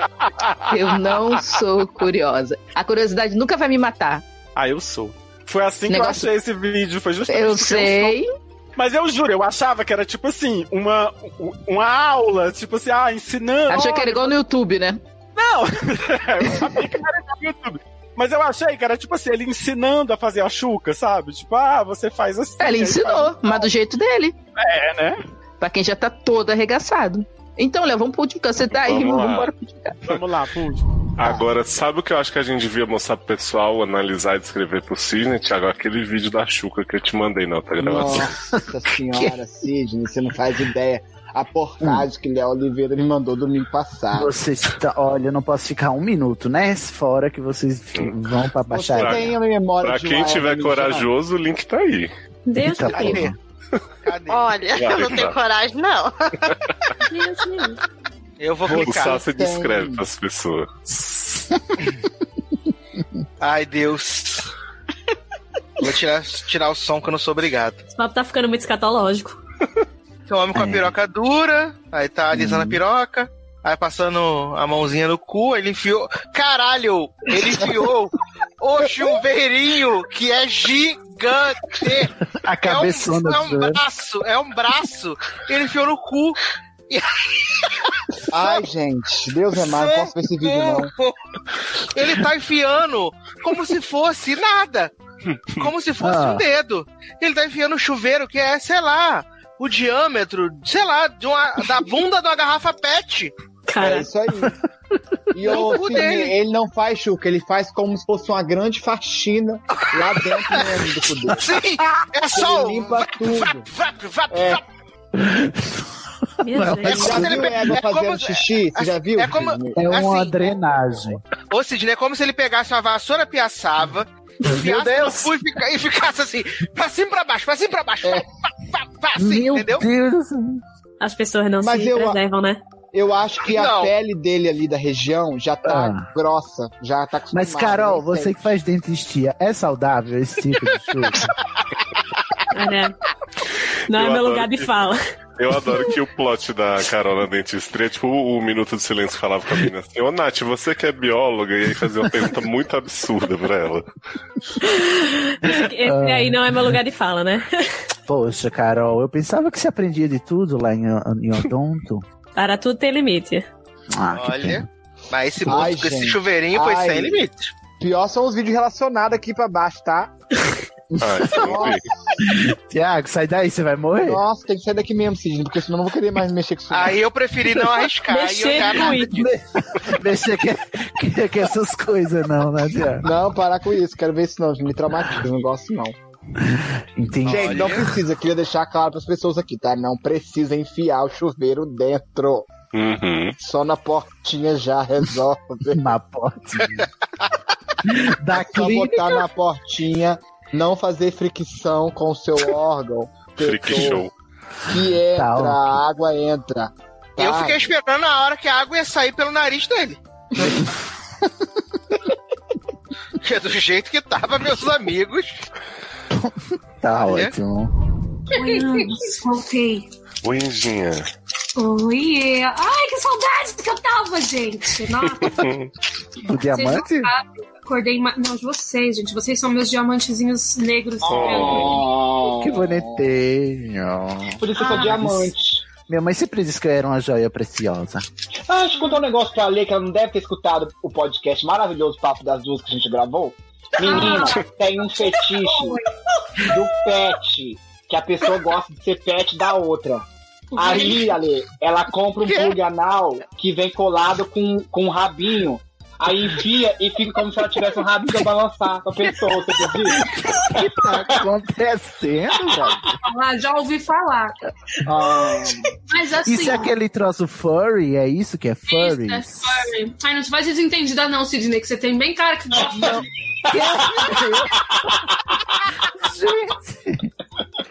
[SPEAKER 7] Eu não sou curiosa. A curiosidade nunca vai me matar.
[SPEAKER 5] Ah, eu sou. Foi assim
[SPEAKER 7] Negócio-
[SPEAKER 5] que eu achei esse vídeo. Foi justamente
[SPEAKER 7] Eu
[SPEAKER 5] porque
[SPEAKER 7] sei.
[SPEAKER 5] sou. Mas eu juro, eu achava que era tipo assim, uma, u- uma aula, tipo assim, ah, ensinando.
[SPEAKER 7] Achei que era igual no YouTube, né?
[SPEAKER 5] Não! eu sabia que era igual no YouTube. Mas eu achei que era tipo assim, ele ensinando a fazer a chuca, sabe? Tipo, ah, você faz assim.
[SPEAKER 7] Ele
[SPEAKER 5] aí
[SPEAKER 7] ensinou, mas do jeito dele.
[SPEAKER 5] É, né?
[SPEAKER 7] Pra quem já tá todo arregaçado. Então, Léo, vamos pro último câncer daí.
[SPEAKER 1] Vamos
[SPEAKER 7] Vamos,
[SPEAKER 1] lá.
[SPEAKER 7] embora.
[SPEAKER 5] Vamos lá, Pude.
[SPEAKER 1] Agora, sabe o que eu acho que a gente devia mostrar pro pessoal, analisar e descrever pro Cisne, Thiago? Aquele vídeo da Chuca que eu te mandei na outra gravação.
[SPEAKER 25] Nossa senhora, Sidney, você não faz ideia. A porcagem que Léo Oliveira me mandou domingo passado.
[SPEAKER 8] Vocês tá- olha, eu não posso ficar um minuto, né? Fora que vocês fi- vão pra
[SPEAKER 25] Você
[SPEAKER 8] baixar.
[SPEAKER 25] tem a memória
[SPEAKER 1] Pra
[SPEAKER 25] de
[SPEAKER 1] quem
[SPEAKER 25] uma
[SPEAKER 1] tiver
[SPEAKER 25] alienígena?
[SPEAKER 1] corajoso, o link tá aí.
[SPEAKER 8] Deus Eita, me livre.
[SPEAKER 26] Olha,
[SPEAKER 1] Vai,
[SPEAKER 26] eu não tenho
[SPEAKER 1] vai.
[SPEAKER 26] coragem, não.
[SPEAKER 15] Eu vou
[SPEAKER 1] O
[SPEAKER 15] clicar.
[SPEAKER 1] Sá se descreve pras pessoas.
[SPEAKER 15] Ai, Deus. Vou tirar, tirar o som que eu não sou obrigado.
[SPEAKER 27] Esse papo tá ficando muito escatológico.
[SPEAKER 15] Tem um homem
[SPEAKER 8] É.
[SPEAKER 15] com a piroca dura, aí tá
[SPEAKER 8] Uhum.
[SPEAKER 15] alisando a piroca, aí passando a mãozinha no cu, aí ele enfiou. Caralho! Ele enfiou o chuveirinho, que é gigante!
[SPEAKER 8] A cabeçona
[SPEAKER 15] É um, é um
[SPEAKER 8] do-
[SPEAKER 15] braço, é um braço! Ele enfiou no cu. E-
[SPEAKER 25] Ai, gente, Deus é mais, não posso ver esse vídeo não.
[SPEAKER 15] Ele tá enfiando como se fosse nada. Como se fosse
[SPEAKER 25] Ah.
[SPEAKER 15] um dedo. Ele tá enfiando o chuveiro que é, sei lá, o diâmetro, sei lá, de uma- da bunda de uma garrafa pet.
[SPEAKER 25] É isso aí.
[SPEAKER 28] E o
[SPEAKER 15] cu
[SPEAKER 28] Sidney,
[SPEAKER 15] dele.
[SPEAKER 28] ele não faz chuca, ele faz como se fosse uma grande faxina lá dentro né, mesmo do cu dele.
[SPEAKER 15] Sim, é
[SPEAKER 2] um.
[SPEAKER 15] só o-
[SPEAKER 28] Ele limpa tudo. É.
[SPEAKER 15] Meu Deus.
[SPEAKER 28] Você já
[SPEAKER 15] É como se
[SPEAKER 28] viu
[SPEAKER 15] ele-
[SPEAKER 28] égua
[SPEAKER 15] é como
[SPEAKER 28] fazendo
[SPEAKER 15] se-
[SPEAKER 28] xixi? Você já viu?
[SPEAKER 15] é como-
[SPEAKER 28] Sidney?
[SPEAKER 15] É uma assim,
[SPEAKER 8] drenagem.
[SPEAKER 15] Ô, Sidney, é como se ele pegasse uma vassoura piaçava, enfiasse no cu e, fica- e ficasse assim, pra cima e pra baixo, pra cima e pra
[SPEAKER 28] É.
[SPEAKER 15] baixo, pá, pá, pá, pá, assim, entendeu?
[SPEAKER 27] As pessoas não
[SPEAKER 28] Mas
[SPEAKER 27] se
[SPEAKER 28] eu-
[SPEAKER 27] preservam, né?
[SPEAKER 28] Eu acho que
[SPEAKER 27] Não.
[SPEAKER 28] a pele dele ali da região já tá
[SPEAKER 8] Ah.
[SPEAKER 28] grossa, já tá acostumada.
[SPEAKER 8] Mas, Carol,
[SPEAKER 28] não sei.
[SPEAKER 8] você que faz dentistia, é saudável esse tipo de chuva?
[SPEAKER 15] É, né?
[SPEAKER 27] Não é
[SPEAKER 1] Eu
[SPEAKER 27] meu
[SPEAKER 1] adoro
[SPEAKER 27] lugar de
[SPEAKER 1] que-
[SPEAKER 27] fala.
[SPEAKER 1] Eu adoro que o plot da Carol na dentistria é tipo o, o Minuto de Silêncio que falava com a menina assim, ô Nath, você que é bióloga, e aí fazia uma pergunta muito absurda pra ela.
[SPEAKER 27] Esse esse
[SPEAKER 8] Ah.
[SPEAKER 27] aí não é meu lugar de fala, né?
[SPEAKER 8] Poxa, Carol, eu pensava que você aprendia de tudo lá em, em Odonto.
[SPEAKER 27] Para tudo tem limite.
[SPEAKER 8] Ah, que
[SPEAKER 28] Olha.
[SPEAKER 15] Mas esse,
[SPEAKER 28] Ai,
[SPEAKER 15] moço, esse
[SPEAKER 28] gente.
[SPEAKER 15] chuveirinho foi
[SPEAKER 28] Ai.
[SPEAKER 15] sem limite.
[SPEAKER 28] Pior são os vídeos relacionados aqui pra baixo, tá?
[SPEAKER 8] Tiago, sai daí, você vai morrer?
[SPEAKER 28] Nossa, tem que sair daqui mesmo, Sidney, porque senão eu não vou querer mais mexer com isso.
[SPEAKER 15] Aí eu preferi não arriscar. e eu já-
[SPEAKER 8] Mexer com, com- com essas coisas, não, né, Tiago?
[SPEAKER 28] Não, parar com isso, quero ver isso não, me traumatiza, não gosto não.
[SPEAKER 8] Entendi.
[SPEAKER 28] Gente, não precisa, queria deixar claro pras pessoas aqui, tá? Não precisa enfiar o chuveiro dentro.
[SPEAKER 1] Uhum.
[SPEAKER 28] Só na portinha já resolve.
[SPEAKER 8] na portinha. da
[SPEAKER 28] Só botar na portinha, não fazer fricção com o seu órgão.
[SPEAKER 1] Freak
[SPEAKER 28] pessoa.
[SPEAKER 1] show.
[SPEAKER 28] Que entra,
[SPEAKER 1] Tá, ok.
[SPEAKER 28] a água entra.
[SPEAKER 15] Eu
[SPEAKER 28] tá?
[SPEAKER 15] fiquei esperando a hora que a água ia sair pelo nariz dele. Que é do jeito que tava, meus amigos.
[SPEAKER 8] Tá ótimo.
[SPEAKER 13] Oi, Andes, voltei.
[SPEAKER 1] Oi, Anjinha.
[SPEAKER 13] Oi. é. Ai, que saudade que eu tava, gente. Nossa.
[SPEAKER 8] Do diamante?
[SPEAKER 13] Vocês não sabem, eu acordei. ma- Não, de vocês, gente. Vocês são meus diamantezinhos negros.
[SPEAKER 28] Oh.
[SPEAKER 8] Oh. Que bonitinho. Ah,
[SPEAKER 13] Por isso que eu sou diamante.
[SPEAKER 8] Minha mãe sempre disse que eu era uma joia preciosa.
[SPEAKER 2] Ah, deixa eu contar um negócio pra Lê, que ela não deve ter escutado o podcast maravilhoso Papo das Duas que a gente gravou. Menina,
[SPEAKER 28] Ah.
[SPEAKER 2] tem um fetiche do pet, que a pessoa gosta de ser pet da outra. Aí, Ale, ela compra um plug anal que vem colado com, com um rabinho. Aí enfia e fica como se ela tivesse um rabinho pra balançar pra pessoa, você acredita?
[SPEAKER 8] O que tá acontecendo, velho?
[SPEAKER 13] Ah, já ouvi falar.
[SPEAKER 8] Ah.
[SPEAKER 13] Mas assim.
[SPEAKER 8] Isso é aquele troço furry? É isso que é furry?
[SPEAKER 13] Isso é furry. Ai, não te faz desentendida, não, Sidney, que você tem bem cara que gosta.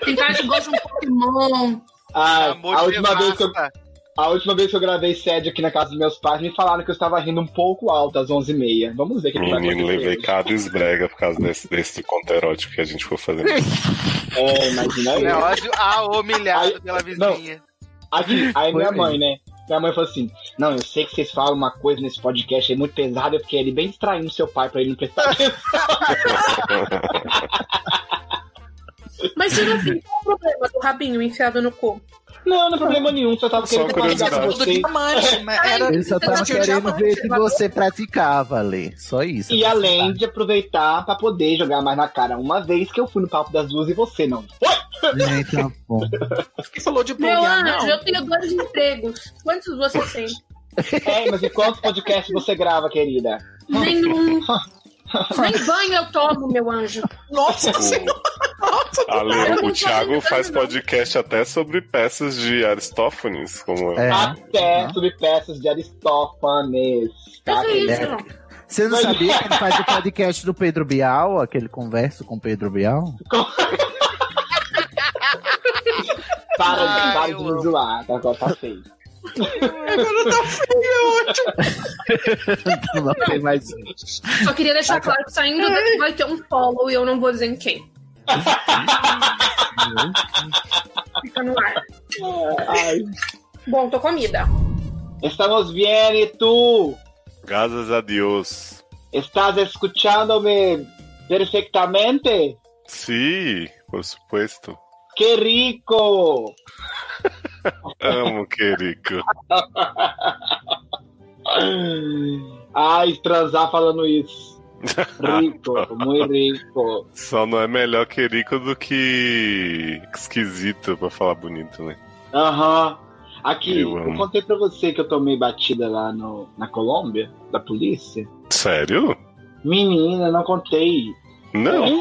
[SPEAKER 13] Tem cara que gosta de um Pokémon.
[SPEAKER 2] Ai,
[SPEAKER 13] Amor
[SPEAKER 2] Ah, a,
[SPEAKER 13] de
[SPEAKER 2] última vez que eu,
[SPEAKER 13] devassa.
[SPEAKER 2] a última vez que eu gravei sede aqui na casa dos meus pais, me falaram que eu estava rindo um pouco alto às 11h30. Vamos ver o que, que vai
[SPEAKER 1] Menino,
[SPEAKER 2] acontecer.
[SPEAKER 1] levei cada esbrega por causa desse, desse conto erótico que a gente ficou fazendo.
[SPEAKER 2] É, imagina aí.
[SPEAKER 15] Leózio, ah, humilhado pela
[SPEAKER 2] Não,
[SPEAKER 15] vizinha.
[SPEAKER 2] aqui,
[SPEAKER 15] Foi
[SPEAKER 2] aí minha
[SPEAKER 15] mesmo.
[SPEAKER 2] mãe, né? Minha mãe falou assim: Não, eu sei que vocês falam uma coisa nesse podcast aí muito pesada, eu fiquei ali bem distraindo seu pai pra ele não prestar atenção.
[SPEAKER 9] Mas você não tem qual o problema do rabinho enfiado no cu?
[SPEAKER 2] Não, não é problema nenhum, só tava
[SPEAKER 8] Só
[SPEAKER 2] querendo compartilhar com
[SPEAKER 8] curiosidade.
[SPEAKER 2] vocês.
[SPEAKER 28] É
[SPEAKER 8] Ele
[SPEAKER 9] tá
[SPEAKER 8] só
[SPEAKER 28] então, tá
[SPEAKER 8] tava querendo ver se você praticava, Lê. Só isso.
[SPEAKER 2] E além de aproveitar pra poder jogar mais na cara uma vez que eu fui no papo das duas e você não.
[SPEAKER 8] Gente,
[SPEAKER 15] tá
[SPEAKER 8] é uma porra.
[SPEAKER 2] Quem falou de
[SPEAKER 9] Meu
[SPEAKER 2] bloguear,
[SPEAKER 9] anjo,
[SPEAKER 2] não?
[SPEAKER 9] eu tenho dois empregos. Quantos você tem?
[SPEAKER 2] É, mas e quantos podcasts você grava, querida?
[SPEAKER 9] Nenhum. um. Nem banho eu tomo, meu anjo. Nossa
[SPEAKER 1] Ale,
[SPEAKER 9] Eu
[SPEAKER 1] Tipo, o
[SPEAKER 9] não
[SPEAKER 1] Thiago faz podcast até sobre peças de Aristófanes, como é.
[SPEAKER 2] Ah. Até sobre peças de Aristófanes. Tá, querida?
[SPEAKER 8] Você não
[SPEAKER 2] Mas-
[SPEAKER 8] sabia que ele faz o podcast do Pedro Bial, aquele converso com o Pedro Bial?
[SPEAKER 2] Para,
[SPEAKER 28] Ai,
[SPEAKER 2] de, para
[SPEAKER 28] eu
[SPEAKER 2] de me zoar, tá, agora tá feio.
[SPEAKER 13] Agora tá feio,
[SPEAKER 8] não tem mais.
[SPEAKER 9] Só queria deixar claro que saindo daqui vai ter um follow e eu não vou dizer em quem. Fica no ar.
[SPEAKER 2] Ai.
[SPEAKER 9] Bom, tô comida.
[SPEAKER 2] Estamos bien e tu?
[SPEAKER 1] Graças a Deus.
[SPEAKER 2] Estás escuchando-me perfectamente?
[SPEAKER 1] Sim, por supuesto.
[SPEAKER 2] Que rico!
[SPEAKER 1] Amo, querido.
[SPEAKER 2] Ai, transar falando isso. Rico, muito rico.
[SPEAKER 1] Só não é melhor querico do que esquisito, pra falar bonito, né?
[SPEAKER 2] Aham. Aqui, eu, contei pra você que eu tomei batida lá no, na Colômbia, da polícia.
[SPEAKER 1] Sério?
[SPEAKER 2] Menina, não contei.
[SPEAKER 1] Não.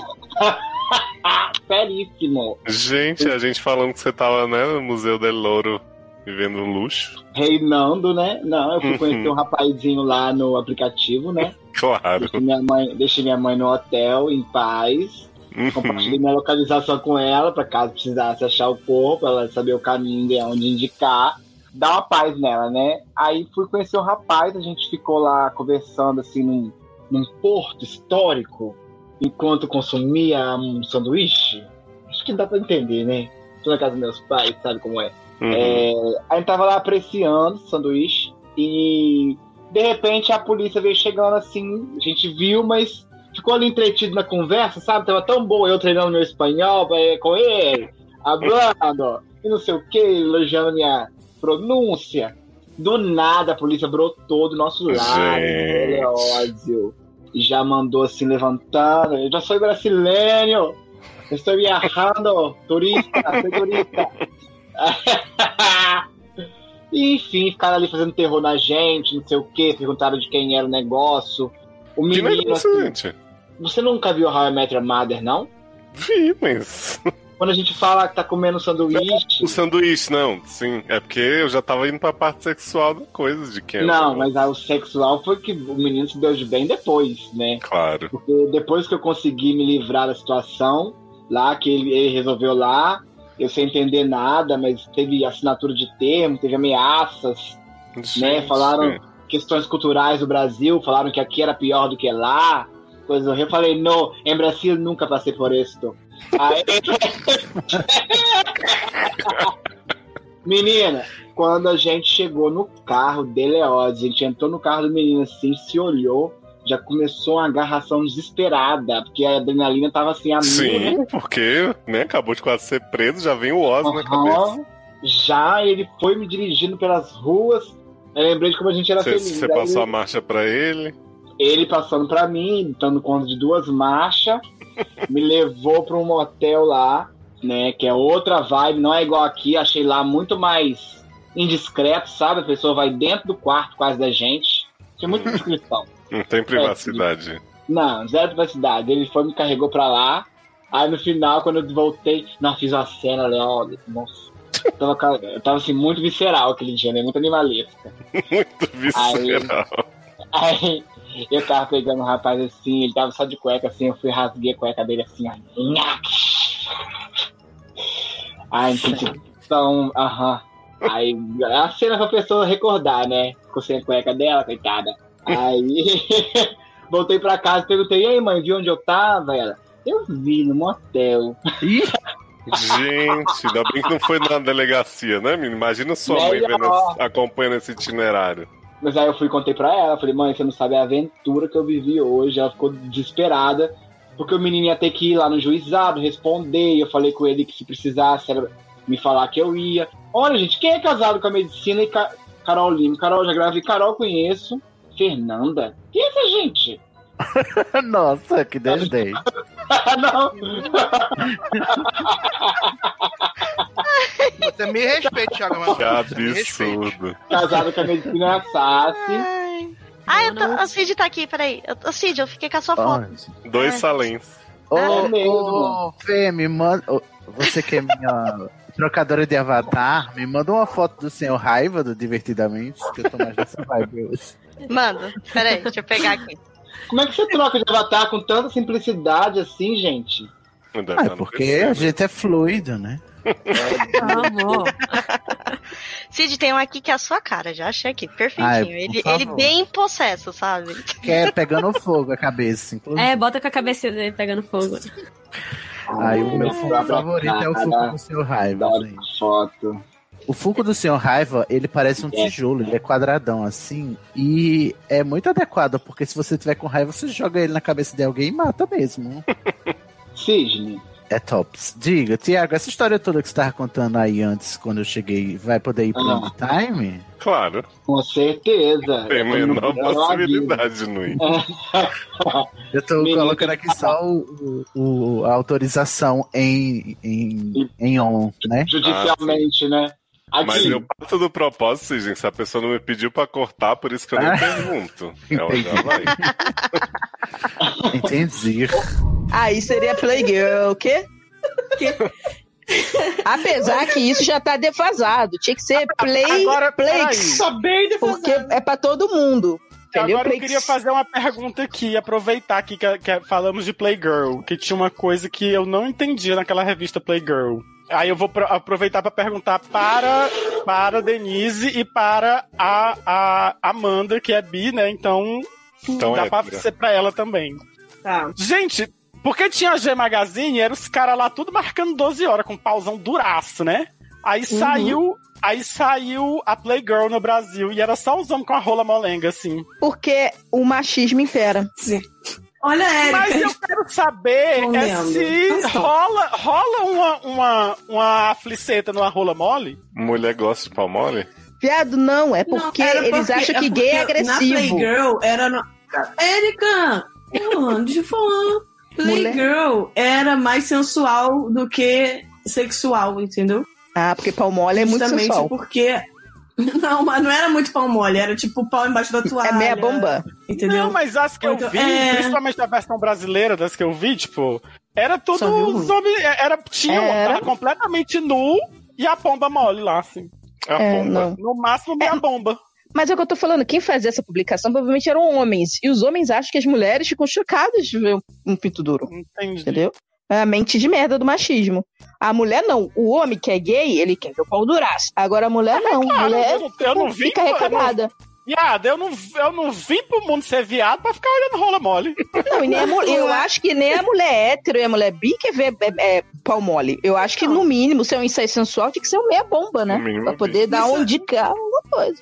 [SPEAKER 2] Seríssimo.
[SPEAKER 1] Gente, a gente falando que você tava, né, no Museu del Louro vivendo um luxo.
[SPEAKER 2] Reinando, né? Não, eu fui
[SPEAKER 1] Uhum.
[SPEAKER 2] conhecer um rapazinho lá no aplicativo, né?
[SPEAKER 1] Claro.
[SPEAKER 2] Deixei minha mãe, deixei minha mãe no hotel, em paz.
[SPEAKER 1] Uhum.
[SPEAKER 2] Compartilhei minha localização com ela, pra caso precisasse achar o corpo, ela saber o caminho de onde indicar. Dá uma paz nela, né? Aí fui conhecer o rapaz, a gente ficou lá conversando assim num, num porto histórico, enquanto consumia um sanduíche. Acho que dá pra entender, né? Tô na casa dos meus pais, sabe como é.
[SPEAKER 1] Uhum.
[SPEAKER 2] É, a gente tava lá apreciando o sanduíche e de repente a polícia veio chegando assim, a gente viu, mas ficou ali entretido na conversa, sabe? Tava tão bom eu treinando meu espanhol eh, com ele, hablando, e não sei o que, elogiando minha pronúncia. Do nada a polícia brotou do nosso lado,
[SPEAKER 1] Gente.
[SPEAKER 2] olha, ódio. E já mandou assim, levantando, eu já sou brasileiro, eu estou viajando, turista, sou turista. E, enfim, ficaram ali fazendo terror na gente, não sei o que, perguntaram de quem era o negócio. O
[SPEAKER 1] Que
[SPEAKER 2] menino.
[SPEAKER 1] negócio,
[SPEAKER 2] assim,
[SPEAKER 1] gente.
[SPEAKER 2] você nunca viu How I Met Your Mother, não?
[SPEAKER 1] Vi, mas.
[SPEAKER 2] Quando a gente fala que tá comendo sanduíche.
[SPEAKER 1] O Um sanduíche, não. Sim, é porque eu já tava indo pra parte sexual da coisa de quem
[SPEAKER 2] não, mas aí o sexual foi que o menino se deu de bem depois, né?
[SPEAKER 1] Claro.
[SPEAKER 2] Porque depois que eu consegui me livrar da situação, lá que ele, ele resolveu lá, eu sem entender nada, mas teve assinatura de termo, teve ameaças, né?
[SPEAKER 1] Gente.
[SPEAKER 2] Falaram questões culturais do Brasil, falaram que aqui era pior do que lá. Coisa horrível. Eu falei, não, em Brasil nunca passei por isto. Aí... Menina, quando a gente chegou no carro de Leoz, a gente entrou no carro do menino assim, se olhou, já começou uma agarração desesperada, porque a adrenalina tava assim, a mil, né?
[SPEAKER 1] Sim, porque, né, acabou de quase ser preso, já vem o Oz na
[SPEAKER 2] Aham.
[SPEAKER 1] cabeça.
[SPEAKER 2] Já ele foi me dirigindo pelas ruas. Eu lembrei de como a gente era
[SPEAKER 1] Você,
[SPEAKER 2] feliz.
[SPEAKER 1] você
[SPEAKER 2] Aí
[SPEAKER 1] passou a
[SPEAKER 2] ele-
[SPEAKER 1] marcha pra ele.
[SPEAKER 2] ele passando pra mim, dando conta de duas marchas, me levou pra um motel lá, né? Que é outra vibe, não é igual aqui. Achei lá muito mais indiscreto, sabe? A pessoa vai dentro do quarto quase da gente. Tinha muita descrição.
[SPEAKER 1] Não
[SPEAKER 2] É,
[SPEAKER 1] tem privacidade.
[SPEAKER 2] Não, zero privacidade. Ele foi, me carregou pra lá. Aí no final, quando eu voltei, não, fiz uma cena, Léo. Nossa. Eu tava, ca- eu tava assim, muito visceral aquele dia, né? Muito animalesca.
[SPEAKER 1] Muito visceral.
[SPEAKER 2] Aí eu tava pegando um rapaz assim, ele tava só de cueca assim, eu fui rasguei a cueca dele assim, ó. Nhac! Ai, então, aham. Aí a cena pra pessoa recordar, né? Ficou sem a cueca dela, coitada. Aí voltei pra casa, perguntei, e aí, mãe, viu onde eu tava? Ela, eu vi no motel.
[SPEAKER 1] Gente, ainda bem que não foi na delegacia, né, menino? Imagina sua mãe
[SPEAKER 2] Melhor.
[SPEAKER 1] vendo esse- acompanhando esse itinerário.
[SPEAKER 2] Mas aí eu fui e contei pra ela, falei, mãe, você não sabe a aventura que eu vivi hoje. Ela ficou desesperada, porque o menino ia ter que ir lá no juizado, responder. E eu falei com ele que se precisasse, era me falar que eu ia. Olha, gente, quem é casado com a medicina e Ca- Carol Lima? Carol, já gravei. Carol, conheço. Fernanda? Quem é essa gente?
[SPEAKER 8] Nossa, que desdém.
[SPEAKER 2] não.
[SPEAKER 15] Você me respeita, Thiago Amaral.
[SPEAKER 1] Que absurdo.
[SPEAKER 2] Casado com a medicina Sassi.
[SPEAKER 6] Ai, eu tô... a Cid tá aqui, peraí. Eu- Ô, Cid, eu fiquei com a sua foto.
[SPEAKER 1] Dois
[SPEAKER 2] Ah.
[SPEAKER 6] É.
[SPEAKER 1] salens.
[SPEAKER 8] Ô,
[SPEAKER 6] É mesmo.
[SPEAKER 8] ô, Fê, me manda. ô, você que é minha trocadora de avatar, me manda uma foto do senhor Raiva do Divertidamente, que eu tô mais nessa vibe hoje.
[SPEAKER 6] Manda, peraí, deixa eu pegar aqui.
[SPEAKER 2] Como é que você troca de avatar com tanta simplicidade assim, gente?
[SPEAKER 8] Ah, é porque a gente é fluido, né?
[SPEAKER 6] Cid, tem um aqui que é a sua cara, já achei aqui, perfeitinho.
[SPEAKER 8] Ai, por
[SPEAKER 6] ele,
[SPEAKER 8] favor.
[SPEAKER 6] ele bem possesso, sabe?
[SPEAKER 8] Que é pegando fogo a cabeça, inclusive.
[SPEAKER 27] É, bota com a cabecinha dele pegando fogo.
[SPEAKER 8] Aí o meu
[SPEAKER 2] Pra
[SPEAKER 8] filme
[SPEAKER 2] botar,
[SPEAKER 8] favorito é o Funko
[SPEAKER 2] né?
[SPEAKER 8] do Senhor Raiva.
[SPEAKER 2] Dá Foto.
[SPEAKER 8] O Funko do Senhor Raiva, ele parece um tijolo, ele é quadradão assim. E é muito adequado, porque se você tiver com raiva, você joga ele na cabeça de alguém e mata mesmo.
[SPEAKER 2] Cisne.
[SPEAKER 8] É tops. Diga, Tiago, essa história toda que você tava contando aí antes, quando eu cheguei, vai poder ir pro
[SPEAKER 2] Ah.
[SPEAKER 8] long time?
[SPEAKER 1] Claro.
[SPEAKER 2] Com certeza.
[SPEAKER 1] Tem a menor
[SPEAKER 2] Eu não aviso.
[SPEAKER 1] possibilidade, Nui.
[SPEAKER 8] Eu tô colocando aqui só o, o- o- a autorização em, em, em on, né?
[SPEAKER 2] Judicialmente, né?
[SPEAKER 1] Mas eu parto do propósito, sim, gente. Se a pessoa não me pediu pra cortar, por isso que eu
[SPEAKER 2] Ah.
[SPEAKER 1] nem pergunto. É, Ela já vai.
[SPEAKER 8] Entendi.
[SPEAKER 29] Aí seria Playgirl, o quê?
[SPEAKER 7] Apesar que isso já tá defasado. Tinha que ser play,
[SPEAKER 5] Agora,
[SPEAKER 7] play,
[SPEAKER 5] peraí. Tá bem defasado.
[SPEAKER 7] porque é pra todo mundo. Entendeu?
[SPEAKER 5] Então, Agora eu
[SPEAKER 7] Play-
[SPEAKER 5] queria fazer uma pergunta aqui, aproveitar aqui que, que falamos de Playgirl, que tinha uma coisa que eu não entendia naquela revista Playgirl. Aí eu vou pro- aproveitar pra perguntar para para Denise e para a, a Amanda, que é bi, né? Então,
[SPEAKER 1] Então
[SPEAKER 5] dá
[SPEAKER 1] é,
[SPEAKER 5] pra
[SPEAKER 1] tira.
[SPEAKER 5] ser pra ela também.
[SPEAKER 6] Tá.
[SPEAKER 5] Gente, porque tinha a G Magazine, e eram os caras lá tudo marcando 12 horas, com pauzão duraço, né? Aí
[SPEAKER 6] Uhum.
[SPEAKER 5] saiu. Aí saiu a Playgirl no Brasil e era só os homens com a rola molenga, assim.
[SPEAKER 29] Porque o machismo impera.
[SPEAKER 6] Sim. Olha, Érica.
[SPEAKER 5] Mas eu quero saber
[SPEAKER 6] Ô,
[SPEAKER 5] é
[SPEAKER 6] Leandro,
[SPEAKER 5] se
[SPEAKER 6] não só.
[SPEAKER 5] rola, rola uma, uma, uma fliceta numa rola mole.
[SPEAKER 1] Mulher gosta de pau mole?
[SPEAKER 29] Viado, não, é porque
[SPEAKER 6] Era
[SPEAKER 29] eles
[SPEAKER 6] porque-
[SPEAKER 29] acham que gay é
[SPEAKER 6] porque
[SPEAKER 29] agressivo.
[SPEAKER 6] Na Playgirl era. No... Érica! Mano, deixa eu falar. Playgirl era mais sensual do que sexual, entendeu?
[SPEAKER 29] Ah, porque pau mole é muito
[SPEAKER 6] Justamente
[SPEAKER 29] sensual.
[SPEAKER 6] porque. Não, mas não era muito pau mole, era tipo pau embaixo da toalha.
[SPEAKER 29] É meia bomba.
[SPEAKER 6] Entendeu?
[SPEAKER 5] Não, mas as que eu
[SPEAKER 6] Então,
[SPEAKER 5] vi,
[SPEAKER 6] é.
[SPEAKER 5] principalmente da versão brasileira, das que eu vi, tipo, era tudo
[SPEAKER 6] Só
[SPEAKER 7] um.
[SPEAKER 6] viu ruim.
[SPEAKER 5] sobre. Era, tinha,
[SPEAKER 6] Era.
[SPEAKER 5] tava completamente nu e a pomba mole lá, assim.
[SPEAKER 1] A
[SPEAKER 7] É, pomba. não.
[SPEAKER 5] No máximo, meia bomba.
[SPEAKER 7] Mas é o que eu tô falando, quem fazia essa publicação provavelmente eram homens. E os homens acham que as mulheres ficam chocadas de ver um- um pinto duro.
[SPEAKER 5] Entendi.
[SPEAKER 7] Entendeu? É a mente de merda do machismo. A mulher não. O homem que é gay, ele quer ver o pau duraço. Agora a mulher É, não.
[SPEAKER 5] Cara,
[SPEAKER 7] a
[SPEAKER 5] Ah,
[SPEAKER 7] mulher
[SPEAKER 5] é eu não, eu não vim.
[SPEAKER 7] fica reclamada.
[SPEAKER 5] Eu não, Viado, eu não, eu não vim pro mundo ser viado pra ficar olhando rola mole.
[SPEAKER 7] Não, é. e nem a mu- eu
[SPEAKER 5] é.
[SPEAKER 7] acho que nem a mulher é hétero e a mulher bi quer ver é, é, pau mole. Eu acho que, no mínimo, se é um ensaio sensual, tinha que ser um meia bomba, né?
[SPEAKER 6] No mínimo,
[SPEAKER 7] Pra
[SPEAKER 6] bi.
[SPEAKER 7] poder dar
[SPEAKER 6] Isso-
[SPEAKER 7] um indicar alguma coisa.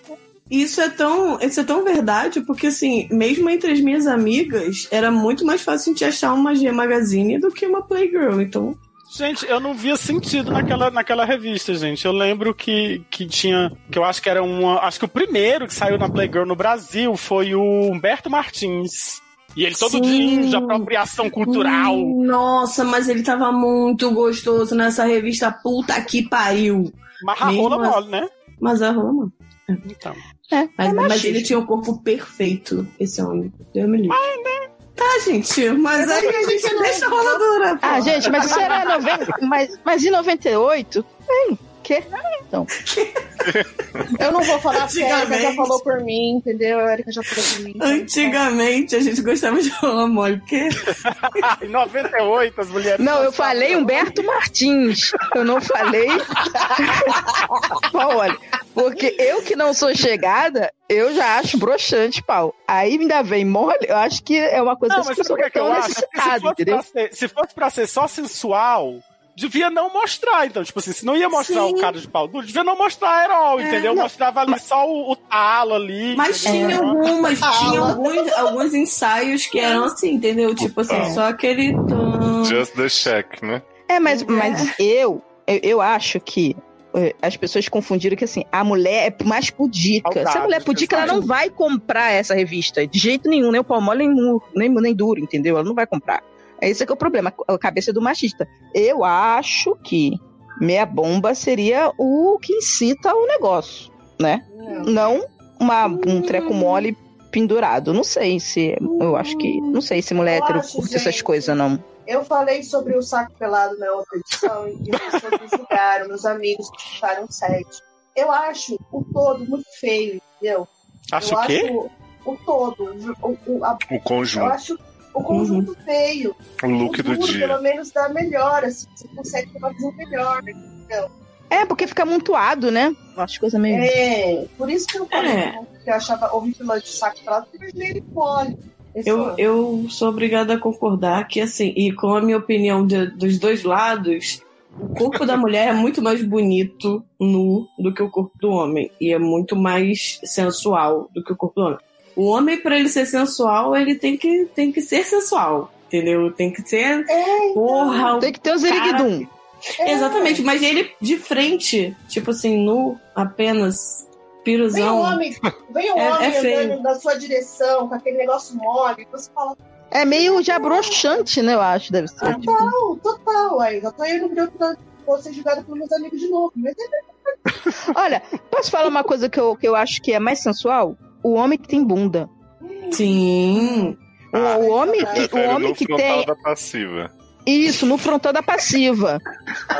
[SPEAKER 6] Isso é tão, isso é tão verdade, porque assim, mesmo entre as minhas amigas, era muito mais fácil de achar uma G Magazine do que uma Playgirl, então.
[SPEAKER 5] Gente, eu não via sentido naquela, naquela revista, gente. Eu lembro que, que tinha. Que eu acho que era uma. Acho que o primeiro que saiu na Playgirl no Brasil foi o Humberto Martins. E ele todo
[SPEAKER 6] Sim.
[SPEAKER 5] de índio, apropriação cultural.
[SPEAKER 6] Hum, Nossa, mas ele tava muito gostoso nessa revista puta que pariu. assim.
[SPEAKER 5] Mas a rola mole, né?
[SPEAKER 6] Mas a É. rola mole.
[SPEAKER 5] Então.
[SPEAKER 6] Mas,
[SPEAKER 5] é
[SPEAKER 6] mas
[SPEAKER 5] machista.
[SPEAKER 6] ele tinha um corpo perfeito, esse homem. Deus me livre.
[SPEAKER 5] né?
[SPEAKER 6] Tá, gente, mas aí a gente deixa a rola dura. pô.
[SPEAKER 7] Ah, gente, mas isso era 90, mas, mas em 98? Hein? Que? Então.
[SPEAKER 13] Eu não vou falar porque a Erika já
[SPEAKER 6] Antigamente.
[SPEAKER 13] falou por mim, entendeu? A Erika já falou por
[SPEAKER 4] então.
[SPEAKER 13] mim.
[SPEAKER 6] Antigamente a gente gostava de rola mole, porque.
[SPEAKER 5] em 98 as mulheres.
[SPEAKER 7] Não, eu falei Humberto Martins. Eu não falei. pau, olha. Porque eu que não sou chegada, eu já acho broxante, pau. Aí ainda vem mole, eu acho que é uma coisa
[SPEAKER 5] Não,
[SPEAKER 7] que as
[SPEAKER 5] mas sabe o
[SPEAKER 7] pessoas
[SPEAKER 5] que, é que eu
[SPEAKER 7] estão
[SPEAKER 5] acho? Porque Se
[SPEAKER 7] necessitadas,
[SPEAKER 5] fosse, pra
[SPEAKER 7] entendeu?
[SPEAKER 5] ser, se fosse pra ser só sensual, devia não mostrar. Então, tipo assim, se não ia mostrar
[SPEAKER 6] Sim.
[SPEAKER 5] o cara de pau duro, devia não mostrar herói,
[SPEAKER 6] É,
[SPEAKER 5] entendeu?
[SPEAKER 6] não.
[SPEAKER 5] Mostrava ali só o, o talo ali.
[SPEAKER 6] Mas
[SPEAKER 5] entendeu?
[SPEAKER 7] É.
[SPEAKER 6] tinha algumas, tinha alguns, alguns ensaios que eram assim, entendeu? Tipo assim,
[SPEAKER 5] É.
[SPEAKER 1] Total.
[SPEAKER 6] só aquele.
[SPEAKER 2] Ah.
[SPEAKER 6] tom.
[SPEAKER 1] Just the check, né?
[SPEAKER 7] É, mas, mas eu, eu, eu acho que eh, as pessoas confundiram que assim, a mulher é mais pudica. Se a
[SPEAKER 6] Saudades,
[SPEAKER 7] mulher é pudica, ela não
[SPEAKER 6] saudades.
[SPEAKER 7] vai comprar essa revista de jeito nenhum, nem o pau mole, nem, mu- nem, mu- nem duro, entendeu? Ela não vai comprar. É Esse é que é o problema, a cabeça do machista. Eu acho que meia bomba seria o que incita o negócio, né? Não uma,
[SPEAKER 4] Hum.
[SPEAKER 7] um treco mole pendurado. Não sei se. Eu acho que. Não sei se mulher
[SPEAKER 4] Hum. Eu
[SPEAKER 7] hétero
[SPEAKER 4] acho,
[SPEAKER 7] curte essas
[SPEAKER 4] gente.
[SPEAKER 7] coisas, não.
[SPEAKER 4] Eu falei sobre o saco pelado na outra edição e as pessoas me julgaram, meus amigos ficaram sete. Eu acho o todo muito feio, entendeu?
[SPEAKER 1] Acho
[SPEAKER 4] eu
[SPEAKER 1] o quê?
[SPEAKER 4] Acho o todo, o, o, a-
[SPEAKER 1] O conjunto.
[SPEAKER 4] Eu acho o conjunto
[SPEAKER 6] Uhum.
[SPEAKER 4] feio.
[SPEAKER 1] O look do
[SPEAKER 4] duro,
[SPEAKER 1] dia.
[SPEAKER 4] Pelo menos dá melhor, assim, você consegue ter uma visão melhor, né? Então, entendeu?
[SPEAKER 7] É, porque fica amontoado, né? Umas coisas meio.
[SPEAKER 4] É, por isso que eu falei
[SPEAKER 6] É.
[SPEAKER 4] que eu achava horrível de saco pelado, porque ele meio mole.
[SPEAKER 6] Eu, eu sou obrigada a concordar que, assim, e com a minha opinião de- dos dois lados, o corpo da mulher é muito mais bonito nu do que o corpo do homem. E é muito mais sensual do que o corpo do homem. O homem, pra ele ser sensual, ele tem que, tem que ser sensual. Entendeu? Tem que ser.
[SPEAKER 4] É, então.
[SPEAKER 6] Porra,
[SPEAKER 7] tem que ter o ziriguidum.
[SPEAKER 6] Exatamente, mas ele de frente, tipo assim, nu, apenas
[SPEAKER 4] Vem um
[SPEAKER 6] piruzão.
[SPEAKER 4] homem, vem um
[SPEAKER 6] É-
[SPEAKER 4] homem
[SPEAKER 6] é feio.
[SPEAKER 4] andando na sua direção com aquele negócio mole, você fala,
[SPEAKER 7] É meio já broxante, né? Eu acho, deve ser.
[SPEAKER 4] total, total, aí, já tô indo ver o que eu vou ser julgada pelos meus amigos de novo, mas é
[SPEAKER 30] Olha,
[SPEAKER 7] Posso falar uma coisa que eu, que eu acho que é mais sensual? O homem que tem bunda.
[SPEAKER 30] Sim.
[SPEAKER 7] O, o homem que, o
[SPEAKER 1] Ah, então tá. Prefere
[SPEAKER 7] homem
[SPEAKER 1] no
[SPEAKER 7] que
[SPEAKER 1] frontal
[SPEAKER 7] tem.
[SPEAKER 1] da passiva.
[SPEAKER 7] Isso, no frontal da passiva.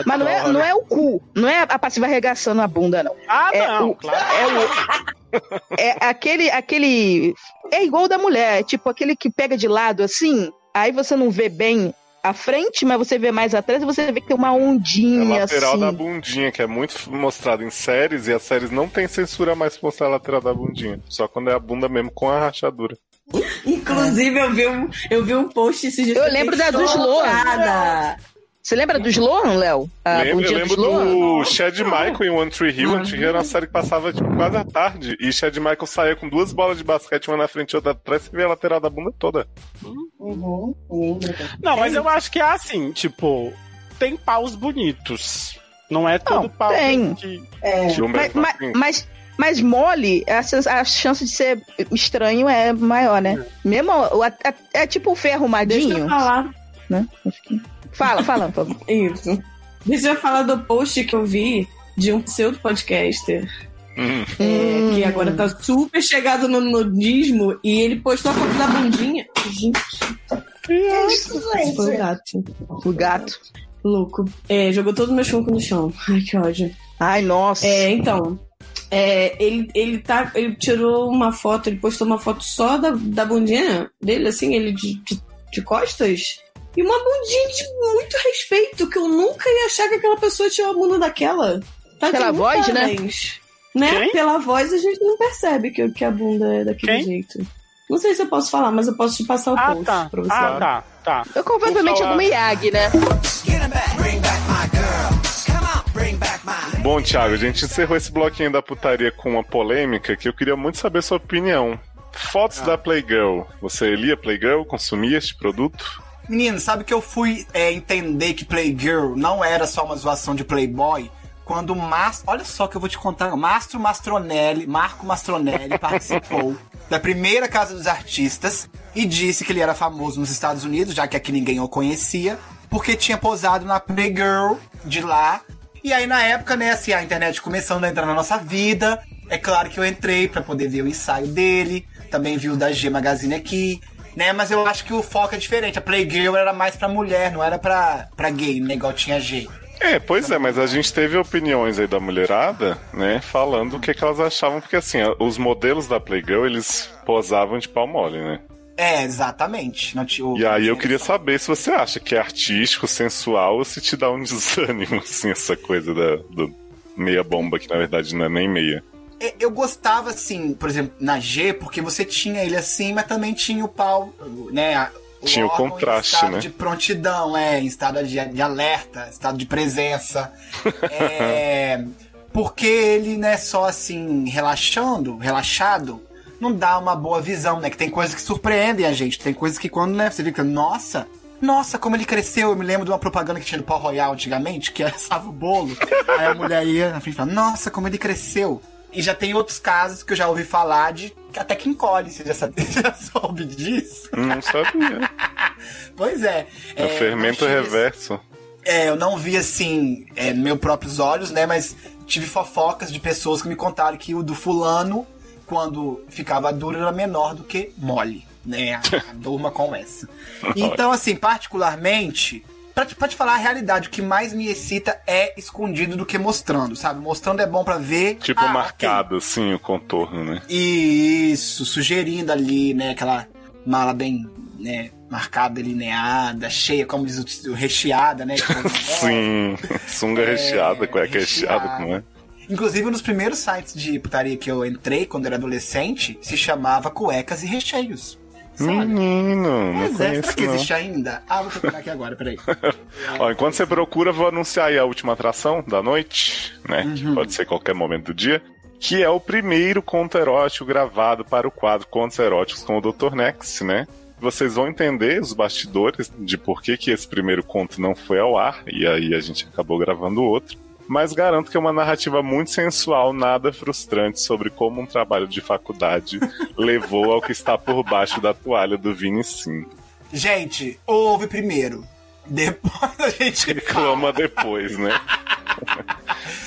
[SPEAKER 7] Mas não é, não é o cu. Não é a passiva arregaçando a bunda, não.
[SPEAKER 5] Ah,
[SPEAKER 7] é
[SPEAKER 5] não,
[SPEAKER 7] o-
[SPEAKER 5] claro.
[SPEAKER 7] É aquele, aquele. É igual o da mulher, é tipo aquele que pega de lado assim, aí você não vê bem a frente, mas você vê mais atrás e você vê que tem uma
[SPEAKER 1] A
[SPEAKER 7] ondinha
[SPEAKER 1] É lateral
[SPEAKER 7] assim.
[SPEAKER 1] da bundinha, que é muito mostrado em séries, e as séries não tem censura mais pra mostrar a lateral da bundinha. Só quando é a bunda mesmo com a rachadura.
[SPEAKER 6] Inclusive, eu vi um, eu vi um post esses dias.
[SPEAKER 7] Eu lembro da do Sloan. Você lembra do Sloan, Léo? A
[SPEAKER 1] Lembra- eu
[SPEAKER 7] bundinha
[SPEAKER 1] lembro
[SPEAKER 7] do Sloan?
[SPEAKER 1] do Chad Michael em One Tree Hill. One Tree Hill
[SPEAKER 6] Ah.
[SPEAKER 1] era uma série que passava tipo, quase à tarde. E Chad Michael saía com duas bolas de basquete, uma na frente e outra atrás, e via a lateral da bunda toda.
[SPEAKER 4] Uhum,
[SPEAKER 5] Não, mas eu acho que é assim, tipo, tem paus bonitos. Não é todo pau
[SPEAKER 7] tem.
[SPEAKER 5] que.
[SPEAKER 7] É.
[SPEAKER 1] um
[SPEAKER 5] que o
[SPEAKER 7] Mas,
[SPEAKER 5] mesmo
[SPEAKER 7] mas,
[SPEAKER 5] assim.
[SPEAKER 7] mas, mas mole, a, sens- a chance de ser estranho é maior, né? Mesmo o- a- a- é tipo o ferro arrumadinho.
[SPEAKER 6] Deixa eu falar.
[SPEAKER 7] Né? Acho que- Fala, fala, por favor.
[SPEAKER 6] Isso. Deixa eu falar do post que eu vi de um pseudo podcaster. é, que agora tá super chegado no nudismo e ele postou a foto da bundinha. Gente. Esse Foi o gato.
[SPEAKER 7] O gato.
[SPEAKER 6] Louco. É, jogou todos os meus funcos no chão. Ai, que ódio.
[SPEAKER 7] Ai, nossa.
[SPEAKER 6] É, então. é, ele, ele, tá, ele tirou uma foto, ele postou uma foto só da, da bundinha dele, assim, ele de, de, de costas. E uma bundinha de muito respeito, que eu nunca ia achar que aquela pessoa tinha uma bunda daquela. Tá
[SPEAKER 7] Pela
[SPEAKER 6] de
[SPEAKER 7] voz, né?
[SPEAKER 6] parabéns. né?
[SPEAKER 7] Quem?
[SPEAKER 6] Pela voz a gente não percebe que, que a bunda é daquele jeito. Não sei se eu posso falar, mas eu posso te passar o post pra você.
[SPEAKER 5] Ah, tá, tá.
[SPEAKER 7] Eu provavelmente alguma Yag, né?
[SPEAKER 1] Bom, Thiago, a gente encerrou esse bloquinho da putaria com uma polêmica que eu queria muito saber sua opinião.
[SPEAKER 2] Ah.
[SPEAKER 1] Fotos da Playgirl. Você lia Playgirl? Consumia este produto?
[SPEAKER 2] Menino, sabe que eu fui é, entender que Playgirl não era só uma zoação de Playboy? Quando o Mastro. Olha só que eu vou te contar. Mastro Mastronelli, Marco Mastronelli, participou da primeira Casa dos Artistas e disse que ele era famoso nos Estados Unidos, já que aqui ninguém o conhecia, porque tinha posado na Playgirl de lá. E aí, na época, né, assim, a internet começando a entrar na nossa vida. É claro que eu entrei pra poder ver o ensaio dele, também vi o da G Magazine aqui né? Mas eu acho que o foco é diferente. A Playgirl era mais pra mulher, não era pra, pra gay, né? Igual tinha G.
[SPEAKER 1] É, pois é, mas a gente teve opiniões aí da mulherada, né, falando o que, que elas achavam, porque assim, a- os modelos da Playgirl, eles posavam de pau mole, né?
[SPEAKER 2] É, exatamente. Não tinha o-
[SPEAKER 1] E aí eu queria saber se você acha que é artístico, sensual, ou se te dá um desânimo, assim, essa coisa da do meia bomba, que na verdade não é nem meia.
[SPEAKER 2] É, Eu gostava, assim, por exemplo, na G, porque você tinha ele assim, mas também tinha o pau, né? a-
[SPEAKER 1] Tinha o
[SPEAKER 2] órgão em
[SPEAKER 1] contraste,
[SPEAKER 2] estado
[SPEAKER 1] né?
[SPEAKER 2] de prontidão, é, em estado de, de alerta, estado de presença. É, porque ele, né, só assim, relaxando, relaxado, não dá uma boa visão, né? Que tem coisas que surpreendem a gente. Tem coisas que quando, né, você fica, nossa, nossa, como ele cresceu. Eu me lembro de uma propaganda que tinha no Pau Royal antigamente, que era salvo o bolo. Aí a mulher ia na frente e falava, nossa, como ele cresceu. E já tem outros casos que eu já ouvi falar de que até que encolhe, você já, sabe, já soube disso.
[SPEAKER 1] Não sabia.
[SPEAKER 2] pois é.
[SPEAKER 1] É, o fermento reverso.
[SPEAKER 2] É, eu não vi assim, é, nos meus próprios olhos, né? Mas tive fofocas de pessoas que me contaram que o do fulano, quando ficava duro, era menor do que mole, né? A, a durma com essa. Então, assim, particularmente, pra te, pra te falar a realidade, o que mais me excita é escondido do que mostrando, sabe? Mostrando é bom pra ver.
[SPEAKER 1] Tipo
[SPEAKER 2] ah,
[SPEAKER 1] marcado, assim, o contorno, né?
[SPEAKER 2] Isso, sugerindo ali, né? Aquela mala bem, né? Marcada, delineada, cheia, como diz o, o recheada, né?
[SPEAKER 1] Sim, sunga
[SPEAKER 2] É,
[SPEAKER 1] recheada, cueca recheada, como é?
[SPEAKER 2] Inclusive, um dos primeiros sites de putaria que eu entrei quando era adolescente se chamava Cuecas e Recheios.
[SPEAKER 1] Menino, não
[SPEAKER 2] Pois é, será
[SPEAKER 1] conheço
[SPEAKER 2] que
[SPEAKER 1] não.
[SPEAKER 2] existe ainda? Ah, vou procurar aqui agora, peraí.
[SPEAKER 1] Ó, enquanto você procura, vou anunciar aí a última atração da noite, né?
[SPEAKER 2] Uhum.
[SPEAKER 1] Que pode ser qualquer momento do dia. Que é o primeiro conto erótico gravado para o quadro Contos Eróticos com o Dr. Nex, né? Vocês vão entender os bastidores de por que, que esse primeiro conto não foi ao ar, e aí a gente acabou gravando outro. Mas garanto que é uma narrativa muito sensual, nada frustrante, sobre como um trabalho de faculdade levou ao que está por baixo da toalha do Vini Sim.
[SPEAKER 2] Gente, ouve primeiro. Depois a gente
[SPEAKER 1] Reclama depois, né?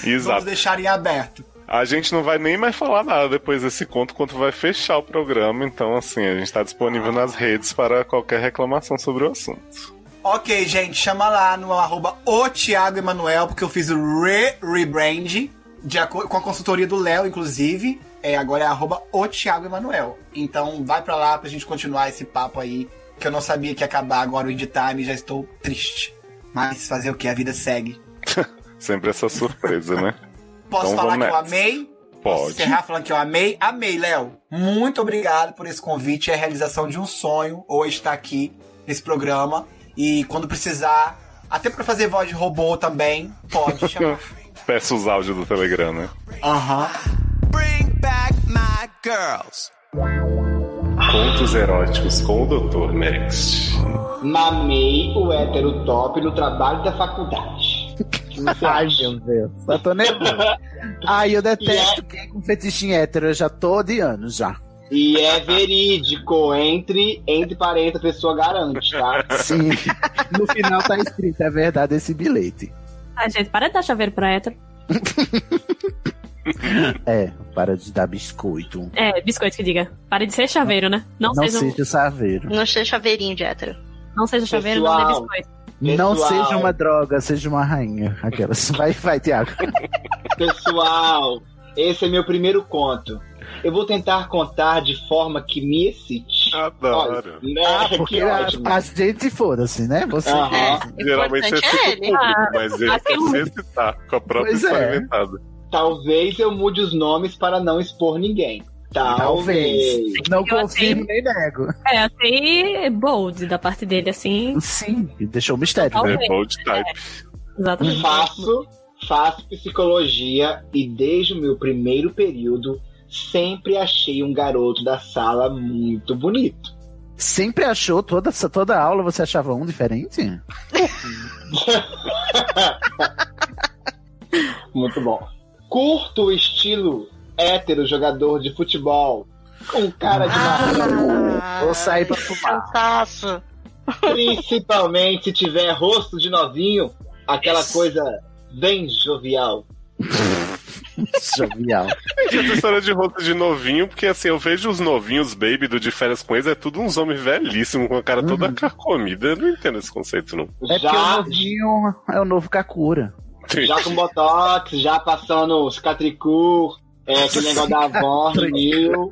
[SPEAKER 31] Vamos
[SPEAKER 1] Exato.
[SPEAKER 31] deixar em aberto.
[SPEAKER 1] A gente não vai nem mais falar nada depois desse conto, quanto vai fechar o programa. Então, assim, a gente está disponível nas redes para qualquer reclamação sobre o assunto.
[SPEAKER 31] Ok, gente, chama lá no arroba o Thiago Emanuel, porque eu fiz o re rebrand de acordo com a consultoria do Léo, inclusive. É, agora é arroba o Thiago Emanuel. Então vai pra lá pra gente continuar esse papo aí, que eu não sabia que ia acabar agora o Indie Time, já estou triste. Mas fazer o que? A vida segue.
[SPEAKER 1] Sempre essa surpresa, né?
[SPEAKER 31] Posso
[SPEAKER 1] Então
[SPEAKER 31] falar
[SPEAKER 1] vamos
[SPEAKER 31] que eu
[SPEAKER 1] nessa.
[SPEAKER 31] amei? Posso
[SPEAKER 1] Pode.
[SPEAKER 31] encerrar falando que eu amei? Amei, Léo. Muito obrigado por esse convite. É a realização de um sonho hoje estar aqui nesse programa. E quando precisar, até pra fazer voz de robô também, pode chamar.
[SPEAKER 1] Peço os áudios do Telegram, né?
[SPEAKER 31] Aham.
[SPEAKER 1] Contos eróticos com o Dr. Next.
[SPEAKER 2] Mamei o hétero top no trabalho da faculdade.
[SPEAKER 8] Ai, meu Deus. Só tô nervoso. Ai, eu detesto quem é com fetichinho hétero. Eu já tô odiando já.
[SPEAKER 2] E é verídico, entre, entre parênteses, a pessoa garante, tá?
[SPEAKER 8] Sim. No final tá escrito, é verdade, esse bilhete.
[SPEAKER 27] Ah, gente, para de dar chaveiro pra hétero.
[SPEAKER 8] É, para de dar biscoito.
[SPEAKER 27] É, biscoito que diga. Para de ser chaveiro, né? Não,
[SPEAKER 8] Não
[SPEAKER 27] seja, um-
[SPEAKER 8] seja saveiro.
[SPEAKER 32] Não seja chaveirinho de hétero.
[SPEAKER 27] não seja chaveiro, não dê
[SPEAKER 8] Pessoal.
[SPEAKER 27] biscoito.
[SPEAKER 8] Não
[SPEAKER 2] Pessoal.
[SPEAKER 8] seja uma droga, seja uma rainha. Aquelas. Vai, vai, Tiago.
[SPEAKER 2] Pessoal, esse é meu primeiro conto. Eu vou tentar contar de forma que me excite.
[SPEAKER 1] Adoro.
[SPEAKER 2] né?
[SPEAKER 8] Ah,
[SPEAKER 2] Que
[SPEAKER 8] porque a,
[SPEAKER 2] ótimo.
[SPEAKER 8] a gente foda-se, né? Você.
[SPEAKER 2] Aham.
[SPEAKER 1] Geralmente você
[SPEAKER 2] importante
[SPEAKER 1] cita o
[SPEAKER 2] é ele.
[SPEAKER 1] público,
[SPEAKER 2] Ah,
[SPEAKER 1] mas ele quer
[SPEAKER 2] aquilo-
[SPEAKER 1] se excitar com a própria
[SPEAKER 2] Pois é.
[SPEAKER 1] história inventada.
[SPEAKER 2] Talvez eu mude os nomes para não expor ninguém. Talvez.
[SPEAKER 8] Talvez. Não
[SPEAKER 2] assim,
[SPEAKER 27] Eu
[SPEAKER 8] confirmo
[SPEAKER 27] aceito.
[SPEAKER 8] nem nego.
[SPEAKER 27] É, achei bold da parte dele, assim.
[SPEAKER 8] Sim. E Deixou um mistério.
[SPEAKER 27] Talvez.
[SPEAKER 8] né?
[SPEAKER 1] É
[SPEAKER 8] Uhum.
[SPEAKER 1] Bold type.
[SPEAKER 27] Exatamente.
[SPEAKER 2] Faço, faço psicologia e desde o meu primeiro período sempre achei um garoto da sala muito bonito.
[SPEAKER 8] Sempre achou toda, toda aula você achava um diferente?
[SPEAKER 2] Muito bom. Curto o estilo hétero jogador de futebol com cara de marrom.
[SPEAKER 8] Ah. Vou sair pra fumar.
[SPEAKER 2] Principalmente se tiver rosto de novinho, aquela coisa bem jovial.
[SPEAKER 8] Jovial.
[SPEAKER 1] Gente, essa história de rosto de novinho, porque assim, eu vejo os novinhos, baby, do De Férias com Eles, é tudo uns homens velhíssimos, com a cara
[SPEAKER 8] Uhum.
[SPEAKER 1] toda carcomida. Eu não entendo esse conceito, não.
[SPEAKER 8] É porque o novinho é o novo Kakura.
[SPEAKER 2] Já com um botox, já passando os catricur, é, aquele negócio da Avon, Rio.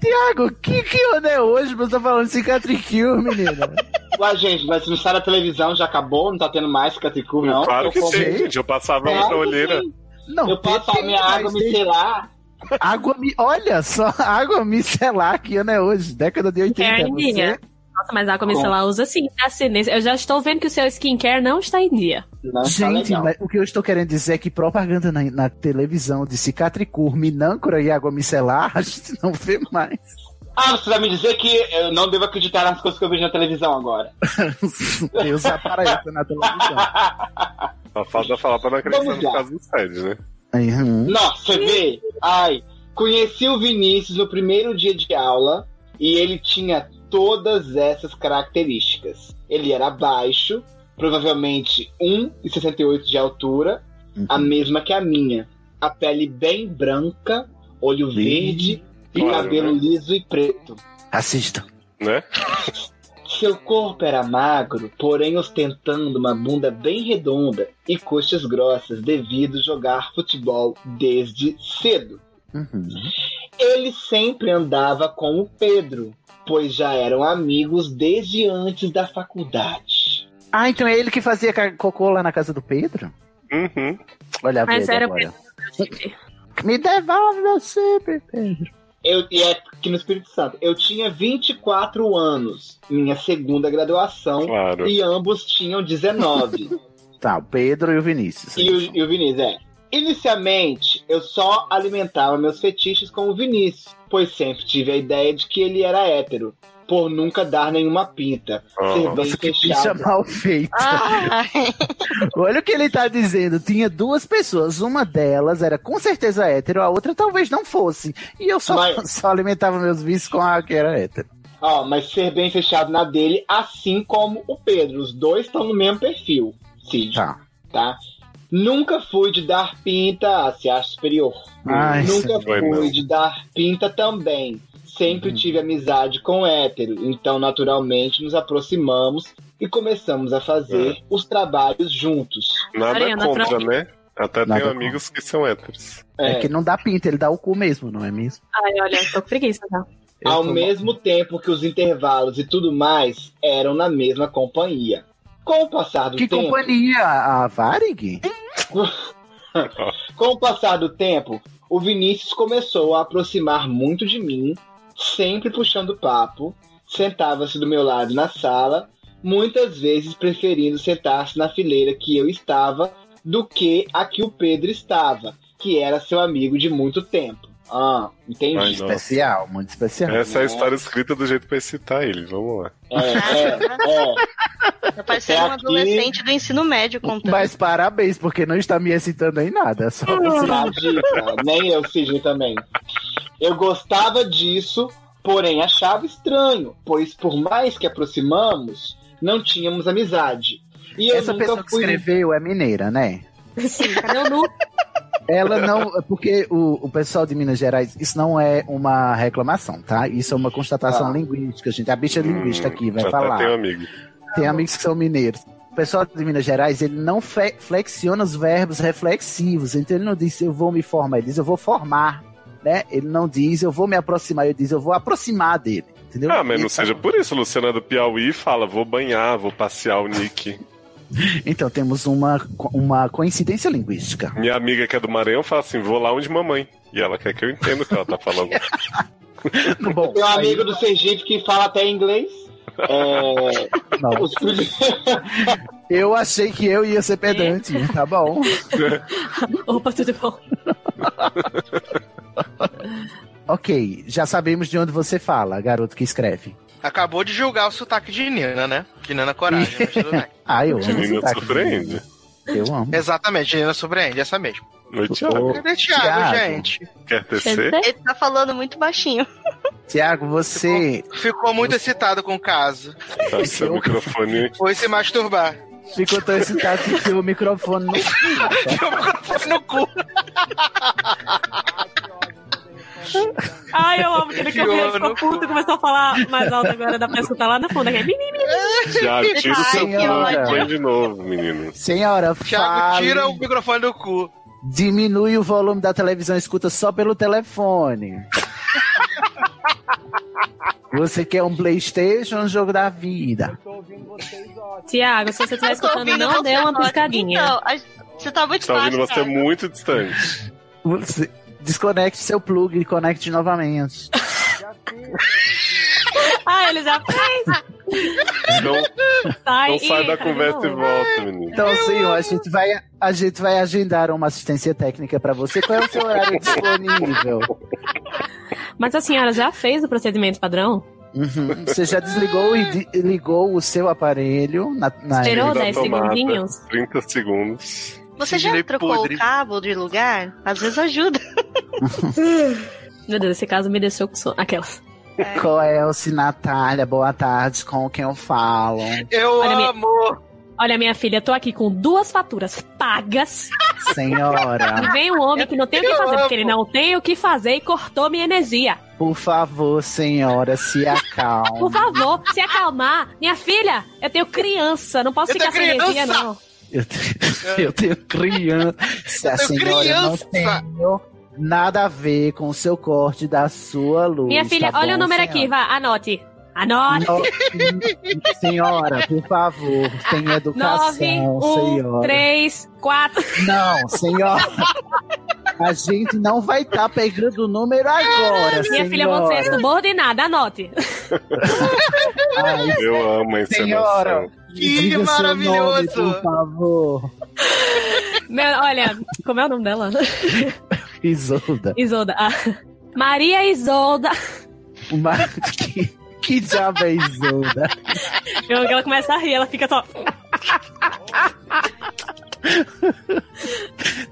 [SPEAKER 8] Tiago, que que onda é hoje? Você tá falando de cicatricure, menina.
[SPEAKER 2] Ué, gente, mas não sai da televisão, já acabou, não tá tendo mais catricur, não.
[SPEAKER 1] Claro que
[SPEAKER 2] Eu
[SPEAKER 1] tem,
[SPEAKER 2] como-
[SPEAKER 1] gente. Eu passava
[SPEAKER 2] Claro
[SPEAKER 1] outra
[SPEAKER 2] que
[SPEAKER 1] olheira.
[SPEAKER 2] sim.
[SPEAKER 8] Não,
[SPEAKER 2] eu passo a
[SPEAKER 8] tem,
[SPEAKER 2] minha
[SPEAKER 8] mas
[SPEAKER 2] água
[SPEAKER 8] tem-
[SPEAKER 2] micelar.
[SPEAKER 8] Água mi... Olha só, água micelar, que ano é hoje? Década de 80.
[SPEAKER 2] É,
[SPEAKER 27] Skincare em
[SPEAKER 8] Então, Você...
[SPEAKER 27] dia. Nossa, mas a água micelar usa sim, tá assim, nesse- Eu já estou vendo que o seu skincare não está em dia.
[SPEAKER 2] tá
[SPEAKER 8] Gente, mas o que eu estou querendo dizer é que propaganda na, na televisão de cicatricur, minâncora e água micelar, a gente não vê mais.
[SPEAKER 2] Ah, você vai me dizer que eu não devo acreditar nas coisas que eu vejo na televisão agora.
[SPEAKER 8] Deus aparece na televisão.
[SPEAKER 1] Só falta falar pra não acreditar
[SPEAKER 2] Vamos
[SPEAKER 1] no
[SPEAKER 2] lá.
[SPEAKER 1] caso do Sede, né?
[SPEAKER 8] hum.
[SPEAKER 2] Não, você vê? Ai, conheci o Vinícius no primeiro dia de aula e ele tinha todas essas características. Ele era baixo, provavelmente 1,68 de altura, a
[SPEAKER 8] Uhum.
[SPEAKER 2] mesma que a minha. A pele bem branca, olho verde e
[SPEAKER 8] Claro,
[SPEAKER 2] cabelo
[SPEAKER 8] né?
[SPEAKER 2] liso e preto.
[SPEAKER 8] Assista.
[SPEAKER 1] Né?
[SPEAKER 2] Seu corpo era magro, porém ostentando uma bunda bem redonda e coxas grossas devido jogar futebol desde cedo. Ele sempre andava com o Pedro, pois já eram amigos desde antes da faculdade.
[SPEAKER 8] Ah, então é ele que fazia ca- cocô lá na casa do Pedro?
[SPEAKER 1] Uhum.
[SPEAKER 8] Olha a
[SPEAKER 2] Mas
[SPEAKER 8] velha
[SPEAKER 2] era o
[SPEAKER 8] agora. Me devolve meu sempre, Pedro.
[SPEAKER 2] Eu, e é aqui no Espírito Santo. Eu tinha 24 anos, minha segunda graduação,
[SPEAKER 1] Claro.
[SPEAKER 2] e ambos tinham 19.
[SPEAKER 8] Tá, o Pedro e o Vinícius.
[SPEAKER 2] E o, e o Vinícius, é. Inicialmente, eu só alimentava meus fetiches com o Vinícius, pois sempre tive a ideia de que ele era hétero, por nunca dar nenhuma pinta, ser bem
[SPEAKER 8] Nossa, que bicha
[SPEAKER 2] fechado.
[SPEAKER 8] mal feita. Olha o que ele tá dizendo. Tinha duas pessoas. Uma delas era com certeza hétero, a outra talvez não fosse. E eu só,
[SPEAKER 2] Mas-
[SPEAKER 8] só alimentava meus vícios com a que era hétero.
[SPEAKER 2] Ó, mas ser bem fechado na dele, assim como o Pedro. Os dois estão no mesmo perfil, Cid.
[SPEAKER 8] Tá.
[SPEAKER 2] tá? Nunca fui de dar pinta, se acha superior.
[SPEAKER 8] Ai,
[SPEAKER 2] Nunca
[SPEAKER 8] senhor.
[SPEAKER 2] fui
[SPEAKER 8] Foi, não.
[SPEAKER 2] de dar pinta também.
[SPEAKER 8] Uhum.
[SPEAKER 2] Sempre tive amizade com hétero, então naturalmente nos aproximamos e começamos a fazer os trabalhos juntos.
[SPEAKER 1] É. Nada
[SPEAKER 2] Ariana,
[SPEAKER 1] contra,
[SPEAKER 2] pra-
[SPEAKER 1] né? Até
[SPEAKER 2] Nada
[SPEAKER 1] tenho
[SPEAKER 2] contra.
[SPEAKER 1] amigos que são héteros.
[SPEAKER 2] É.
[SPEAKER 8] É. que não dá pinta, ele dá o cu mesmo, não é mesmo?
[SPEAKER 27] Ai, olha, tô com preguiça tá? já.
[SPEAKER 2] Ao mesmo tempo que os intervalos e tudo mais eram na mesma companhia. Com o passar do
[SPEAKER 8] que
[SPEAKER 2] tempo.
[SPEAKER 8] companhia? A Varig?
[SPEAKER 2] Com o passar do tempo, o Vinícius começou a aproximar muito de mim, sempre puxando papo, sentava-se do meu lado na sala, muitas vezes preferindo sentar-se na fileira que eu estava do que a que o Pedro estava, que era seu amigo de muito tempo. Ah, entendi.
[SPEAKER 1] Ai, nossa.
[SPEAKER 8] Especial, muito especial.
[SPEAKER 1] Essa é a história escrita do jeito pra excitar ele. Vamos lá.
[SPEAKER 2] É.
[SPEAKER 6] Eu parecia
[SPEAKER 8] Até
[SPEAKER 6] um
[SPEAKER 8] aqui.
[SPEAKER 6] adolescente do ensino médio contando.
[SPEAKER 8] Mas parabéns, porque não está me excitando em nada. Só
[SPEAKER 27] Ah.
[SPEAKER 2] Imagina, nem eu, Cid, também. Eu gostava disso, porém achava estranho, pois por mais que aproximamos, não tínhamos amizade. E eu
[SPEAKER 8] Essa
[SPEAKER 2] nunca
[SPEAKER 8] pessoa que
[SPEAKER 2] fui.
[SPEAKER 8] escreveu é mineira, né?
[SPEAKER 27] Sim, cadê o nu?
[SPEAKER 8] Ela não. é Porque o, o pessoal de Minas Gerais, isso não é uma reclamação, tá? Isso é uma constatação linguística, gente. A bicha linguista aqui vai
[SPEAKER 1] Até
[SPEAKER 8] falar.
[SPEAKER 1] tenho amigo.
[SPEAKER 8] Tem amigos que são mineiros. O pessoal de Minas Gerais, ele não fe- flexiona os verbos reflexivos. Então ele não diz eu vou me formar, ele diz eu vou formar, né? Ele não diz eu vou me aproximar, ele diz eu vou aproximar dele. Entendeu?
[SPEAKER 1] Ah, mas não
[SPEAKER 8] Isso.
[SPEAKER 1] seja por isso. Luciana do Piauí fala: vou banhar, vou passear o Nick.
[SPEAKER 8] Então temos uma, co- uma coincidência linguística.
[SPEAKER 1] Minha amiga que é do Maranhão fala assim: vou lá onde mamãe. E ela quer que eu entenda o que ela tá falando.
[SPEAKER 8] Tá Bom,
[SPEAKER 2] Meu amigo do Sergipe que fala até inglês.
[SPEAKER 27] Oh.
[SPEAKER 2] É,
[SPEAKER 8] Não.
[SPEAKER 2] os primeiros-
[SPEAKER 8] Eu achei que eu ia ser pedante, tá bom.
[SPEAKER 27] Opa, tudo bom?
[SPEAKER 8] ok, já sabemos de onde você fala, garoto que escreve.
[SPEAKER 15] Acabou de julgar o sotaque de Nina, né? De Nina Coragem, mas tudo bem.
[SPEAKER 8] Ah, eu amo.
[SPEAKER 15] Menina
[SPEAKER 8] esse sotaque.
[SPEAKER 1] surpreende.
[SPEAKER 8] Eu amo.
[SPEAKER 15] Exatamente, Nina surpreende, essa mesmo.
[SPEAKER 1] Oi,
[SPEAKER 8] Thiago.
[SPEAKER 15] Cadê Thiago, gente?
[SPEAKER 1] Quer
[SPEAKER 6] Ele tá falando muito baixinho.
[SPEAKER 8] Tiago, você
[SPEAKER 15] Ficou muito excitado com o caso.
[SPEAKER 1] Tá seu microfone.
[SPEAKER 15] Foi se masturbar.
[SPEAKER 8] ficou tão excitado que enfiou o microfone no.
[SPEAKER 15] Foi Tá no cu.
[SPEAKER 27] Ai, eu amo aquele que
[SPEAKER 15] Enfiou
[SPEAKER 27] ele ficou puto e começou a falar mais alto agora, dá pra escutar lá no fundo. Aquele...
[SPEAKER 1] Já tira o seu
[SPEAKER 8] Ai, que
[SPEAKER 1] cu e põe
[SPEAKER 8] ódio.
[SPEAKER 1] de novo, menino.
[SPEAKER 8] Senhora,
[SPEAKER 15] Thiago,
[SPEAKER 8] fale.
[SPEAKER 15] tira o microfone do cu.
[SPEAKER 8] Diminui o volume da televisão, escuta só pelo telefone. Você quer um Playstation ou um jogo da vida?
[SPEAKER 27] Tiago, se você estiver escutando, não dê uma piscadinha.
[SPEAKER 6] Então, a- você tá muito
[SPEAKER 1] Tá ouvindo
[SPEAKER 6] baixo,
[SPEAKER 1] você
[SPEAKER 6] cara.
[SPEAKER 1] muito distante.
[SPEAKER 8] Você desconecte seu plug e conecte novamente.
[SPEAKER 27] Ah, ele já fez!
[SPEAKER 1] Não, não
[SPEAKER 27] Sai
[SPEAKER 1] Então sai
[SPEAKER 27] e
[SPEAKER 1] da
[SPEAKER 27] entra
[SPEAKER 1] conversa
[SPEAKER 27] de
[SPEAKER 1] e
[SPEAKER 27] novo.
[SPEAKER 1] volta, menino.
[SPEAKER 8] Então, senhor, a gente vai, a gente vai agendar uma assistência técnica pra você. Qual é o seu horário disponível?
[SPEAKER 27] Mas a senhora já fez o procedimento padrão?
[SPEAKER 8] Uhum. Você já desligou e di- ligou o seu aparelho na, na
[SPEAKER 27] Esperou
[SPEAKER 1] Da
[SPEAKER 27] 10
[SPEAKER 1] tomada,
[SPEAKER 27] segundinhos?
[SPEAKER 1] 30 segundos.
[SPEAKER 6] Você já trocou o cabo de lugar? Às vezes ajuda.
[SPEAKER 27] Meu Deus, esse caso me deixou com sono. Aquelas.
[SPEAKER 8] É. Coelce, Natália, boa tarde, com quem eu falo.
[SPEAKER 15] Eu
[SPEAKER 27] amo! Olha, minha filha, tô aqui com duas faturas pagas. E
[SPEAKER 8] Senhora,
[SPEAKER 27] vem um homem que não tem o que
[SPEAKER 15] eu
[SPEAKER 27] fazer,
[SPEAKER 15] amo.
[SPEAKER 27] porque ele não tem o que fazer e cortou minha energia.
[SPEAKER 8] por favor, senhora, se
[SPEAKER 27] Por
[SPEAKER 8] acalme.
[SPEAKER 27] favor, se acalmar. Minha filha, eu tenho criança, não posso
[SPEAKER 15] Eu
[SPEAKER 27] ficar
[SPEAKER 15] tenho
[SPEAKER 27] sem energia,
[SPEAKER 15] criança!
[SPEAKER 27] não.
[SPEAKER 8] Eu, te- eu tenho criança. a
[SPEAKER 27] tenho
[SPEAKER 8] senhora não
[SPEAKER 27] criança.
[SPEAKER 8] tenho nada a ver com o seu corte da sua luz.
[SPEAKER 27] Minha filha,
[SPEAKER 8] tá
[SPEAKER 27] olha o
[SPEAKER 8] bom,
[SPEAKER 27] número aqui,
[SPEAKER 8] senhora?
[SPEAKER 27] vá, anote. Anote.
[SPEAKER 8] No- senhora, por favor, tenha educação,
[SPEAKER 27] 9, 1,
[SPEAKER 8] senhora.
[SPEAKER 27] 3, 4.
[SPEAKER 8] Não, senhora. A gente não vai estar pegando o número agora,
[SPEAKER 27] Minha
[SPEAKER 8] senhora.
[SPEAKER 27] filha, você é subordinada, anote.
[SPEAKER 1] Eu amo a encenação.
[SPEAKER 8] Senhora,
[SPEAKER 27] Que
[SPEAKER 8] diga seu nome,
[SPEAKER 27] maravilhoso.
[SPEAKER 8] por favor.
[SPEAKER 27] Meu- olha, como é o nome dela?
[SPEAKER 8] Isolda.
[SPEAKER 27] Isolda. Ah. Maria Isolda.
[SPEAKER 8] Uma- Que, que diabo é Isolda?
[SPEAKER 27] Eu, ela começa a rir, ela fica só.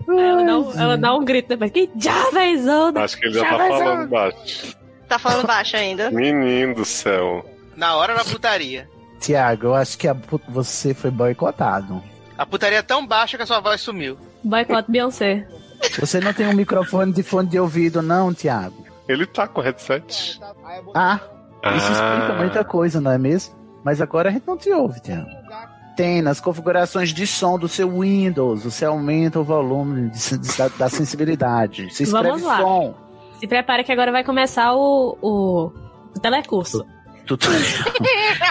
[SPEAKER 27] Aí ela, dá um, ela dá um grito depois. Que diabo é Isolda? é
[SPEAKER 1] Acho que ele já tá falando baixo.
[SPEAKER 6] Tá falando baixo ainda.
[SPEAKER 1] Menino do céu.
[SPEAKER 15] Na hora da putaria.
[SPEAKER 8] Tiago, eu acho que a pu- você foi boicotado.
[SPEAKER 15] A putaria é tão baixa que a sua voz sumiu.
[SPEAKER 27] Boicote Beyoncé.
[SPEAKER 8] Você não tem um microfone de fone de ouvido, não, Tiago?
[SPEAKER 1] Ele tá com headset.
[SPEAKER 8] Ah, isso explica muita coisa, não é mesmo? Mas agora a gente não te ouve, Tiago. Tem nas configurações de som do seu Windows, você aumenta o volume de sen- da, da sensibilidade. Você escreve
[SPEAKER 27] Vamos lá.
[SPEAKER 8] som.
[SPEAKER 27] Se prepara que agora vai começar o, o, o telecurso.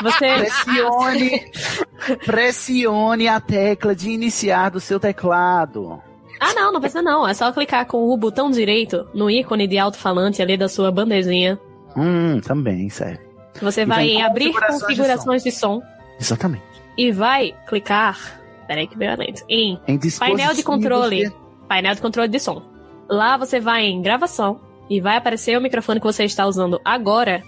[SPEAKER 27] Você
[SPEAKER 8] Pressione, pressione a tecla de iniciar do seu teclado.
[SPEAKER 27] Ah, não, não precisa não. É só clicar com o botão direito no ícone de alto-falante ali da sua bandejinha.
[SPEAKER 8] Hum, também, sério.
[SPEAKER 27] Você
[SPEAKER 8] E
[SPEAKER 27] vai
[SPEAKER 8] vem
[SPEAKER 27] em abrir
[SPEAKER 8] configurações de
[SPEAKER 27] configurações de som.
[SPEAKER 8] Exatamente.
[SPEAKER 27] e vai clicar. Peraí que veio a lente. Em,
[SPEAKER 8] Em
[SPEAKER 27] painel de
[SPEAKER 8] dispositivos
[SPEAKER 27] controle.
[SPEAKER 8] de-
[SPEAKER 27] Painel de controle de som. Lá você vai em gravação e vai aparecer o microfone que você está usando agora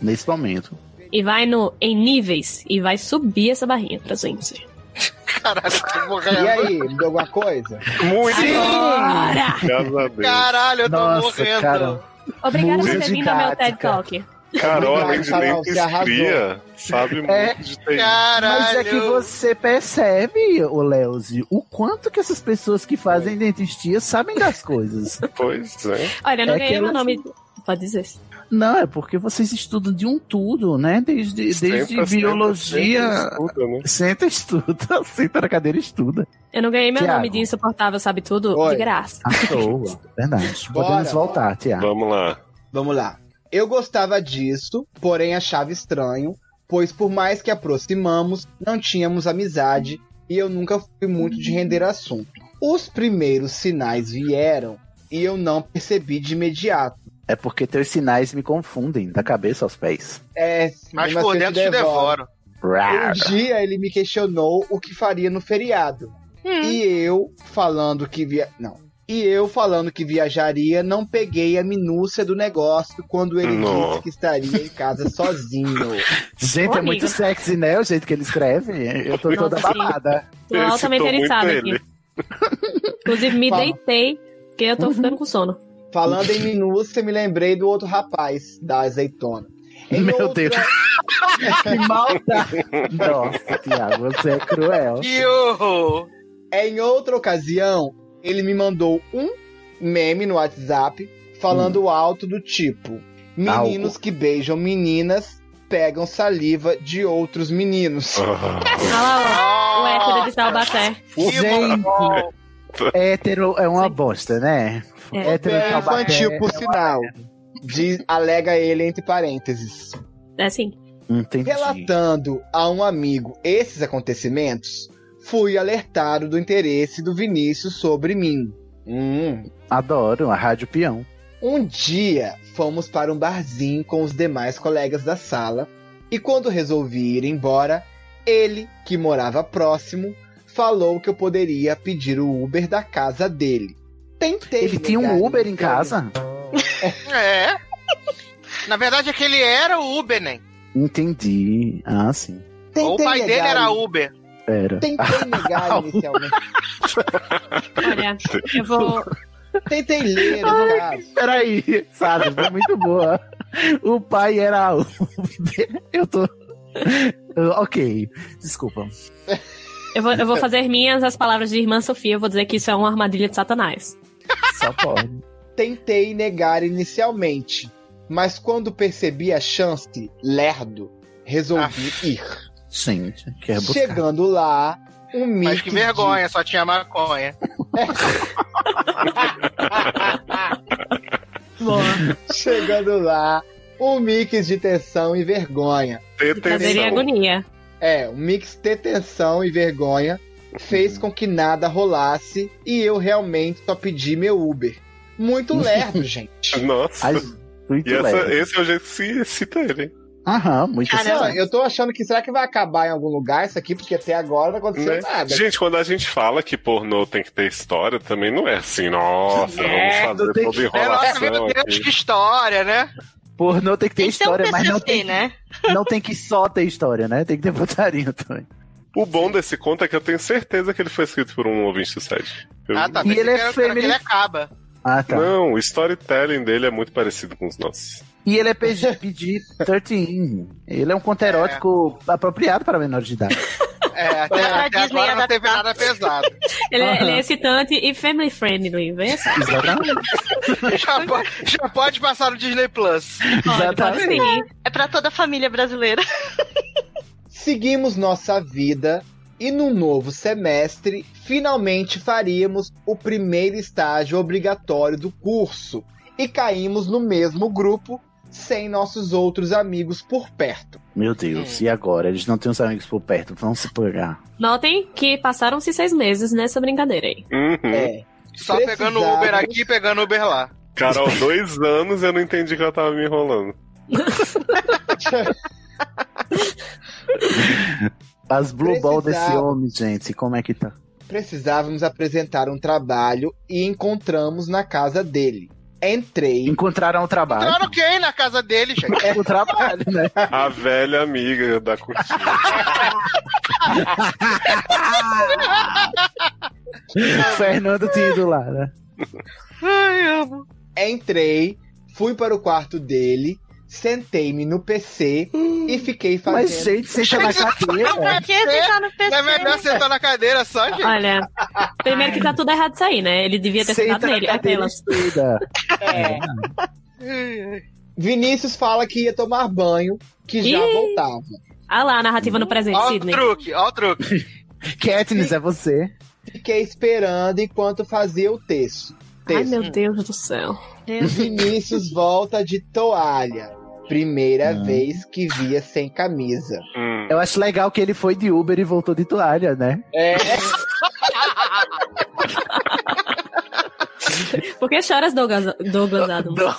[SPEAKER 8] Nesse momento.
[SPEAKER 27] e vai no em níveis e vai subir essa barrinha pra gente.
[SPEAKER 2] E aí, me deu alguma coisa?
[SPEAKER 1] Muito!
[SPEAKER 27] Agora!
[SPEAKER 1] Graças a Deus.
[SPEAKER 2] Caralho, eu tô
[SPEAKER 1] Nossa,
[SPEAKER 2] morrendo.
[SPEAKER 1] cara.
[SPEAKER 27] Obrigada por
[SPEAKER 1] Música
[SPEAKER 27] ter vindo ao meu TED
[SPEAKER 1] didática.
[SPEAKER 27] Talk.
[SPEAKER 1] Carol, além de
[SPEAKER 2] Carol, você arrasou.
[SPEAKER 1] dentistria, sabe muito
[SPEAKER 8] É.
[SPEAKER 1] de TI.
[SPEAKER 8] Mas é que você percebe, o Leozi, o quanto que essas pessoas que fazem dentistia sabem das coisas.
[SPEAKER 1] Pois é.
[SPEAKER 27] Olha, eu não
[SPEAKER 8] É
[SPEAKER 27] ganhei
[SPEAKER 8] que
[SPEAKER 27] meu
[SPEAKER 8] elas-
[SPEAKER 27] nome. Pode dizer.
[SPEAKER 8] Não, é porque vocês estudam de um tudo, né? Desde,
[SPEAKER 27] Senta,
[SPEAKER 8] desde
[SPEAKER 27] senta,
[SPEAKER 8] biologia.
[SPEAKER 27] senta,
[SPEAKER 8] Senta, estuda. Senta na cadeira e estuda.
[SPEAKER 27] Eu não ganhei meu
[SPEAKER 8] Thiago.
[SPEAKER 27] nome de insuportável, sabe tudo? De graça.
[SPEAKER 8] À toa. Verdade. Podemos voltar, Tiago.
[SPEAKER 1] Vamos lá.
[SPEAKER 2] Vamos lá. Eu gostava disso, porém achava estranho, pois por mais que aproximamos, não tínhamos amizade e eu nunca fui muito de render assunto. Os primeiros sinais vieram e eu não percebi de imediato.
[SPEAKER 8] É porque teus sinais me confundem, da cabeça aos pés.
[SPEAKER 2] É,
[SPEAKER 15] Mas
[SPEAKER 2] mesmo
[SPEAKER 15] por
[SPEAKER 2] assim eu
[SPEAKER 15] dentro te devoro.
[SPEAKER 2] Um
[SPEAKER 8] Rar.
[SPEAKER 2] dia ele me questionou o que faria no feriado. E eu falando que via... não. E eu falando que viajaria, não peguei a minúcia do negócio quando ele
[SPEAKER 8] Nó.
[SPEAKER 2] disse que estaria em casa sozinho.
[SPEAKER 8] Gente, é muito sexy, né? O jeito que ele escreve. Eu tô
[SPEAKER 27] Nossa,
[SPEAKER 8] toda
[SPEAKER 27] sim.
[SPEAKER 8] babada.
[SPEAKER 27] Tô altamente irritada aqui. Inclusive, me
[SPEAKER 2] Fala.
[SPEAKER 27] deitei, porque eu tô ficando Tá com sono.
[SPEAKER 2] Falando em minúcia, me lembrei do outro rapaz da azeitona. Então,
[SPEAKER 8] Meu Deus. que maldade. Nossa, Tiago, você é cruel.
[SPEAKER 2] É, Em outra ocasião, ele me mandou um meme no WhatsApp falando alto do tipo: Meninos que beijam meninas pegam saliva de outros meninos.
[SPEAKER 8] Ah.
[SPEAKER 27] Olha lá, ó, o hétero de Taubaté.
[SPEAKER 8] Gente, hétero é uma bosta, né?
[SPEAKER 27] É.
[SPEAKER 8] Hétero
[SPEAKER 2] É
[SPEAKER 8] Taubaté
[SPEAKER 2] infantil, por
[SPEAKER 8] é uma
[SPEAKER 2] sinal. Diz, alega ele entre parênteses.
[SPEAKER 27] É assim.
[SPEAKER 8] Entendi.
[SPEAKER 2] Relatando a um amigo esses acontecimentos, fui alertado do interesse do Vinícius sobre mim. Hum.
[SPEAKER 8] Adoro, a Rádio Peão.
[SPEAKER 2] Um dia fomos para um barzinho com os demais colegas da sala e quando resolvi ir embora, ele, que morava próximo, falou que eu poderia pedir o Uber da casa dele. Tentei.
[SPEAKER 8] Ele tinha
[SPEAKER 2] negar
[SPEAKER 8] um Uber
[SPEAKER 2] isso.
[SPEAKER 8] em casa?
[SPEAKER 15] É. Na verdade é que ele era o Uber, né?
[SPEAKER 8] Entendi. Ah, sim.
[SPEAKER 15] Ou o pai dele era Uber.
[SPEAKER 8] Era.
[SPEAKER 2] Tentei negar inicialmente.
[SPEAKER 27] Olha, eu vou.
[SPEAKER 2] Tentei ler o
[SPEAKER 8] Ai,
[SPEAKER 2] caso.
[SPEAKER 8] Peraí, sabe? Foi muito boa. O pai era o. Eu tô. Eu- Ok, desculpa.
[SPEAKER 27] Eu vou, eu vou fazer minhas as palavras de irmã Sofia. Eu vou dizer que isso é uma armadilha de Satanás.
[SPEAKER 8] Só pode.
[SPEAKER 2] Tentei negar inicialmente, mas quando percebi a chance, lerdo, resolvi ir.
[SPEAKER 8] Gente, quer buscar.
[SPEAKER 2] Chegando lá, um mix
[SPEAKER 15] Mas que vergonha, só tinha maconha.
[SPEAKER 2] De... Chegando lá, um mix de tensão e vergonha.
[SPEAKER 27] Prazer e agonia.
[SPEAKER 2] É, um mix de tensão e vergonha fez com que nada rolasse e eu realmente só pedi meu Uber. Muito lerdo, gente.
[SPEAKER 1] Nossa.
[SPEAKER 8] muito
[SPEAKER 1] e essa,
[SPEAKER 2] leve.
[SPEAKER 1] esse é o jeito que se excita ele.
[SPEAKER 8] Aham, muito
[SPEAKER 2] Caramba, eu tô achando que será que vai acabar em algum lugar isso aqui? Porque até agora não aconteceu
[SPEAKER 1] Né?
[SPEAKER 2] nada.
[SPEAKER 1] Gente, quando a gente fala que pornô tem que ter história, também não é assim, nossa,
[SPEAKER 15] É,
[SPEAKER 1] vamos fazer toda
[SPEAKER 15] Nossa, meu
[SPEAKER 1] enrolação
[SPEAKER 15] Deus,
[SPEAKER 1] aqui.
[SPEAKER 15] que história, né?
[SPEAKER 8] Pornô tem que ter
[SPEAKER 27] é um
[SPEAKER 15] Então
[SPEAKER 8] história, mas não
[SPEAKER 15] PCC,
[SPEAKER 8] tem,
[SPEAKER 15] né?
[SPEAKER 8] não tem que só ter história, né? Tem que ter putaria também.
[SPEAKER 1] O bom desse conto é que eu tenho certeza que ele foi escrito por um ouvinte do site. Eu-
[SPEAKER 15] Ah, tá.
[SPEAKER 8] E ele é family-
[SPEAKER 15] Ele acaba.
[SPEAKER 8] Ah, tá.
[SPEAKER 1] Não, o storytelling dele é muito parecido com os nossos.
[SPEAKER 8] E ele é PG, PG 13. Ele é um conto erótico apropriado para menor de idade.
[SPEAKER 15] É, até,
[SPEAKER 33] Dá pra
[SPEAKER 15] até
[SPEAKER 33] Disney
[SPEAKER 15] agora não
[SPEAKER 33] adaptar.
[SPEAKER 15] teve nada pesado.
[SPEAKER 27] Ele, é- ele é excitante e family friendly, vem assim.
[SPEAKER 15] já, pode, já pode passar no Disney Plus.
[SPEAKER 33] É pra toda a família brasileira.
[SPEAKER 2] Seguimos nossa vida e no novo semestre finalmente faríamos o primeiro estágio obrigatório do curso e caímos no mesmo grupo sem nossos outros amigos por perto.
[SPEAKER 34] Meu Deus, e agora? Eles não têm os amigos por perto, vão se pegar.
[SPEAKER 27] Notem que passaram-se seis meses nessa brincadeira aí.
[SPEAKER 1] Uhum.
[SPEAKER 2] É.
[SPEAKER 15] Só pegando Uber aqui e pegando Uber lá.
[SPEAKER 1] Carol, dois anos eu não entendi que ela tava me enrolando.
[SPEAKER 34] As Blue Ball desse
[SPEAKER 2] Precisava.
[SPEAKER 34] homem, gente, como é que tá?
[SPEAKER 2] Precisávamos apresentar um trabalho e encontramos na casa dele. Entrei.
[SPEAKER 34] Encontraram o trabalho.
[SPEAKER 15] Claro que é na casa dele, gente.
[SPEAKER 2] Ah. É o trabalho, né?
[SPEAKER 1] A velha amiga da cortina.
[SPEAKER 2] Fernando tinha ido lá, né? Ai, amo. Entrei, fui para o quarto dele, sentei-me no PC e fiquei fazendo.
[SPEAKER 15] Mas, gente, senta na cadeira.
[SPEAKER 33] Pra que sentar no PC?
[SPEAKER 15] É melhor sentar na cadeira só, gente.
[SPEAKER 27] Olha, primeiro que tá tudo errado isso aí, né? Ele devia ter sentado nele, aquelas.
[SPEAKER 2] Vinícius fala que ia tomar banho, que já
[SPEAKER 27] Ih.
[SPEAKER 2] voltava.
[SPEAKER 27] Ah lá, a narrativa no presente, Sidney.
[SPEAKER 15] ó o truque.
[SPEAKER 2] Katniss, é você. Fiquei esperando enquanto fazia o texto.
[SPEAKER 27] Ai,
[SPEAKER 2] texto.
[SPEAKER 27] meu Deus do céu.
[SPEAKER 2] Vinícius volta de toalha. Primeira vez que via sem camisa.
[SPEAKER 34] Hum. Eu acho legal que tá. ele foi de Uber e voltou de toalha, né?
[SPEAKER 2] É.
[SPEAKER 27] Por que choras, Douglas, Douglas Adams?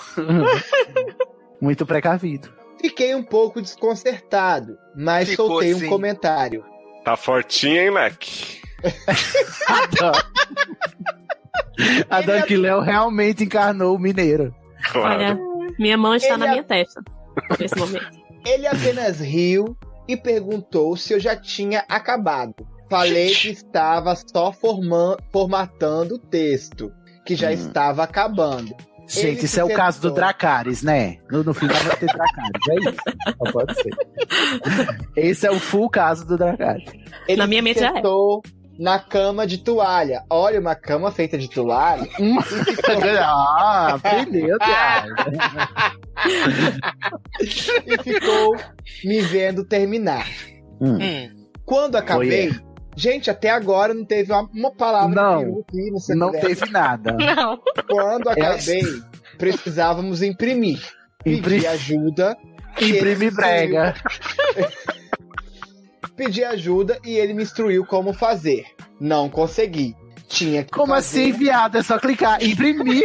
[SPEAKER 2] Muito precavido. Fiquei um pouco desconcertado, mas
[SPEAKER 1] Ficou
[SPEAKER 2] soltei um
[SPEAKER 1] sim.
[SPEAKER 2] comentário.
[SPEAKER 1] Tá fortinha, hein, Leque?
[SPEAKER 2] A
[SPEAKER 34] Dan que Léo realmente encarnou o mineiro.
[SPEAKER 27] Olha, minha mão está
[SPEAKER 2] Ele
[SPEAKER 27] na
[SPEAKER 2] é-
[SPEAKER 27] minha testa nesse momento.
[SPEAKER 2] Ele apenas riu e perguntou se eu já tinha acabado. Falei que estava só forman- formatando o texto, que já estava acabando.
[SPEAKER 34] Hum. Gente, isso é o caso do Dracarys, né? No, no final vai ter Dracarys, é isso. Só pode ser.
[SPEAKER 2] Esse é o full caso do Dracarys. Ele
[SPEAKER 27] Na minha
[SPEAKER 2] se
[SPEAKER 27] mente já é.
[SPEAKER 2] sentou na cama de toalha. Olha, uma cama feita de toalha.
[SPEAKER 34] Ah, aprendeu,
[SPEAKER 2] e ficou me vendo terminar.
[SPEAKER 34] Hum.
[SPEAKER 2] Quando acabei,
[SPEAKER 34] Voyeur.
[SPEAKER 2] gente, até agora não teve uma, uma palavra
[SPEAKER 34] Não,
[SPEAKER 2] de peru aqui, sei
[SPEAKER 34] não
[SPEAKER 2] o que é.
[SPEAKER 34] teve nada. Não.
[SPEAKER 2] Quando
[SPEAKER 34] É
[SPEAKER 2] acabei,
[SPEAKER 34] assim.
[SPEAKER 2] precisávamos imprimir. Pedir ajuda. e
[SPEAKER 34] Imprimir
[SPEAKER 2] ele
[SPEAKER 34] brega.
[SPEAKER 2] instruiu- Pedi ajuda e ele me instruiu como fazer. Não consegui. Tinha que
[SPEAKER 34] Como assim, viado? É só clicar, imprimir.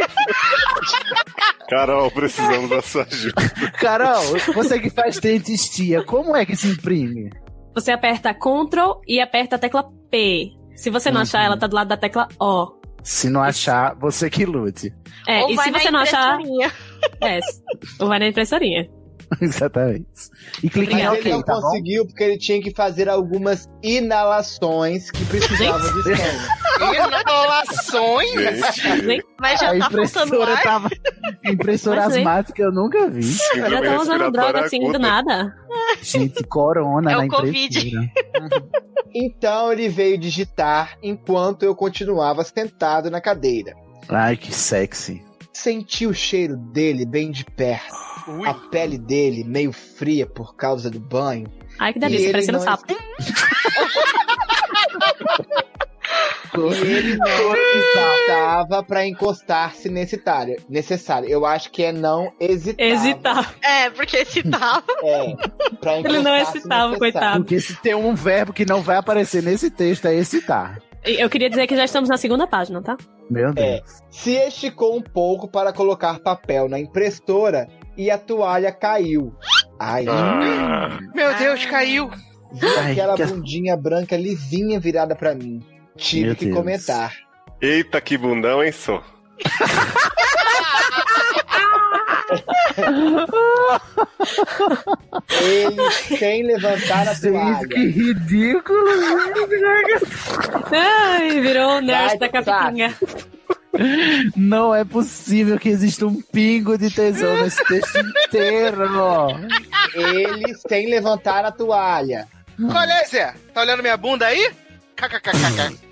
[SPEAKER 1] Carol, precisamos da sua ajuda.
[SPEAKER 34] Carol, você que faz dentistia, como é que se imprime?
[SPEAKER 27] Você aperta Ctrl e aperta a tecla P. Se você não achar, ela tá do lado da tecla O.
[SPEAKER 34] Se não achar, você que lute.
[SPEAKER 27] É,
[SPEAKER 33] Ou
[SPEAKER 27] e
[SPEAKER 33] vai
[SPEAKER 27] se
[SPEAKER 33] na
[SPEAKER 27] você não achar.
[SPEAKER 33] impressorinha.
[SPEAKER 27] É, ou vai na impressorinha.
[SPEAKER 34] Exatamente. E clicar em
[SPEAKER 2] Mas ele
[SPEAKER 27] é
[SPEAKER 34] OK,
[SPEAKER 27] um
[SPEAKER 2] não
[SPEAKER 34] tá bom?
[SPEAKER 2] conseguiu porque ele tinha que fazer algumas inalações que precisavam de escândalo.
[SPEAKER 15] é Inalações?
[SPEAKER 33] Mas já
[SPEAKER 34] a
[SPEAKER 33] tá faltando
[SPEAKER 34] impressora
[SPEAKER 33] ar.
[SPEAKER 34] tava. Impressora
[SPEAKER 33] Mas, hein?
[SPEAKER 34] asmática eu nunca vi.
[SPEAKER 27] Ela tá usando droga assim do nada.
[SPEAKER 34] Gente, corona
[SPEAKER 2] É o
[SPEAKER 34] na
[SPEAKER 2] Covid.
[SPEAKER 34] impressora.
[SPEAKER 2] Então ele veio digitar enquanto eu continuava sentado na cadeira.
[SPEAKER 34] Ai, que sexy.
[SPEAKER 2] Senti o cheiro dele bem de perto. A pele dele meio fria por causa do banho.
[SPEAKER 27] Ai, que
[SPEAKER 2] E
[SPEAKER 27] delícia,
[SPEAKER 2] ele
[SPEAKER 27] parecendo um
[SPEAKER 2] não-
[SPEAKER 27] sapo.
[SPEAKER 2] E ele não estava para encostar-se necessário. necessário. Eu acho que é não hesitar.
[SPEAKER 27] Hesitar.
[SPEAKER 33] É, porque excitava.
[SPEAKER 2] É. Pra
[SPEAKER 27] Ele não excitava,
[SPEAKER 2] encostar-se necessário.
[SPEAKER 27] coitado.
[SPEAKER 34] Porque se tem um verbo que não vai aparecer nesse texto, é excitar.
[SPEAKER 27] Eu queria dizer que já estamos na segunda página, tá?
[SPEAKER 34] Meu Deus.
[SPEAKER 2] Se esticou um pouco para colocar papel na impressora e a toalha caiu. Ai,
[SPEAKER 1] Ah.
[SPEAKER 15] Meu Deus, caiu.
[SPEAKER 2] vi aquela bundinha branca lisinha virada para mim. Tive
[SPEAKER 1] Meu
[SPEAKER 2] que
[SPEAKER 1] Deus.
[SPEAKER 2] comentar.
[SPEAKER 1] Eita, que bundão, hein, só?
[SPEAKER 2] Ele sem levantar a toalha.
[SPEAKER 34] Que ridículo!
[SPEAKER 27] Ai, virou o nerd da capitinha.
[SPEAKER 34] Não é possível que exista um pingo de tesão nesse texto inteiro.
[SPEAKER 2] Ele sem levantar a toalha.
[SPEAKER 15] Olha aí, Zé. Tá olhando minha bunda aí? KKKKK.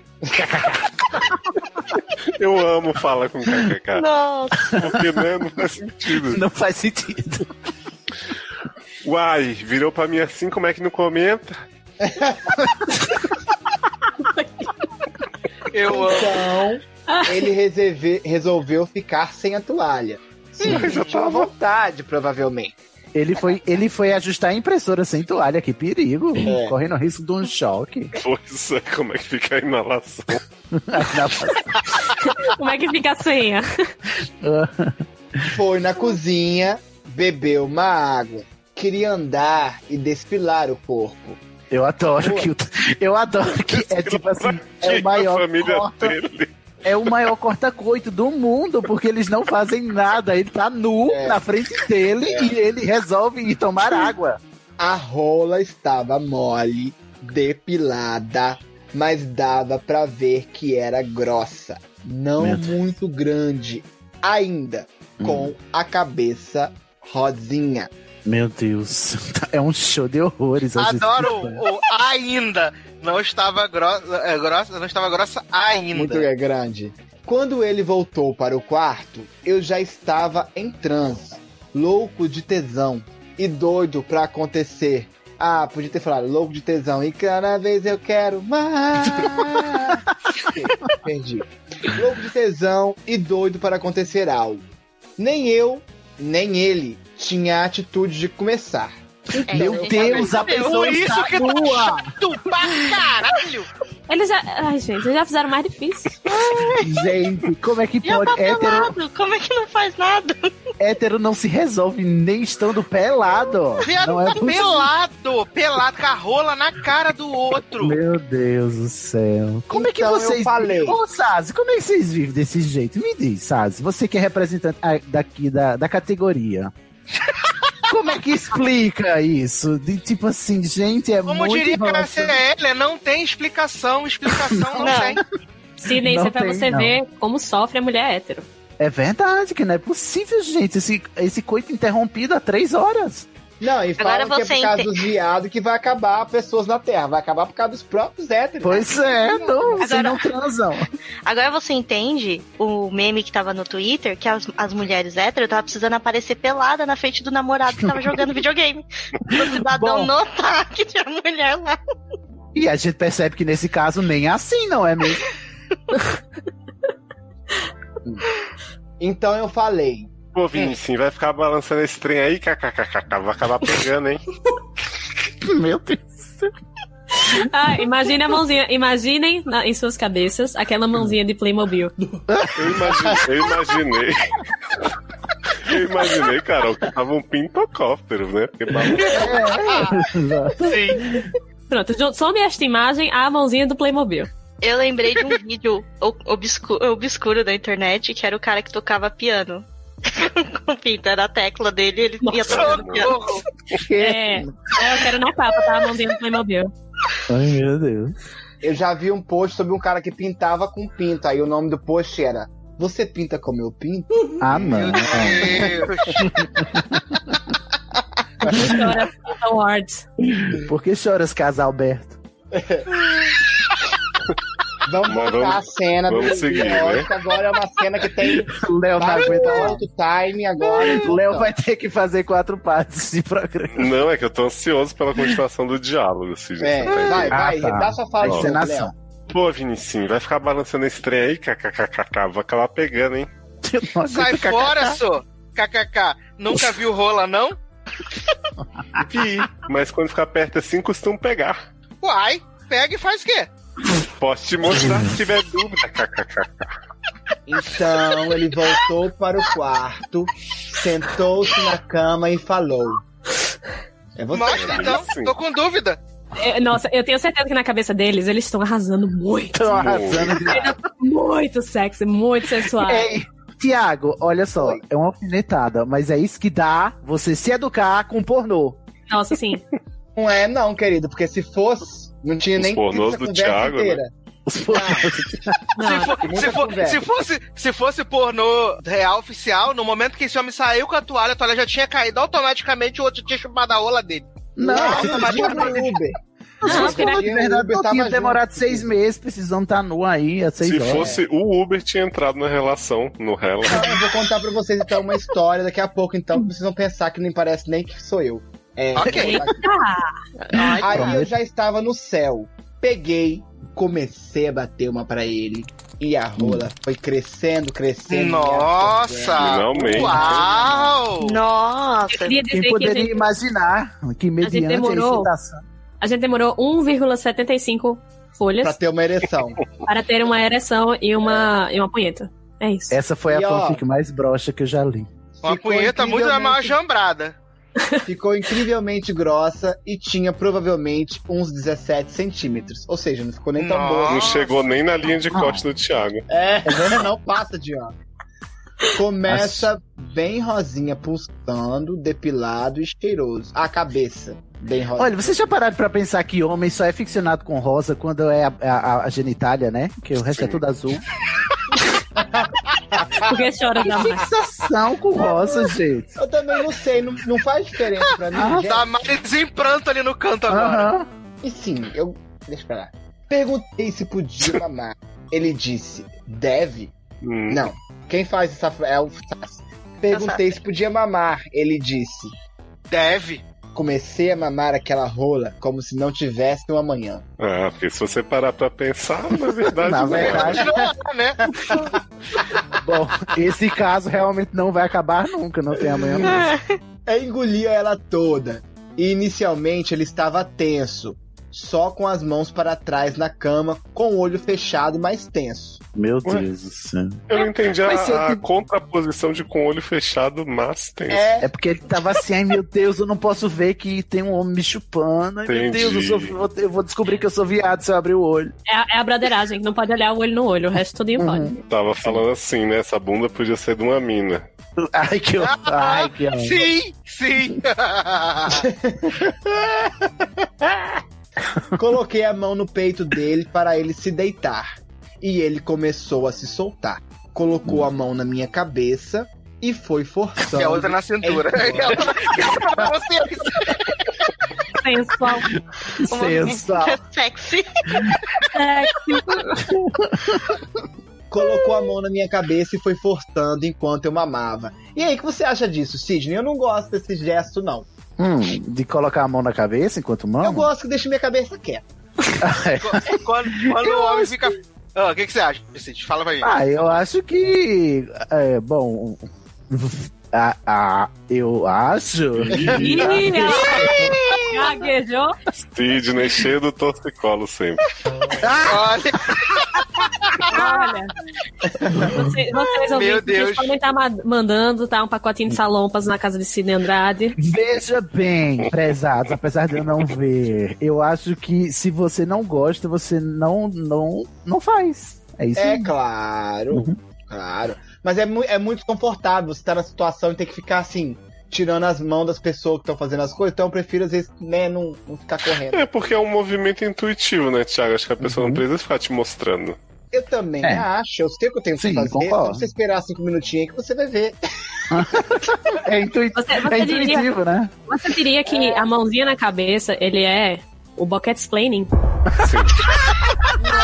[SPEAKER 1] Eu amo falar com KKK.
[SPEAKER 15] Nossa.
[SPEAKER 1] Porque né, não faz sentido.
[SPEAKER 34] Não faz sentido.
[SPEAKER 1] Uai, virou pra mim assim, como é que não comenta?
[SPEAKER 15] Eu
[SPEAKER 2] então, ele reserve- resolveu ficar sem a toalha. Sim, Sim, já tava à vontade, provavelmente.
[SPEAKER 8] Ele foi, ele foi ajustar a impressora sem toalha, que perigo. Correndo risco de um choque.
[SPEAKER 1] Pois é, como é que fica a inalação?
[SPEAKER 27] Como é que fica a senha?
[SPEAKER 8] Ah.
[SPEAKER 2] Foi na cozinha, bebeu uma água, queria andar e despilar o corpo.
[SPEAKER 8] Eu adoro que. o- Eu adoro que é tipo assim. É o maior. corta- É o maior corta-coito do mundo, porque eles não fazem nada. Ele tá nu na frente dele e ele resolve ir tomar água.
[SPEAKER 2] A rola estava mole, depilada, mas dava pra ver que era grossa, não muito grande, ainda com
[SPEAKER 8] Hum.
[SPEAKER 2] a cabeça rosinha.
[SPEAKER 8] Meu Deus. É um show de horrores. hoje.
[SPEAKER 15] Adoro o, o ainda. Não estava grossa, é, grossa, não estava grossa ainda.
[SPEAKER 2] Muito é grande. Quando ele voltou para o quarto, eu já estava em transe, louco de tesão e doido pra acontecer. Ah, podia ter falado louco de tesão e cada vez eu quero mais. Entendi. Louco de tesão e doido para acontecer algo. Nem eu, nem ele tinha a atitude de começar.
[SPEAKER 27] É,
[SPEAKER 2] Meu
[SPEAKER 27] gente,
[SPEAKER 2] Deus, a
[SPEAKER 27] meu Deus,
[SPEAKER 2] pessoa
[SPEAKER 27] isso
[SPEAKER 2] está
[SPEAKER 27] que tá
[SPEAKER 2] nua.
[SPEAKER 15] Tu pra caralho!
[SPEAKER 27] Eles já. Ai, gente, eles já fizeram mais difícil.
[SPEAKER 8] Gente, como é que
[SPEAKER 33] E eu
[SPEAKER 8] pode?
[SPEAKER 33] tá
[SPEAKER 8] Hétero,
[SPEAKER 33] pelado, como é que não faz nada?
[SPEAKER 8] hétero não se resolve nem estando pelado.
[SPEAKER 15] Viado
[SPEAKER 8] Não é
[SPEAKER 15] tá
[SPEAKER 8] possível.
[SPEAKER 15] pelado, pelado, com a rola na cara do outro.
[SPEAKER 8] Meu Deus do céu. Como é que
[SPEAKER 15] Então eu
[SPEAKER 8] vocês.
[SPEAKER 15] falei.
[SPEAKER 8] Ô, Sazi, como é que vocês vivem desse jeito? Me diz, Sazi, você que é representante ah, daqui da, da categoria. Como é que explica isso? De tipo assim, gente, é
[SPEAKER 15] Como
[SPEAKER 8] muito.
[SPEAKER 15] diria a
[SPEAKER 8] enrolação.
[SPEAKER 15] CL, não tem explicação, explicação não, tem.
[SPEAKER 27] Sidney, isso
[SPEAKER 8] Não
[SPEAKER 27] é pra
[SPEAKER 8] tem,
[SPEAKER 27] você
[SPEAKER 8] não.
[SPEAKER 27] ver como sofre a mulher hétero.
[SPEAKER 8] É verdade que não é possível, gente. Esse, esse coito interrompido há três horas.
[SPEAKER 2] Não, e fala
[SPEAKER 8] Agora
[SPEAKER 2] que é
[SPEAKER 8] você
[SPEAKER 2] por causa
[SPEAKER 8] ente-
[SPEAKER 2] dos viados que vai acabar pessoas na Terra. Vai acabar por causa dos próprios héteros.
[SPEAKER 8] Pois é, não,
[SPEAKER 2] vocês não
[SPEAKER 8] transam.
[SPEAKER 33] Agora você entende o meme que tava no Twitter, que as, as mulheres hétero tava precisando aparecer pelada na frente do namorado que tava jogando videogame. O cidadão notar que tinha mulher lá.
[SPEAKER 8] E a gente percebe que nesse caso nem é assim, não é mesmo?
[SPEAKER 2] Então eu falei.
[SPEAKER 1] Pô, Vinicius, vai ficar balançando esse trem aí, kkkk, vai acabar pegando, hein?
[SPEAKER 8] Meu Deus.
[SPEAKER 27] Ah, imagine a mãozinha. Imaginem na- em suas cabeças aquela mãozinha de Playmobil.
[SPEAKER 1] Eu imaginei, eu imaginei. Eu imaginei, Carol, que tava um pintocóptero, né? Porque
[SPEAKER 34] É,
[SPEAKER 27] Sim. Pronto, jo- some esta imagem à mãozinha do Playmobil.
[SPEAKER 33] Eu lembrei de um vídeo o- obscu- obscuro da internet, que era o cara que tocava piano. Com pinta, era a tecla dele, ele ia tocando piano.
[SPEAKER 27] É, é, eu quero na capa, tá? A mãozinha do Playmobil.
[SPEAKER 8] Ai, meu Deus.
[SPEAKER 2] Eu já vi um post sobre um cara que pintava com pinto. Aí o nome do post era Você pinta como eu pinto?
[SPEAKER 8] Ah, não.
[SPEAKER 27] Chora Awards.
[SPEAKER 8] Por que choras, casal Alberto?
[SPEAKER 2] Vamos
[SPEAKER 8] Mas
[SPEAKER 2] voltar
[SPEAKER 8] vamos-
[SPEAKER 2] a cena
[SPEAKER 8] vamos
[SPEAKER 2] do
[SPEAKER 8] seguir,
[SPEAKER 2] lógico,
[SPEAKER 8] né?
[SPEAKER 2] Agora é uma cena que tem
[SPEAKER 8] Léo não aguenta mais.
[SPEAKER 2] alto time agora.
[SPEAKER 8] Léo vai ter que fazer quatro partes de programa.
[SPEAKER 1] Não, é que eu tô ansioso pela continuação do diálogo, assim, gente.
[SPEAKER 2] É, vai, vai, dá sua fala de novo, Léo.
[SPEAKER 1] Pô, Vinicinho, vai ficar balançando esse trem aí, kkkk, vai acabar pegando, hein?
[SPEAKER 15] Sai fora, só. KKK. Nunca viu rola, não?
[SPEAKER 1] Vi, mas quando ficar perto assim, costumam pegar.
[SPEAKER 15] Uai, pega e faz o quê?
[SPEAKER 1] Posso te mostrar se tiver dúvida, kkkk.
[SPEAKER 2] Então ele voltou para o quarto, sentou-se na cama e falou. É você.
[SPEAKER 15] Mostra então, tô com dúvida.
[SPEAKER 27] É, nossa, eu tenho certeza que na cabeça deles eles estão arrasando muito.
[SPEAKER 8] Estão arrasando demais.
[SPEAKER 27] Muito sexy, muito sensual.
[SPEAKER 8] Ei, Tiago, olha só, é uma alfinetada, mas é isso que dá você se educar com pornô.
[SPEAKER 27] Nossa, sim.
[SPEAKER 2] Não é não, querido, porque se fosse, não tinha
[SPEAKER 8] Os
[SPEAKER 2] nem
[SPEAKER 8] pornôs
[SPEAKER 2] essa
[SPEAKER 8] do
[SPEAKER 2] conversa
[SPEAKER 8] Thiago,
[SPEAKER 2] inteira. Ah.
[SPEAKER 8] né? Os pornôs.
[SPEAKER 15] Se, for-
[SPEAKER 2] muita
[SPEAKER 15] se for-
[SPEAKER 2] conversa.
[SPEAKER 15] se fosse, se fosse pornô real oficial, no momento que esse homem saiu com a toalha, a toalha já tinha caído automaticamente, o outro tinha chupado a rola dele.
[SPEAKER 8] Não,
[SPEAKER 15] Automaticamente.
[SPEAKER 2] é Uber.
[SPEAKER 8] Se
[SPEAKER 34] Não,
[SPEAKER 8] fosse
[SPEAKER 34] porque-
[SPEAKER 8] de verdade, não
[SPEAKER 34] Tava
[SPEAKER 8] tinha
[SPEAKER 34] junto.
[SPEAKER 8] demorado seis meses precisando estar nu tá aí, a seis
[SPEAKER 1] Se
[SPEAKER 8] horas.
[SPEAKER 1] fosse o Uber, tinha entrado na relação, no Hela.
[SPEAKER 2] Eu vou contar pra vocês então uma história daqui a pouco, então vocês vão pensar que nem parece nem que sou eu. É,
[SPEAKER 15] Ok.
[SPEAKER 2] Aí eu
[SPEAKER 15] Ai,
[SPEAKER 2] já estava no céu. Peguei, comecei a bater uma pra ele. E a rola foi crescendo, crescendo.
[SPEAKER 15] Hum. Nossa!
[SPEAKER 2] Finalmente.
[SPEAKER 8] Ah,
[SPEAKER 15] Uau!
[SPEAKER 33] Nossa!
[SPEAKER 27] Eu queria dizer
[SPEAKER 8] Quem
[SPEAKER 27] que a
[SPEAKER 8] poderia
[SPEAKER 27] gente,
[SPEAKER 8] imaginar que
[SPEAKER 27] a gente
[SPEAKER 8] mediante a
[SPEAKER 27] demorou.
[SPEAKER 8] excitação...
[SPEAKER 27] A gente demorou 1,75 folhas
[SPEAKER 2] Pra ter uma ereção.
[SPEAKER 27] para ter uma ereção e uma, e uma punheta. É isso.
[SPEAKER 8] Essa foi a
[SPEAKER 2] E, ó,
[SPEAKER 8] fanfic mais broxa que eu já li.
[SPEAKER 2] Uma
[SPEAKER 15] punheta muito na maior
[SPEAKER 2] jambrada. Ficou incrivelmente grossa e tinha provavelmente uns 17 centímetros. Ou seja, não ficou nem tão boa.
[SPEAKER 1] Não chegou nem na linha de corte do Thiago.
[SPEAKER 2] É, não passa de ano. Começa bem rosinha, pulsando, depilado e cheiroso. A cabeça, bem rosa.
[SPEAKER 8] Olha, vocês já pararam pra pensar que homem só é ficcionado com rosa quando é a, a- a genitália, né? Que o resto é tudo azul.
[SPEAKER 27] Porque chora
[SPEAKER 8] Que
[SPEAKER 2] da mãe.
[SPEAKER 8] fixação com rosa, gente.
[SPEAKER 2] Eu também não sei, não, não faz diferença pra mim.
[SPEAKER 8] Ah, tá,
[SPEAKER 2] gente.
[SPEAKER 15] Damares em pranto ali no canto agora.
[SPEAKER 2] E sim, eu. Deixa pra lá. Perguntei se podia mamar. Ele disse, deve? Não. Quem faz essa. fra- É o Sass. Perguntei se podia mamar. Ele disse, deve? Comecei a mamar aquela rola como se não tivesse um amanhã.
[SPEAKER 1] Ah, porque se você parar pra pensar, na verdade.
[SPEAKER 8] Na
[SPEAKER 1] não é.
[SPEAKER 8] verdade.
[SPEAKER 15] né?
[SPEAKER 8] Bom, esse caso realmente não vai acabar nunca, não tem amanhã mesmo.
[SPEAKER 2] Eu engolia É, ela toda. E inicialmente ele estava tenso, só com as mãos para trás na cama, com o olho fechado, mas tenso.
[SPEAKER 8] Meu Deus do céu.
[SPEAKER 1] Eu não entendi a,
[SPEAKER 2] Mas se eu
[SPEAKER 1] a contraposição de com o olho fechado, mas tem.
[SPEAKER 8] É. porque ele tava assim, ai meu Deus, eu não posso ver que tem um homem me chupando. Ai meu
[SPEAKER 1] Entendi.
[SPEAKER 8] Deus, eu, sou- eu vou, eu vou descobrir que eu sou viado se eu abrir o olho.
[SPEAKER 27] É a, é a bradeiragem, que não pode olhar o olho no olho, o resto tudo pode.
[SPEAKER 1] Tava falando assim, né? Essa bunda podia ser de uma mina.
[SPEAKER 8] Ai, que horror.
[SPEAKER 2] Ah,
[SPEAKER 8] Ai, que horror.
[SPEAKER 15] Sim, sim.
[SPEAKER 2] Coloquei a mão no peito dele para ele se deitar. E ele começou a se soltar. Colocou a mão na minha cabeça e foi forçando.
[SPEAKER 15] E a É outra na cintura.
[SPEAKER 8] É
[SPEAKER 15] E a outra- e a outra pra vocês.
[SPEAKER 27] Sensual.
[SPEAKER 2] Sensual.
[SPEAKER 33] Sexy.
[SPEAKER 2] Colocou a mão na minha cabeça e foi forçando enquanto eu mamava. E aí, o que você acha disso, Sidney? Eu não gosto desse gesto, não.
[SPEAKER 8] Hum, de colocar a mão na cabeça enquanto mama?
[SPEAKER 2] Eu gosto que deixe minha cabeça quieta.
[SPEAKER 15] Quando, quando o homem fica. Ah, O que, que você acha, Cid? Fala pra mim.
[SPEAKER 8] Ah, eu acho que. É, bom. Ah, ah, eu acho.
[SPEAKER 27] Ih, ó. Gaguejou.
[SPEAKER 1] Sidney cheio do torcicolo sempre.
[SPEAKER 15] Olha.
[SPEAKER 27] Olha. Vocês, vocês
[SPEAKER 15] Meu
[SPEAKER 27] ouvintes,
[SPEAKER 15] Deus.
[SPEAKER 27] vocês podem estar tá ma- mandando, tá? Um pacotinho
[SPEAKER 8] Hum.
[SPEAKER 27] de salompas na casa de Sidney Andrade.
[SPEAKER 8] Veja bem, prezados, apesar de eu não ver, eu acho que se você não gosta, você não não não faz. É isso.
[SPEAKER 2] É
[SPEAKER 8] aí.
[SPEAKER 2] claro,
[SPEAKER 8] Uhum.
[SPEAKER 2] claro. Mas é, mu é muito confortável você tá na situação e ter que ficar assim, tirando as mãos das pessoas que estão fazendo as coisas. Então eu prefiro, às vezes, né, não, não ficar correndo.
[SPEAKER 1] É porque é um movimento intuitivo, né, Thiago? Acho que a pessoa
[SPEAKER 8] Uhum.
[SPEAKER 1] não precisa ficar te mostrando.
[SPEAKER 2] Eu também
[SPEAKER 1] É.
[SPEAKER 2] acho, eu sei o que eu tenho que
[SPEAKER 1] Sim,
[SPEAKER 2] fazer.
[SPEAKER 1] concordo.
[SPEAKER 2] Só você esperar cinco minutinhos que você vai ver.
[SPEAKER 8] é intuitivo,
[SPEAKER 27] Você- você
[SPEAKER 8] é intuitivo
[SPEAKER 27] diria-
[SPEAKER 8] né?
[SPEAKER 27] Você diria que a mãozinha na cabeça, ele é o boquete explaining?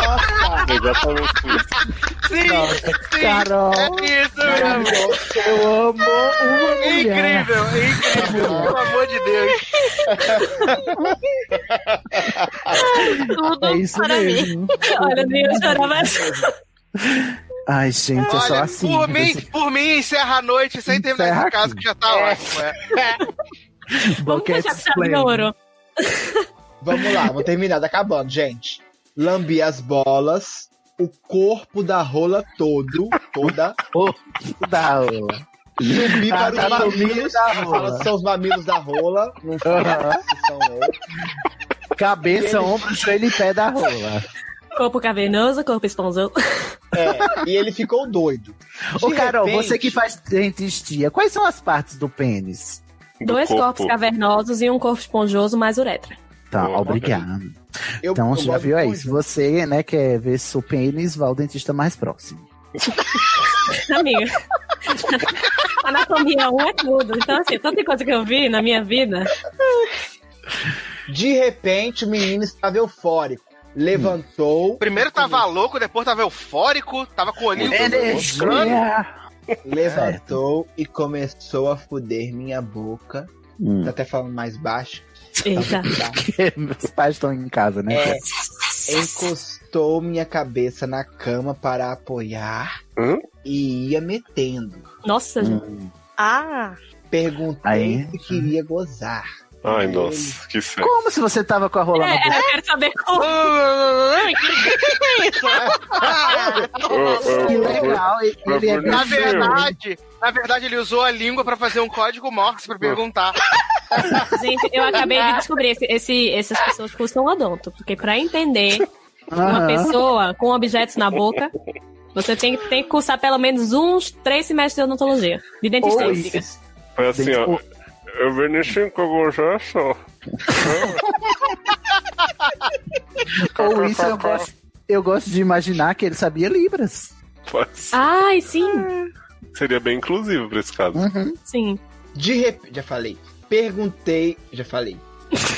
[SPEAKER 2] Ah,
[SPEAKER 1] Exatamente isso.
[SPEAKER 15] Sim, sim.
[SPEAKER 8] Carol.
[SPEAKER 15] É isso, meu amor.
[SPEAKER 8] Eu amo uma mulher.
[SPEAKER 15] Incrível, incrível. Pelo amor de Deus.
[SPEAKER 8] É isso
[SPEAKER 27] para
[SPEAKER 8] mesmo. É
[SPEAKER 27] mim. Olha, eu chorava assim.
[SPEAKER 8] Ai, gente, é só
[SPEAKER 15] Olha, um
[SPEAKER 8] assim.
[SPEAKER 15] por, mim, por mim, encerra a noite sem terminar
[SPEAKER 8] Encerra
[SPEAKER 15] esse caso que já tá ótimo. É.
[SPEAKER 8] Boquete
[SPEAKER 15] fechar com chave de ouro.
[SPEAKER 2] Vamos lá, vou terminar, tá acabando, gente. Lambi as bolas, o corpo da rola todo, toda.
[SPEAKER 8] da rola.
[SPEAKER 2] Subi
[SPEAKER 8] Tá,
[SPEAKER 2] para
[SPEAKER 8] tá
[SPEAKER 2] os
[SPEAKER 8] no
[SPEAKER 2] mamilos da rola. São os mamilos da rola. Não sei
[SPEAKER 8] Aham.
[SPEAKER 2] se são eu.
[SPEAKER 8] Cabeça,
[SPEAKER 27] Ele-
[SPEAKER 8] ombro, joelho e pé da rola.
[SPEAKER 27] Corpo cavernoso, corpo esponjoso.
[SPEAKER 2] É, e ele ficou doido.
[SPEAKER 8] Ô, Carol,
[SPEAKER 27] repente-
[SPEAKER 8] você que faz dentistia, quais são as partes do pênis?
[SPEAKER 27] Dois corpos cavernosos e um corpo esponjoso mais uretra.
[SPEAKER 8] Tá, obrigado. então,
[SPEAKER 27] eu
[SPEAKER 8] já
[SPEAKER 27] gosto
[SPEAKER 8] viu aí? Se você né, quer ver seu pênis, vá ao dentista mais próximo.
[SPEAKER 27] Tá, Amiga. um Anatomia 1 é tudo. Então, assim, tanta coisa que eu vi na minha vida.
[SPEAKER 2] De repente, o menino estava eufórico. Levantou.
[SPEAKER 15] Primeiro tava louco, depois tava eufórico, tava com o olhinho
[SPEAKER 1] é
[SPEAKER 8] É.
[SPEAKER 2] Energia. Levantou e começou a foder minha boca.
[SPEAKER 34] Hum.
[SPEAKER 2] Tá até falando mais baixo. Tá
[SPEAKER 34] Eita. Porque meus pais estão em casa, né?
[SPEAKER 2] É, encostou minha cabeça na cama para apoiar e ia metendo.
[SPEAKER 27] Nossa,
[SPEAKER 34] Hum.
[SPEAKER 2] gente.
[SPEAKER 33] Ah!
[SPEAKER 2] Perguntei se queria gozar.
[SPEAKER 1] Ai, nossa, que sério.
[SPEAKER 34] Como se você tava com a rola
[SPEAKER 6] É.
[SPEAKER 34] na boca?
[SPEAKER 27] É, quero saber como.
[SPEAKER 34] Que legal,
[SPEAKER 2] ele é
[SPEAKER 15] Na
[SPEAKER 2] bonitinho.
[SPEAKER 15] verdade, na verdade, ele usou a língua pra fazer um código Morse pra perguntar.
[SPEAKER 27] Gente, eu acabei
[SPEAKER 2] Ah.
[SPEAKER 27] de descobrir esse, esse- essas pessoas que usam odonto, porque pra entender uma
[SPEAKER 9] Aham.
[SPEAKER 27] pessoa com objetos na boca, você tem, que- tem que cursar pelo menos uns três semestres de odontologia. De dentista,
[SPEAKER 1] Oi.
[SPEAKER 27] diga.
[SPEAKER 1] Foi assim, ó. Eu beneficio com o Joshua.
[SPEAKER 8] Ou isso
[SPEAKER 2] é
[SPEAKER 8] eu gosto, eu gosto de imaginar que ele sabia Libras.
[SPEAKER 27] Ai, sim.
[SPEAKER 2] Ah.
[SPEAKER 1] Seria bem inclusivo pra esse caso.
[SPEAKER 27] Sim.
[SPEAKER 2] Uhum. De repente, já falei. Perguntei, já falei.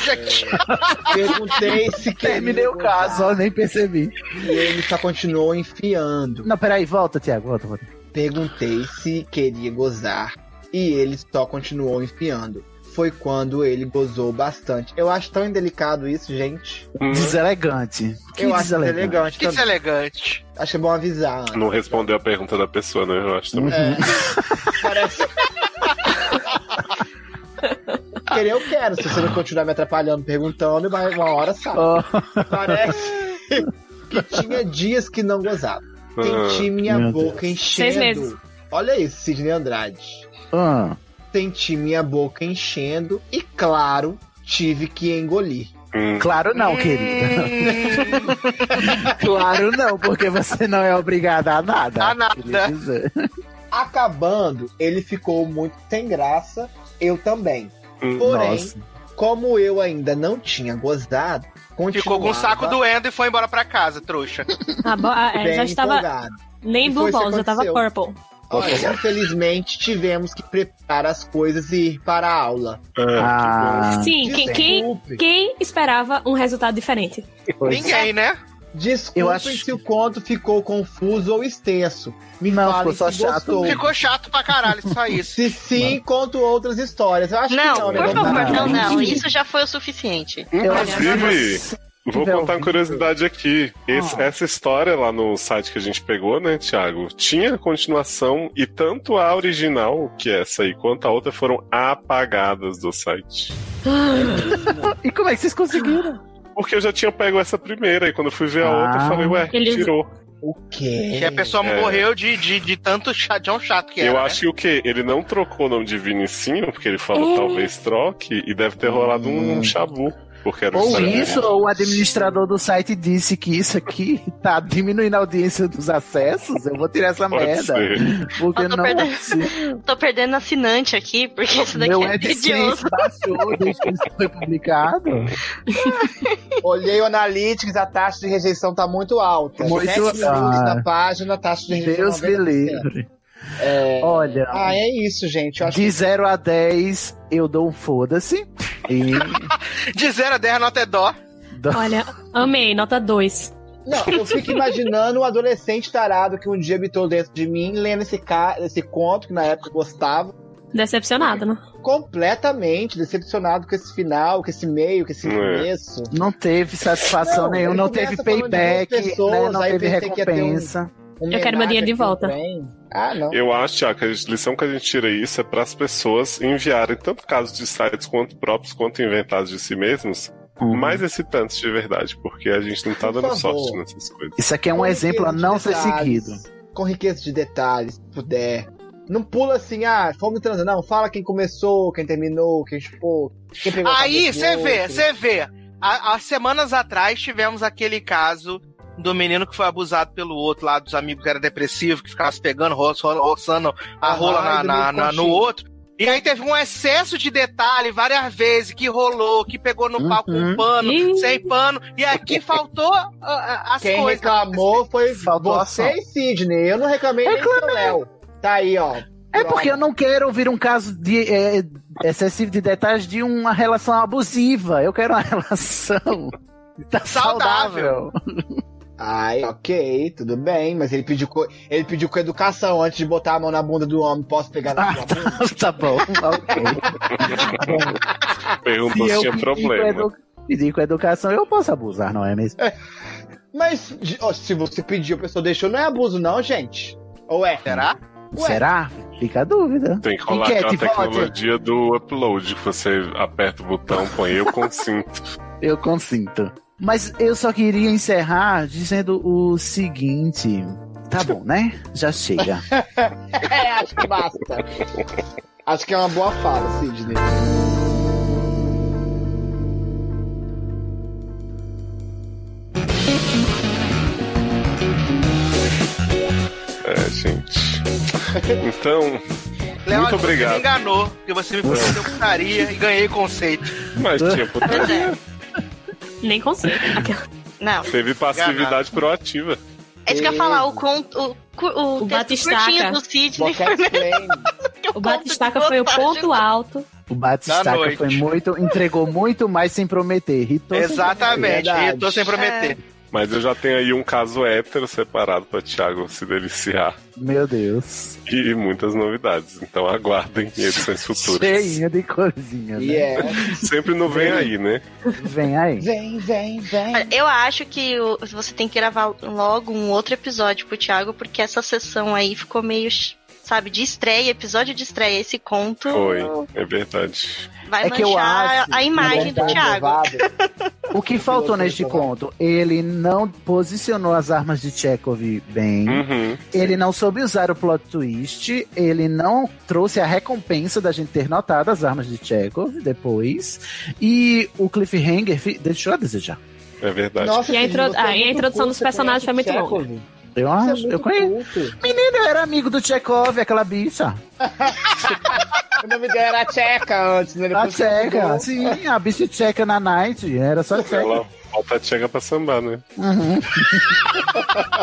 [SPEAKER 2] É, perguntei se queria
[SPEAKER 8] Terminei o caso, ó, nem percebi.
[SPEAKER 2] E ele só continuou enfiando.
[SPEAKER 8] Não, peraí, volta, Tiago, volta, volta.
[SPEAKER 2] Perguntei se queria gozar e ele só continuou enfiando. Foi quando ele gozou bastante. Eu acho tão indelicado isso, gente.
[SPEAKER 8] Deselegante. Que
[SPEAKER 2] Eu acho
[SPEAKER 15] é
[SPEAKER 8] deselegante.
[SPEAKER 2] deselegante.
[SPEAKER 8] Que
[SPEAKER 15] deselegante.
[SPEAKER 2] Acho que é bom avisar.
[SPEAKER 1] Não respondeu a pergunta da pessoa, né? Eu acho também.
[SPEAKER 2] É. Parece. Querer eu quero. Se você não continuar me atrapalhando, perguntando, vai uma hora sabe. Parece que tinha dias que não gozava. Senti
[SPEAKER 8] Ah,
[SPEAKER 2] minha
[SPEAKER 8] meu
[SPEAKER 2] boca enchendo.
[SPEAKER 8] Seis meses.
[SPEAKER 2] Olha isso, Sidney Andrade.
[SPEAKER 8] Ah,
[SPEAKER 2] Senti minha boca enchendo e, claro, tive que engolir.
[SPEAKER 8] Claro não, Hum. querida. claro não, porque você não é obrigada a nada.
[SPEAKER 2] A nada.
[SPEAKER 8] queria dizer.
[SPEAKER 2] Acabando, ele ficou muito sem graça, eu também.
[SPEAKER 15] Hum,
[SPEAKER 2] Porém,
[SPEAKER 15] nossa.
[SPEAKER 2] como eu ainda não tinha gozado,
[SPEAKER 15] Ficou com o saco
[SPEAKER 2] continuava
[SPEAKER 15] doendo e foi embora pra casa, trouxa.
[SPEAKER 27] Ah, bo- ah, é,
[SPEAKER 2] bem
[SPEAKER 27] já estava.
[SPEAKER 2] empolgado.
[SPEAKER 27] Nem
[SPEAKER 2] E
[SPEAKER 27] Blue
[SPEAKER 2] foi isso que
[SPEAKER 27] Balls, já tava
[SPEAKER 2] aconteceu.
[SPEAKER 27] Purple.
[SPEAKER 2] Olha, infelizmente tivemos que preparar as coisas e ir para a aula.
[SPEAKER 15] Ah,
[SPEAKER 2] Ah.
[SPEAKER 8] Ah.
[SPEAKER 27] Sim, quem, quem, quem esperava um resultado diferente?
[SPEAKER 8] é.
[SPEAKER 2] Ninguém,
[SPEAKER 15] né?
[SPEAKER 2] Desculpem
[SPEAKER 27] Eu acho
[SPEAKER 2] se o conto ficou confuso ou extenso. Me não, falem
[SPEAKER 15] ficou só
[SPEAKER 2] se
[SPEAKER 15] chato
[SPEAKER 2] gostou.
[SPEAKER 15] mesmo. Ficou chato pra caralho, só isso.
[SPEAKER 2] Se sim, conto outras histórias. Eu acho
[SPEAKER 33] Não,
[SPEAKER 2] que não, né?
[SPEAKER 33] por favor,
[SPEAKER 2] Não,
[SPEAKER 33] não, não.
[SPEAKER 2] mentira.
[SPEAKER 33] Isso já foi o suficiente.
[SPEAKER 6] É.
[SPEAKER 1] Inclusive, vou contar uma curiosidade aqui. Esse-
[SPEAKER 33] Ah.
[SPEAKER 1] Essa história lá no site que a gente pegou, né, Thiago? Tinha continuação e tanto a original, que é essa aí, quanto a outra foram apagadas do site.
[SPEAKER 8] e como é que vocês conseguiram? Ah.
[SPEAKER 1] Porque eu já tinha pego essa primeira e quando eu fui ver a outra, eu falei, ué,
[SPEAKER 15] Eles-
[SPEAKER 1] tirou.
[SPEAKER 2] O quê?
[SPEAKER 15] Que a pessoa
[SPEAKER 1] É.
[SPEAKER 15] morreu de, de, de tanto chato, de um chato que
[SPEAKER 1] eu
[SPEAKER 15] era.
[SPEAKER 1] acho que o quê? Ele não trocou o nome de Vinicinho, porque ele falou
[SPEAKER 8] É.
[SPEAKER 1] talvez troque, e deve ter rolado um chabu. Porque era
[SPEAKER 8] Hum. Ou
[SPEAKER 1] um
[SPEAKER 8] isso, ou o administrador do site disse que isso aqui tá diminuindo a audiência dos acessos, eu vou tirar essa
[SPEAKER 33] Pode
[SPEAKER 8] merda.
[SPEAKER 33] ser.
[SPEAKER 8] Porque
[SPEAKER 33] Eu tô,
[SPEAKER 8] não é possível.
[SPEAKER 33] perdendo, tô perdendo assinante aqui, porque isso daqui
[SPEAKER 8] Meu tá
[SPEAKER 33] é
[SPEAKER 8] AdSense
[SPEAKER 33] tedioso.
[SPEAKER 8] baixou desde que isso foi publicado.
[SPEAKER 2] Olhei o Analytics, a taxa de rejeição tá muito alta.
[SPEAKER 8] Muito
[SPEAKER 2] Sete minutos
[SPEAKER 8] alta.
[SPEAKER 2] na página, a taxa de rejeição.
[SPEAKER 8] Deus me
[SPEAKER 2] 90%.
[SPEAKER 8] livre. Olha.
[SPEAKER 2] Ah, é isso, gente. Eu acho
[SPEAKER 8] De 0 a 10, eu dou um foda-se. E.
[SPEAKER 15] De 0 a 10, a nota é dó.
[SPEAKER 27] Olha, amei, nota 2.
[SPEAKER 2] Não, eu fico imaginando um adolescente tarado que um dia habitou dentro de mim, lendo esse, ca... esse conto que na época eu gostava.
[SPEAKER 27] Decepcionado, né?
[SPEAKER 2] Completamente decepcionado com esse final, com esse meio, com esse
[SPEAKER 15] é.
[SPEAKER 2] começo.
[SPEAKER 8] Não teve satisfação
[SPEAKER 2] Não,
[SPEAKER 8] nenhuma,
[SPEAKER 2] ele
[SPEAKER 8] não
[SPEAKER 2] começa
[SPEAKER 8] teve
[SPEAKER 2] falando de duas
[SPEAKER 8] payback, né,
[SPEAKER 2] pessoas,
[SPEAKER 8] não
[SPEAKER 2] aí
[SPEAKER 8] teve
[SPEAKER 2] pensei que ia ter um-
[SPEAKER 8] recompensa.
[SPEAKER 2] um
[SPEAKER 27] Eu quero meu dinheiro de volta.
[SPEAKER 2] Ah, não.
[SPEAKER 1] Eu acho, Thiago, que a gente- lição que a gente tira isso é para as pessoas enviarem tanto casos de sites quanto próprios, quanto inventados de si mesmos,
[SPEAKER 8] Uhum.
[SPEAKER 1] mais excitantes de verdade, porque a gente não tá dando
[SPEAKER 2] favor.
[SPEAKER 1] sorte nessas coisas.
[SPEAKER 8] Isso aqui é um exemplo a não ser
[SPEAKER 2] detalhes,
[SPEAKER 8] seguido.
[SPEAKER 2] Com riqueza de detalhes, se puder. Não pula assim, ah, fomos transar. Não, fala quem começou, quem terminou, quem chupou, quem pegou a
[SPEAKER 15] Aí,
[SPEAKER 2] cabeça do
[SPEAKER 15] você vê,
[SPEAKER 2] outro.
[SPEAKER 15] você vê. Há há semanas atrás tivemos aquele caso do menino que foi abusado pelo outro lá, dos amigos que era depressivo, que ficava se pegando, ro- ro- roçando a
[SPEAKER 2] Ah,
[SPEAKER 15] rola na-
[SPEAKER 2] e do
[SPEAKER 15] na-
[SPEAKER 2] meio
[SPEAKER 15] na- no
[SPEAKER 2] conchinho.
[SPEAKER 15] outro. E aí teve um excesso de detalhe várias vezes, que rolou, que pegou no pau com
[SPEAKER 2] Uhum.
[SPEAKER 15] um pano, sem pano, e aqui faltou ah, ah, as
[SPEAKER 2] Quem
[SPEAKER 15] coisas.
[SPEAKER 2] reclamou foi você
[SPEAKER 8] ação.
[SPEAKER 2] e Sidney. Eu não reclamei nem do Léo. Tá aí, ó.
[SPEAKER 8] É porque eu não quero ouvir um caso de, é, excessivo de detalhes de uma relação abusiva. Eu quero uma relação tá saudável.
[SPEAKER 2] Ai, ok, tudo bem, mas ele pediu, co- ele pediu com educação antes de botar a mão na bunda do homem. Posso pegar na sua bunda?
[SPEAKER 8] tá bom, ok.
[SPEAKER 1] Perguntou se tinha
[SPEAKER 8] pedir
[SPEAKER 1] um problema.
[SPEAKER 8] com edu- Pedir com educação, eu posso abusar, não é mesmo?
[SPEAKER 2] Mas de- ó, se você pediu, a pessoa deixou, não é abuso, não, gente. Ou é? Será?
[SPEAKER 8] Será? Fica a dúvida.
[SPEAKER 1] Tem que rolar
[SPEAKER 8] Enquete,
[SPEAKER 1] aquela
[SPEAKER 8] vote.
[SPEAKER 1] tecnologia do upload, que você aperta o botão, põe eu consinto.
[SPEAKER 8] Eu consinto. Mas eu só queria encerrar dizendo o seguinte. Tá bom, né? Já chega.
[SPEAKER 2] é, acho que basta. Acho que é uma boa fala, Sidney.
[SPEAKER 1] É, gente. Então,
[SPEAKER 15] Léo,
[SPEAKER 1] muito
[SPEAKER 15] Você me
[SPEAKER 1] obrigado.
[SPEAKER 15] enganou, porque você me prometeu putaria e ganhei conceito.
[SPEAKER 1] Mas tipo, tinha
[SPEAKER 15] Pois
[SPEAKER 1] putaria.
[SPEAKER 15] Nem conceito.
[SPEAKER 33] Não.
[SPEAKER 1] Teve passividade proativa.
[SPEAKER 33] É isso que eu ia falar, o, con- o, cu- o, texto
[SPEAKER 27] O Batistaca.
[SPEAKER 33] curtinho do Sidney foi melhor.
[SPEAKER 27] O Batistaca foi o ponto alto.
[SPEAKER 8] O Batistaca
[SPEAKER 27] noite.
[SPEAKER 8] foi muito. entregou muito mais sem prometer. Ritou sem
[SPEAKER 33] tá
[SPEAKER 15] Exatamente,
[SPEAKER 8] prometer.
[SPEAKER 15] eu tô sem prometer.
[SPEAKER 1] É. Mas eu já tenho aí um caso hétero separado pra Thiago se deliciar.
[SPEAKER 8] Meu Deus.
[SPEAKER 1] E muitas novidades. Então aguardem edições futuras.
[SPEAKER 8] Cheinha de coisinha. Né?
[SPEAKER 33] é.
[SPEAKER 1] Sempre não vem aí, né?
[SPEAKER 8] Vem aí.
[SPEAKER 2] Vem, vem, vem.
[SPEAKER 33] Olha, Eu acho que o- você tem que gravar logo um outro episódio pro Thiago, porque essa sessão aí ficou meio, sabe, de estreia, episódio de estreia, esse conto
[SPEAKER 1] Foi, é verdade.
[SPEAKER 33] vai
[SPEAKER 8] É que eu
[SPEAKER 33] manchar
[SPEAKER 8] acho,
[SPEAKER 33] a imagem do
[SPEAKER 8] na
[SPEAKER 33] Thiago.
[SPEAKER 2] verdade,
[SPEAKER 8] O que faltou neste conto? Ele não posicionou as armas de Chekhov bem.
[SPEAKER 1] Uhum.
[SPEAKER 8] Ele não soube usar o plot twist. Ele não trouxe a recompensa da gente ter notado as armas de Chekhov depois. E o cliffhanger fi- deixou a desejar.
[SPEAKER 1] É verdade.
[SPEAKER 27] e a, intro- ah, e a introdução dos personagens foi muito longa.
[SPEAKER 8] Eu
[SPEAKER 2] é
[SPEAKER 8] acho, eu conheço. Menino, eu era amigo do Chekhov, aquela bicha.
[SPEAKER 2] O nome dela era Tcheca antes, né?
[SPEAKER 8] A
[SPEAKER 2] Depois
[SPEAKER 8] Tcheca,
[SPEAKER 2] mudou.
[SPEAKER 8] sim, a bicha Tcheca na Night, era só Tcheca.
[SPEAKER 1] Ela volta chega pra sambar, né?
[SPEAKER 8] Uhum.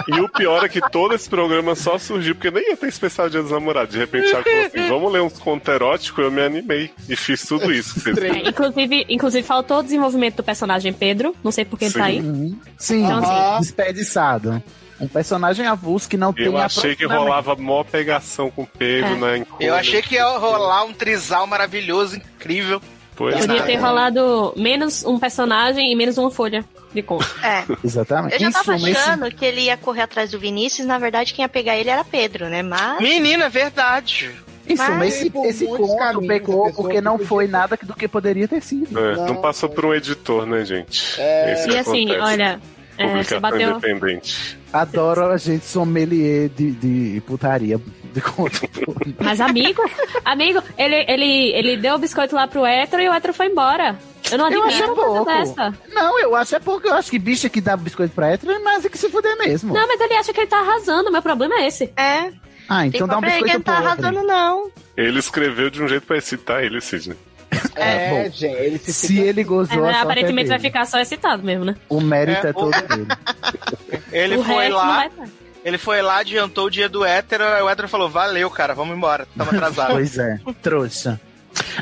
[SPEAKER 1] E o pior é que todo esse programa só surgiu porque nem ia ter especial Dia dos Namorados. De repente, o Thiago falou assim: vamos ler uns contos eróticos. Eu me animei e fiz tudo isso. que vocês viram.
[SPEAKER 27] É, inclusive, inclusive, faltou o desenvolvimento do personagem Pedro. Não sei por que ele tá aí.
[SPEAKER 8] Uhum. Sim,
[SPEAKER 27] Então, assim-
[SPEAKER 8] desperdiçado. Um personagem avulso que não tem
[SPEAKER 1] Eu achei que
[SPEAKER 8] aprofundamento.
[SPEAKER 1] rolava mó pegação com o
[SPEAKER 27] É.
[SPEAKER 1] Pedro, né? encontro.
[SPEAKER 15] Eu achei que ia rolar um trisal maravilhoso, incrível.
[SPEAKER 1] Pois
[SPEAKER 27] Podia
[SPEAKER 1] é.
[SPEAKER 27] ter rolado menos um personagem e menos uma folha de conto.
[SPEAKER 33] É.
[SPEAKER 8] Exatamente.
[SPEAKER 33] Eu já
[SPEAKER 8] Em
[SPEAKER 33] tava
[SPEAKER 8] suma, esse-
[SPEAKER 33] achando que ele ia correr atrás do Vinícius, na verdade quem ia pegar ele era Pedro, né? Mas.
[SPEAKER 15] Menina, é verdade.
[SPEAKER 8] Em suma, esse, esse conto pecou porque não foi nada que- do que poderia ter sido.
[SPEAKER 1] É, não, passou por um editor, né, gente?
[SPEAKER 8] É.
[SPEAKER 1] isso
[SPEAKER 8] E assim, olha, é,
[SPEAKER 1] Publicação
[SPEAKER 8] você bateu-
[SPEAKER 1] independente.
[SPEAKER 8] Adoro a gente sommelier de, de putaria de conto.
[SPEAKER 27] Mas, amigo, amigo, ele, ele, ele deu o biscoito lá pro hétero e o hétero foi embora. Eu não
[SPEAKER 8] Eu acho
[SPEAKER 27] admiro
[SPEAKER 8] é
[SPEAKER 27] uma coisa
[SPEAKER 8] pouco.
[SPEAKER 27] dessa.
[SPEAKER 8] Não, eu acho é porque eu acho que bicha que dá biscoito pra hétero é mais é que se fuder mesmo.
[SPEAKER 27] Não, mas ele acha que ele tá arrasando. Meu problema é esse.
[SPEAKER 33] É.
[SPEAKER 8] Ah, então dá um biscoito pra hétero.
[SPEAKER 33] tá não.
[SPEAKER 1] Ele escreveu de um jeito pra excitar ele, Sidney.
[SPEAKER 2] É,
[SPEAKER 8] bom,
[SPEAKER 2] gente, ele se,
[SPEAKER 8] ele gozou, a sorte é
[SPEAKER 27] aparentemente vai
[SPEAKER 8] dele.
[SPEAKER 27] ficar só excitado mesmo, né?
[SPEAKER 8] O mérito
[SPEAKER 15] É,
[SPEAKER 8] é,
[SPEAKER 15] o-
[SPEAKER 8] todo dele.
[SPEAKER 15] Ele
[SPEAKER 27] O
[SPEAKER 15] foi
[SPEAKER 27] resto não
[SPEAKER 15] lá.
[SPEAKER 27] vai
[SPEAKER 15] Ele foi lá, adiantou o dia do hétero, aí o hétero falou: valeu, cara, vamos embora. Tava atrasado.
[SPEAKER 8] Pois é, trouxa.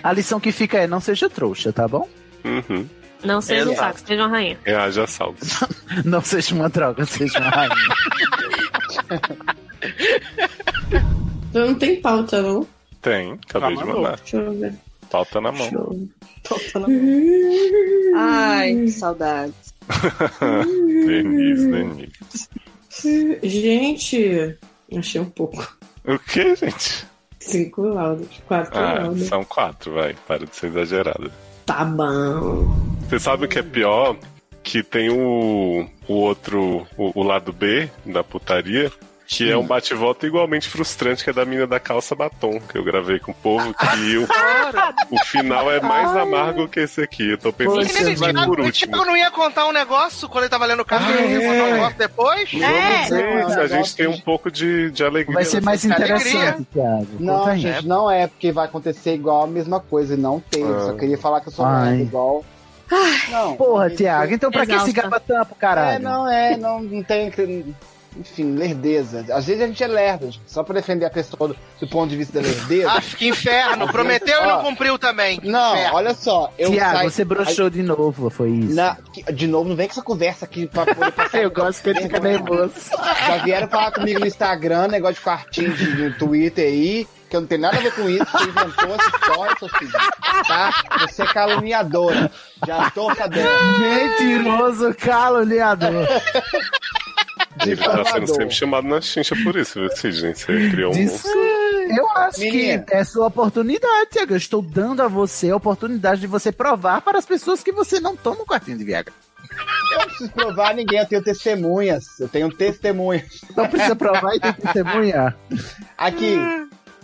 [SPEAKER 8] A lição que fica é não seja trouxa, tá bom?
[SPEAKER 1] Uhum.
[SPEAKER 27] Não seja um
[SPEAKER 8] Exato.
[SPEAKER 27] saco, seja uma rainha.
[SPEAKER 1] É, haja saldos.
[SPEAKER 8] Não seja uma droga, seja uma rainha.
[SPEAKER 6] Então não tem pauta, não.
[SPEAKER 1] Tem, acabei de
[SPEAKER 6] Ah, mandou.
[SPEAKER 1] Tá, mandar.
[SPEAKER 6] Deixa eu ver.
[SPEAKER 1] Falta na mão.
[SPEAKER 8] Uhum.
[SPEAKER 35] Ai,
[SPEAKER 6] Uhum.
[SPEAKER 35] que saudade.
[SPEAKER 1] Denise, Denise.
[SPEAKER 6] Gente, achei um pouco.
[SPEAKER 1] O que, gente?
[SPEAKER 6] Cinco laudas, quatro
[SPEAKER 1] Ah,
[SPEAKER 6] laudas.
[SPEAKER 1] são quatro, vai. Para de ser exagerada.
[SPEAKER 6] Tá bom.
[SPEAKER 1] Você sabe o que é pior? Que tem o, o outro, o, o lado B da putaria, que
[SPEAKER 2] Hum.
[SPEAKER 1] é um bate-volta igualmente frustrante, que é da mina da calça batom, que eu gravei com o povo, que o, o final é mais amargo que esse aqui. Eu tô pensando que
[SPEAKER 15] Menina,
[SPEAKER 1] esse vai por
[SPEAKER 15] o
[SPEAKER 1] último.
[SPEAKER 15] Thiago não ia contar um negócio quando ele tava lendo o carro, ele ia contar um negócio depois?
[SPEAKER 27] É.
[SPEAKER 1] Vamos ver se a gente tem um pouco de, de alegria.
[SPEAKER 2] Vai ser mais
[SPEAKER 1] nessa
[SPEAKER 2] interessante,
[SPEAKER 8] Thiago.
[SPEAKER 2] Não, gente, não é, porque vai acontecer igual a mesma coisa e não teve.
[SPEAKER 1] Ah.
[SPEAKER 2] Só queria falar que eu sou
[SPEAKER 8] Ai.
[SPEAKER 2] merda igual. Não.
[SPEAKER 8] Porra, Thiago, então pra que se
[SPEAKER 2] Exausta.
[SPEAKER 8] gaba tampo, caralho?
[SPEAKER 2] É, não, é, não, não tem. enfim, lerdeza. Às vezes a gente é lerdo, gente, só pra defender a pessoa do, do ponto de vista da lerdeza.
[SPEAKER 15] Acho Ah, que inferno. Prometeu e não cumpriu também.
[SPEAKER 2] Não, olha só. Eu
[SPEAKER 8] Tiago,
[SPEAKER 2] saí-
[SPEAKER 8] você broxou de novo, foi isso.
[SPEAKER 2] Na- que- de novo, não vem com essa conversa aqui pra poder passar. Eu gosto que ele fica nervoso. Já vieram falar comigo no Instagram, negócio de quartinho de, de Twitter aí, que eu não tenho nada a ver com isso. Você inventou essa história, seu filho. Tá? Você é caluniadora. Já estou sabendo.
[SPEAKER 8] Mentiroso caluniador.
[SPEAKER 1] Ele tá sendo
[SPEAKER 8] Difamado.
[SPEAKER 1] sempre chamado na chincha por isso, viu, Cid, gente? Você criou um.
[SPEAKER 8] Disso- Eu acho
[SPEAKER 1] Menina.
[SPEAKER 8] que é sua oportunidade, Tiago. Eu estou dando a você a oportunidade de você provar para as pessoas que você não toma um quartinho de Viagra.
[SPEAKER 2] Eu não preciso provar a ninguém, eu tenho testemunhas. Eu tenho testemunhas.
[SPEAKER 8] Não precisa provar e tem testemunha.
[SPEAKER 2] Aqui.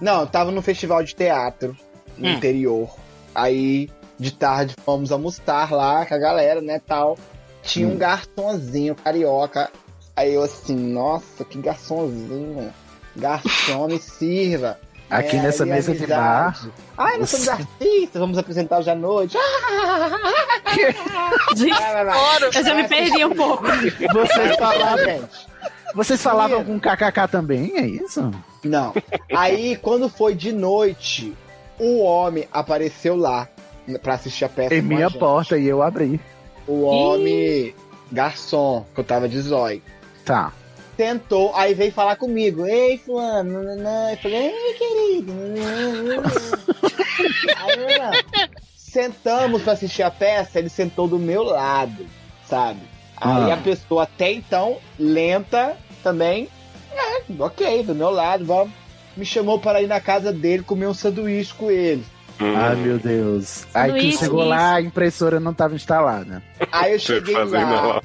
[SPEAKER 2] Não, eu tava num festival de teatro no
[SPEAKER 8] Hum.
[SPEAKER 2] interior. Aí, de tarde, fomos almoçar lá com a galera, né, tal. Tinha
[SPEAKER 8] Hum.
[SPEAKER 2] um garçonzinho carioca. Aí eu assim, nossa, que garçonzinho. Garçom me sirva. É,
[SPEAKER 8] Aqui nessa
[SPEAKER 2] aí a
[SPEAKER 8] mesa de
[SPEAKER 2] amizade.
[SPEAKER 8] bar.
[SPEAKER 2] Ai, nós somos artistas, vamos apresentar hoje à noite.
[SPEAKER 27] eu já me perdi um pouco.
[SPEAKER 8] Vocês falavam,
[SPEAKER 2] gente.
[SPEAKER 8] vocês falavam com KKK também, é isso?
[SPEAKER 2] Não. Aí, quando foi de noite, o homem apareceu lá pra assistir a peça.
[SPEAKER 8] Em
[SPEAKER 2] com a
[SPEAKER 8] minha
[SPEAKER 2] gente.
[SPEAKER 8] porta e eu abri.
[SPEAKER 2] O homem, garçom, que eu tava de zóio.
[SPEAKER 8] Tá.
[SPEAKER 2] Tentou, aí veio falar comigo. Ei, fulano, nananã. Eu falei, ei, querido. nananã." aí, ó, sentamos pra assistir a peça, ele sentou do meu lado, sabe? Aí
[SPEAKER 36] Ah.
[SPEAKER 2] a pessoa até então, lenta também, é, ok, do meu lado, vamos. Me chamou para ir na casa dele comer um sanduíche com ele.
[SPEAKER 1] Hum.
[SPEAKER 8] Ai, meu Deus. Aí que
[SPEAKER 2] Sanduíche,
[SPEAKER 8] chegou
[SPEAKER 2] isso.
[SPEAKER 8] lá, né? a impressora não estava instalada.
[SPEAKER 2] Aí eu cheguei lá,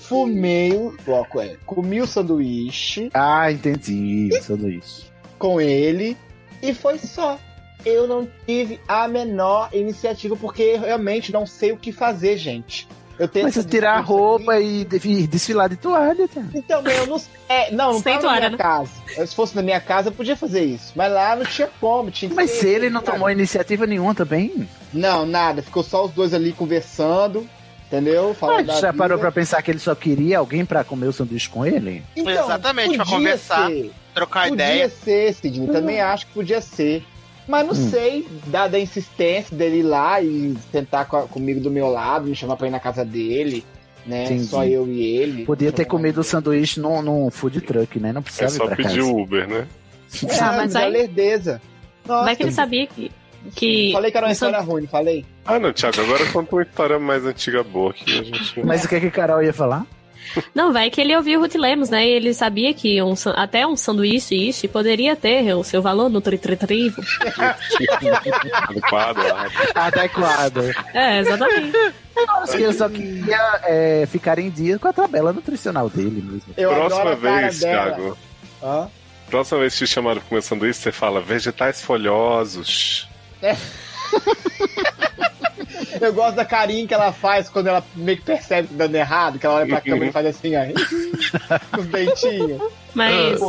[SPEAKER 2] fumei o bloco, é, comi o sanduíche.
[SPEAKER 8] Ah, entendi. Sanduíche.
[SPEAKER 2] com ele e foi só. Eu não tive a menor iniciativa porque eu realmente não sei o que fazer, gente. Eu tenho
[SPEAKER 8] Mas
[SPEAKER 2] essa
[SPEAKER 8] você tirar a
[SPEAKER 2] desculpa.
[SPEAKER 8] roupa e de- desfilar de toalha, Tiago.
[SPEAKER 2] Então, mas eu não é, não, não tava
[SPEAKER 8] Sem
[SPEAKER 2] na
[SPEAKER 8] toalha,
[SPEAKER 2] minha
[SPEAKER 8] né?
[SPEAKER 2] casa. Eu, se fosse na minha casa, eu podia fazer isso. Mas lá não tinha como, tinha que
[SPEAKER 8] Mas
[SPEAKER 2] ser-
[SPEAKER 8] se ele não tomou iniciativa nenhuma também?
[SPEAKER 2] Não, nada. Ficou só os dois ali conversando, entendeu?
[SPEAKER 8] Ah,
[SPEAKER 2] Falando da
[SPEAKER 8] já parou
[SPEAKER 2] vida.
[SPEAKER 8] pra pensar que ele só queria alguém pra comer o sanduíche com ele?
[SPEAKER 2] Exatamente,
[SPEAKER 15] pra conversar,
[SPEAKER 2] trocar
[SPEAKER 15] ideia.
[SPEAKER 2] Então, Podia ser, Sidney, também
[SPEAKER 15] Uhum.
[SPEAKER 2] acho que podia ser. Mas não
[SPEAKER 15] Hum.
[SPEAKER 2] sei, dada a insistência dele ir lá e sentar com a- comigo do meu lado, me chamar pra ir na casa dele, né?
[SPEAKER 8] Entendi.
[SPEAKER 2] Só eu e ele. É,
[SPEAKER 8] Podia ter comido o sanduíche num, num food truck, né? Não
[SPEAKER 1] É
[SPEAKER 8] precisava ir
[SPEAKER 1] só
[SPEAKER 8] pra
[SPEAKER 1] pedir
[SPEAKER 8] casa.
[SPEAKER 1] o Uber, né?
[SPEAKER 2] É,
[SPEAKER 8] Ah,
[SPEAKER 2] mas
[SPEAKER 8] mas
[SPEAKER 2] a
[SPEAKER 8] aí-
[SPEAKER 2] lerdeza.
[SPEAKER 27] Vai que ele sabia que. que
[SPEAKER 2] Falei que era uma
[SPEAKER 27] o san-
[SPEAKER 2] história ruim, falei.
[SPEAKER 1] Ah, não, Thiago, agora conta uma história mais antiga boa que a gente.
[SPEAKER 8] Mas o que, é que Carol ia falar?
[SPEAKER 27] Não, vai que ele ouviu o Ruth Lemos, né? E ele sabia que um san- até um sanduíche ishi poderia ter o seu valor nutritivo.
[SPEAKER 1] Adequado, lá.
[SPEAKER 8] Adequado.
[SPEAKER 27] É, exatamente.
[SPEAKER 8] Eu acho que ele só queria é, ficar em dia com a tabela nutricional dele mesmo.
[SPEAKER 1] Próxima vez, Thiago.
[SPEAKER 2] Hã?
[SPEAKER 1] Próxima vez que te chamarem pra comer sanduíche, você fala vegetais folhosos.
[SPEAKER 2] Eu gosto da carinha que ela faz quando ela meio que percebe que tá dando errado, que ela olha pra câmera e faz assim, ó. com os dentinhos.
[SPEAKER 27] Mas-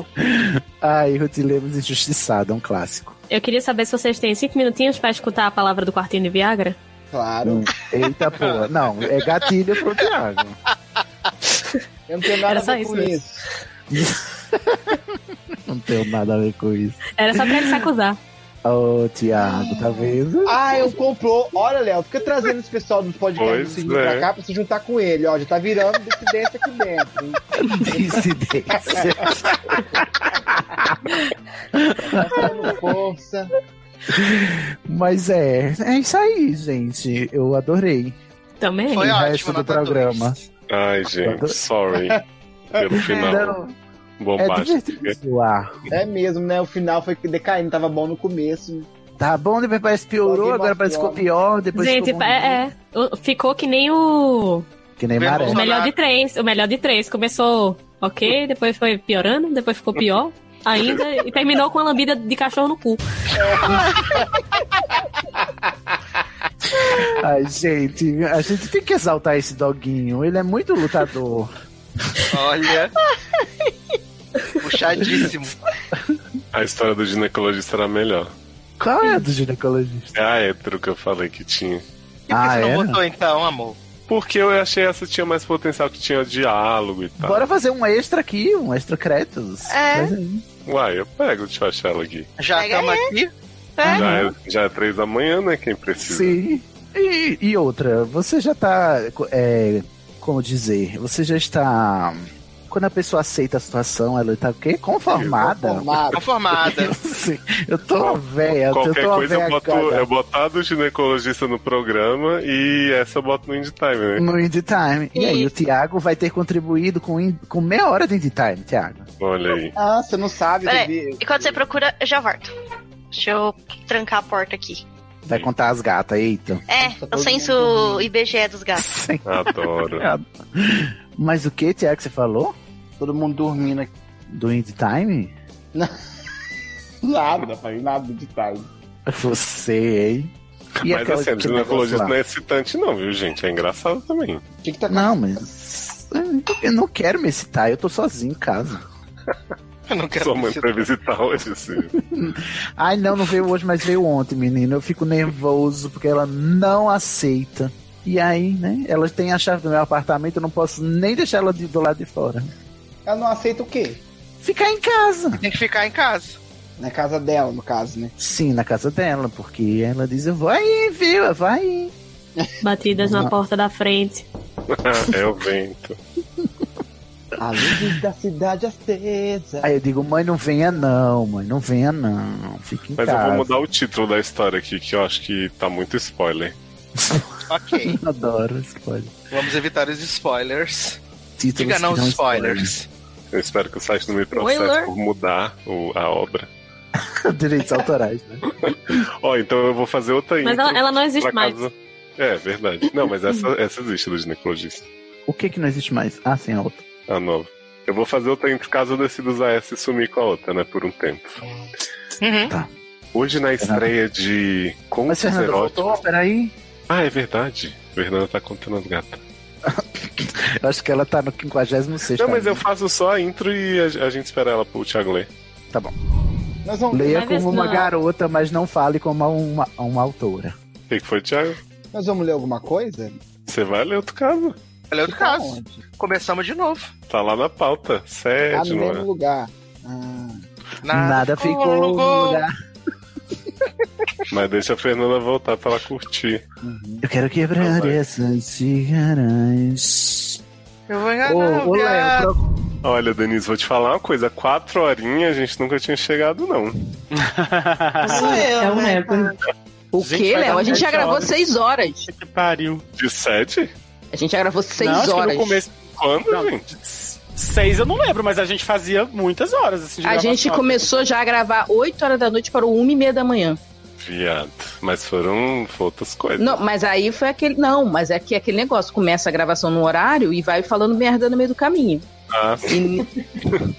[SPEAKER 8] Ah. Ai, Ruth Lemos injustiçada, é um clássico.
[SPEAKER 27] Eu queria saber se vocês têm cinco minutinhos pra escutar a palavra do quartinho de Viagra.
[SPEAKER 2] Claro.
[SPEAKER 8] Hum, Eita porra. Não, é gatilho pro Thiago.
[SPEAKER 2] Eu não tenho nada
[SPEAKER 27] Era
[SPEAKER 2] a
[SPEAKER 27] só
[SPEAKER 2] ver
[SPEAKER 27] isso
[SPEAKER 2] com
[SPEAKER 27] mesmo.
[SPEAKER 2] É isso.
[SPEAKER 8] Não tenho nada a ver com isso.
[SPEAKER 27] Era só pra ele sacudar.
[SPEAKER 8] Ô, Thiago, tá vendo?
[SPEAKER 2] Ah, é um complô. Olha, Léo, fica trazendo esse pessoal do podcast do
[SPEAKER 8] Pois
[SPEAKER 2] Sidney pra
[SPEAKER 8] é.
[SPEAKER 2] cá pra se juntar com ele. Ó, já tá virando dissidência aqui dentro. hein?
[SPEAKER 8] Dissidência.
[SPEAKER 2] Tá dando força.
[SPEAKER 8] Mas é, é isso aí, gente. Eu adorei.
[SPEAKER 27] Também.
[SPEAKER 8] o resto do programa.
[SPEAKER 1] Ai, gente, sorry pelo final.
[SPEAKER 2] Não.
[SPEAKER 1] Bombástico.
[SPEAKER 8] zoar.
[SPEAKER 2] É mesmo, né? O final foi que decaindo, tava bom no começo.
[SPEAKER 8] Tá bom, depois parece que piorou, agora parece que ficou pior, depois
[SPEAKER 27] Gente,
[SPEAKER 8] ficou bom.
[SPEAKER 27] é, é. O- ficou que nem o.
[SPEAKER 8] Que nem maré.
[SPEAKER 27] O melhor de três. O melhor de três. Começou ok, depois foi piorando, depois ficou pior ainda e terminou com a lambida de cachorro no cu.
[SPEAKER 8] Ai, gente, a gente tem que exaltar esse doguinho. Ele é muito lutador.
[SPEAKER 15] Olha. Puxadíssimo.
[SPEAKER 1] A história do ginecologista era melhor.
[SPEAKER 8] Qual é a do ginecologista?
[SPEAKER 1] É a hétero que eu falei que tinha.
[SPEAKER 15] Por que
[SPEAKER 8] Ah,
[SPEAKER 15] você não
[SPEAKER 8] era?
[SPEAKER 15] botou então, amor?
[SPEAKER 1] Porque eu achei essa tinha mais potencial, que tinha diálogo e tal.
[SPEAKER 8] Bora fazer um extra aqui, um extra créditos.
[SPEAKER 1] É.
[SPEAKER 8] Faz aí.
[SPEAKER 1] Uai, eu pego, deixa eu achar ela aqui.
[SPEAKER 15] Já estamos
[SPEAKER 8] É.
[SPEAKER 15] aqui?
[SPEAKER 1] Já, é, já é três da manhã, né? Quem precisa.
[SPEAKER 8] Sim. E, e outra, você já tá. é, como dizer? Você já está. Quando a pessoa aceita a situação, ela tá o quê? Conformada.
[SPEAKER 15] Conformada.
[SPEAKER 8] Sim. Eu tô velha, eu tô
[SPEAKER 1] Qualquer
[SPEAKER 8] uma
[SPEAKER 1] coisa eu
[SPEAKER 8] véia
[SPEAKER 1] boto,
[SPEAKER 8] gaga.
[SPEAKER 1] eu boto a do ginecologista no programa e essa eu boto no Indie Time, né?
[SPEAKER 8] No Indie Time. E aí, o Thiago vai ter contribuído com, in- com meia hora de Indie Time, Thiago.
[SPEAKER 1] Olha aí.
[SPEAKER 2] Ah, você não sabe,
[SPEAKER 33] Peraí, enquanto você procura, eu já volto. Deixa eu trancar a porta aqui.
[SPEAKER 8] Vai contar as gatas, eita.
[SPEAKER 33] É, o censo IBGE dos gatos.
[SPEAKER 1] Adoro.
[SPEAKER 8] Mas o que, Thiago, que você falou?
[SPEAKER 2] Todo mundo dormindo aqui.
[SPEAKER 8] Do Indie Time?
[SPEAKER 2] Nada, falei nada de time.
[SPEAKER 8] Você, hein? E
[SPEAKER 1] Mas
[SPEAKER 8] aquela-
[SPEAKER 1] assim, a do
[SPEAKER 8] aquele negócio
[SPEAKER 1] ginecologista
[SPEAKER 8] lá?
[SPEAKER 1] não é excitante, não, viu, gente? É engraçado também.
[SPEAKER 2] tá
[SPEAKER 8] Não, mas. Eu não quero me excitar, eu tô sozinho em casa.
[SPEAKER 15] Eu não
[SPEAKER 1] quero Sua mãe pra visitar hoje, assim.
[SPEAKER 8] Ai, não, não veio hoje, mas veio ontem, menino. Eu fico nervoso porque ela não aceita. E aí, né? Ela tem a chave do meu apartamento, eu não posso nem deixar ela de- do lado de fora.
[SPEAKER 2] Ela não aceita o quê?
[SPEAKER 8] Ficar em casa.
[SPEAKER 15] Tem que ficar em casa.
[SPEAKER 2] Na casa dela, no caso, né?
[SPEAKER 8] Sim, na casa dela, porque ela diz: eu vou aí, viu? Eu vou aí.
[SPEAKER 27] Batidas na
[SPEAKER 8] Não.
[SPEAKER 27] porta da frente.
[SPEAKER 1] é o vento.
[SPEAKER 2] A luz da cidade acesa.
[SPEAKER 8] Aí eu digo: mãe, não venha não, mãe, não venha não. Fica em
[SPEAKER 1] Mas eu
[SPEAKER 8] casa.
[SPEAKER 1] vou mudar o título da história aqui, que eu acho que tá muito spoiler.
[SPEAKER 15] Ok.
[SPEAKER 8] Adoro spoiler.
[SPEAKER 15] Vamos evitar os spoilers.
[SPEAKER 8] Títulos
[SPEAKER 15] Diga
[SPEAKER 1] que
[SPEAKER 15] não
[SPEAKER 1] dão
[SPEAKER 15] spoilers.
[SPEAKER 1] Eu espero que o site não me processe
[SPEAKER 15] Spoiler.
[SPEAKER 1] por mudar o- a obra.
[SPEAKER 8] Direitos autorais, né?
[SPEAKER 1] Ó, então eu vou fazer outra
[SPEAKER 27] Mas
[SPEAKER 1] intro
[SPEAKER 27] ela- ela não existe
[SPEAKER 1] pra
[SPEAKER 27] mais.
[SPEAKER 1] caso- É, verdade. Não, mas essa, essa existe do ginecologista,
[SPEAKER 8] O que que não existe mais? Ah, sim, a outra.
[SPEAKER 1] a nova. Eu vou fazer outra intro caso eu decida usar essa e sumir com a outra, né, por um tempo.
[SPEAKER 8] Tá.
[SPEAKER 1] Hoje na estreia de
[SPEAKER 8] Mas
[SPEAKER 1] Contos
[SPEAKER 8] Fernanda
[SPEAKER 1] Eróticos...
[SPEAKER 8] voltou, peraí.
[SPEAKER 1] Ah, é verdade. Fernanda tá contando as gatas.
[SPEAKER 8] Eu acho que ela tá no 56.
[SPEAKER 1] Não, mas eu faço só a intro e a, a gente espera ela pro Thiago ler.
[SPEAKER 8] Tá bom.
[SPEAKER 2] Nós vamos...
[SPEAKER 8] Leia
[SPEAKER 2] Vai ver
[SPEAKER 8] como uma
[SPEAKER 2] se não.
[SPEAKER 8] garota, mas não fale como uma, uma autora.
[SPEAKER 1] O que, que foi, Thiago?
[SPEAKER 2] Nós vamos ler alguma coisa?
[SPEAKER 1] Você vai ler outro caso.
[SPEAKER 15] Olha outro
[SPEAKER 7] Tá
[SPEAKER 15] caso. Começamos de novo.
[SPEAKER 1] Tá lá na pauta.
[SPEAKER 2] Tá
[SPEAKER 1] Sede,
[SPEAKER 2] no
[SPEAKER 1] não
[SPEAKER 2] mesmo
[SPEAKER 1] é?
[SPEAKER 2] lugar. Ah.
[SPEAKER 15] Nada,
[SPEAKER 1] ficou no lugar. Mas deixa a Fernanda voltar pra ela curtir.
[SPEAKER 8] Eu quero quebrar essas cigarras.
[SPEAKER 15] Eu vou enganar.
[SPEAKER 8] Ô, ô, Léo,
[SPEAKER 15] viado.
[SPEAKER 8] pro-
[SPEAKER 1] Olha, Denise, vou te falar uma coisa. Quatro horinhas a gente nunca tinha chegado, não.
[SPEAKER 7] É um
[SPEAKER 27] recorde.
[SPEAKER 7] O
[SPEAKER 1] Gente,
[SPEAKER 7] quê,
[SPEAKER 1] vai dar
[SPEAKER 7] Léo? A gente
[SPEAKER 1] sete
[SPEAKER 7] já gravou
[SPEAKER 1] horas.
[SPEAKER 7] seis horas.
[SPEAKER 5] Que pariu.
[SPEAKER 1] De sete?
[SPEAKER 7] A gente já gravou seis
[SPEAKER 5] Não, acho que
[SPEAKER 7] horas.
[SPEAKER 5] no começo.
[SPEAKER 1] Quando,
[SPEAKER 5] gente? Seis eu não lembro, mas a gente fazia muitas horas. Assim, de
[SPEAKER 7] A gente
[SPEAKER 5] gravação.
[SPEAKER 7] começou já a gravar 8 horas da noite para 1 e meia da manhã.
[SPEAKER 1] Viado. Mas foram foram outras coisas.
[SPEAKER 7] Não, mas aí foi aquele. Não, mas é que aquele negócio começa a gravação no horário e vai falando merda no meio do caminho.
[SPEAKER 1] Ah,
[SPEAKER 7] sim.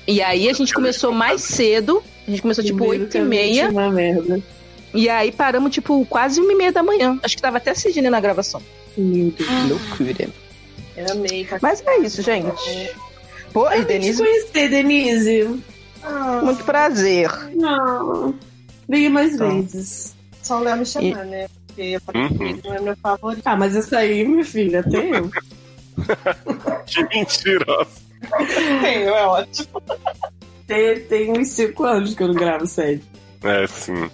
[SPEAKER 7] E aí a gente começou mais cedo. A gente começou tipo 8 e meia.
[SPEAKER 6] Uma merda.
[SPEAKER 7] E aí paramos, tipo, quase uma e meia da manhã. Acho que tava até Sidney na gravação.
[SPEAKER 6] Meu Deus.
[SPEAKER 7] Loucura.
[SPEAKER 35] Eu amei.
[SPEAKER 7] Mas é isso, gente. Pô, e Denise?
[SPEAKER 6] conhecer, Denise.
[SPEAKER 7] Muito prazer. Tá
[SPEAKER 6] Ah. Não. Venha mais vezes.
[SPEAKER 4] Só o Léo me chamar, né? Porque eu falei
[SPEAKER 6] Uhum.
[SPEAKER 4] que ele não é meu favorito.
[SPEAKER 6] Ah, mas essa aí, minha filha, até eu.
[SPEAKER 1] que mentirosa.
[SPEAKER 6] Tenho, é ótimo. Tem, tem uns 5 anos que eu não gravo série.
[SPEAKER 1] É, sim.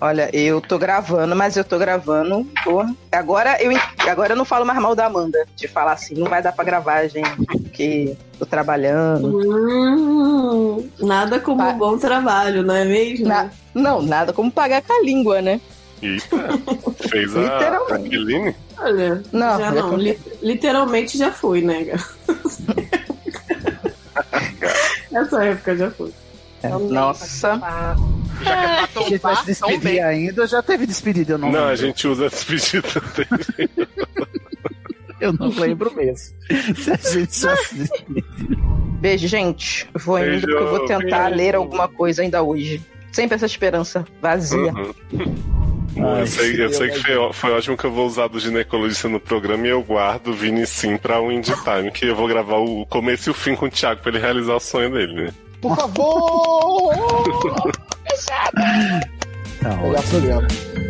[SPEAKER 7] Olha, eu tô gravando, mas eu tô gravando. Porra. Agora eu, agora eu não falo mais mal da Amanda. De falar assim, não vai dar pra gravar, gente, porque tô trabalhando.
[SPEAKER 6] Hum, nada como um bom trabalho, não é mesmo?
[SPEAKER 7] não, nada como pagar com a língua, né?
[SPEAKER 1] Eita. é, Fez a
[SPEAKER 6] Literalmente.
[SPEAKER 1] Jaqueline?
[SPEAKER 6] Olha,
[SPEAKER 7] Não,
[SPEAKER 6] já
[SPEAKER 7] eu
[SPEAKER 6] não.
[SPEAKER 7] tô-
[SPEAKER 6] li- literalmente já foi, né? cara? Essa época já foi.
[SPEAKER 7] Nossa.
[SPEAKER 15] Já
[SPEAKER 8] A gente vai se despedir ainda ou já teve despedida? Eu não,
[SPEAKER 1] Não,
[SPEAKER 8] lembro.
[SPEAKER 1] a gente usa a despedida dele.
[SPEAKER 8] Eu não lembro mesmo. Se a gente só se despedir.
[SPEAKER 7] Beijo, gente. Eu Vou indo,
[SPEAKER 8] Beijo.
[SPEAKER 7] porque eu vou tentar
[SPEAKER 8] Beijo.
[SPEAKER 7] ler alguma coisa ainda hoje. Sempre essa esperança vazia.
[SPEAKER 8] Uhum.
[SPEAKER 1] Uhum. eu sei, eu sei que foi, ó- foi ótimo que eu vou usar do ginecologista no programa e eu guardo o Vini sim pra o Indie Time, que eu vou gravar o começo e o fim com o Thiago pra ele realizar o sonho dele, né?
[SPEAKER 2] Por
[SPEAKER 4] Oh,
[SPEAKER 2] favor! Fechado!
[SPEAKER 8] Tá
[SPEAKER 2] Pegar programa.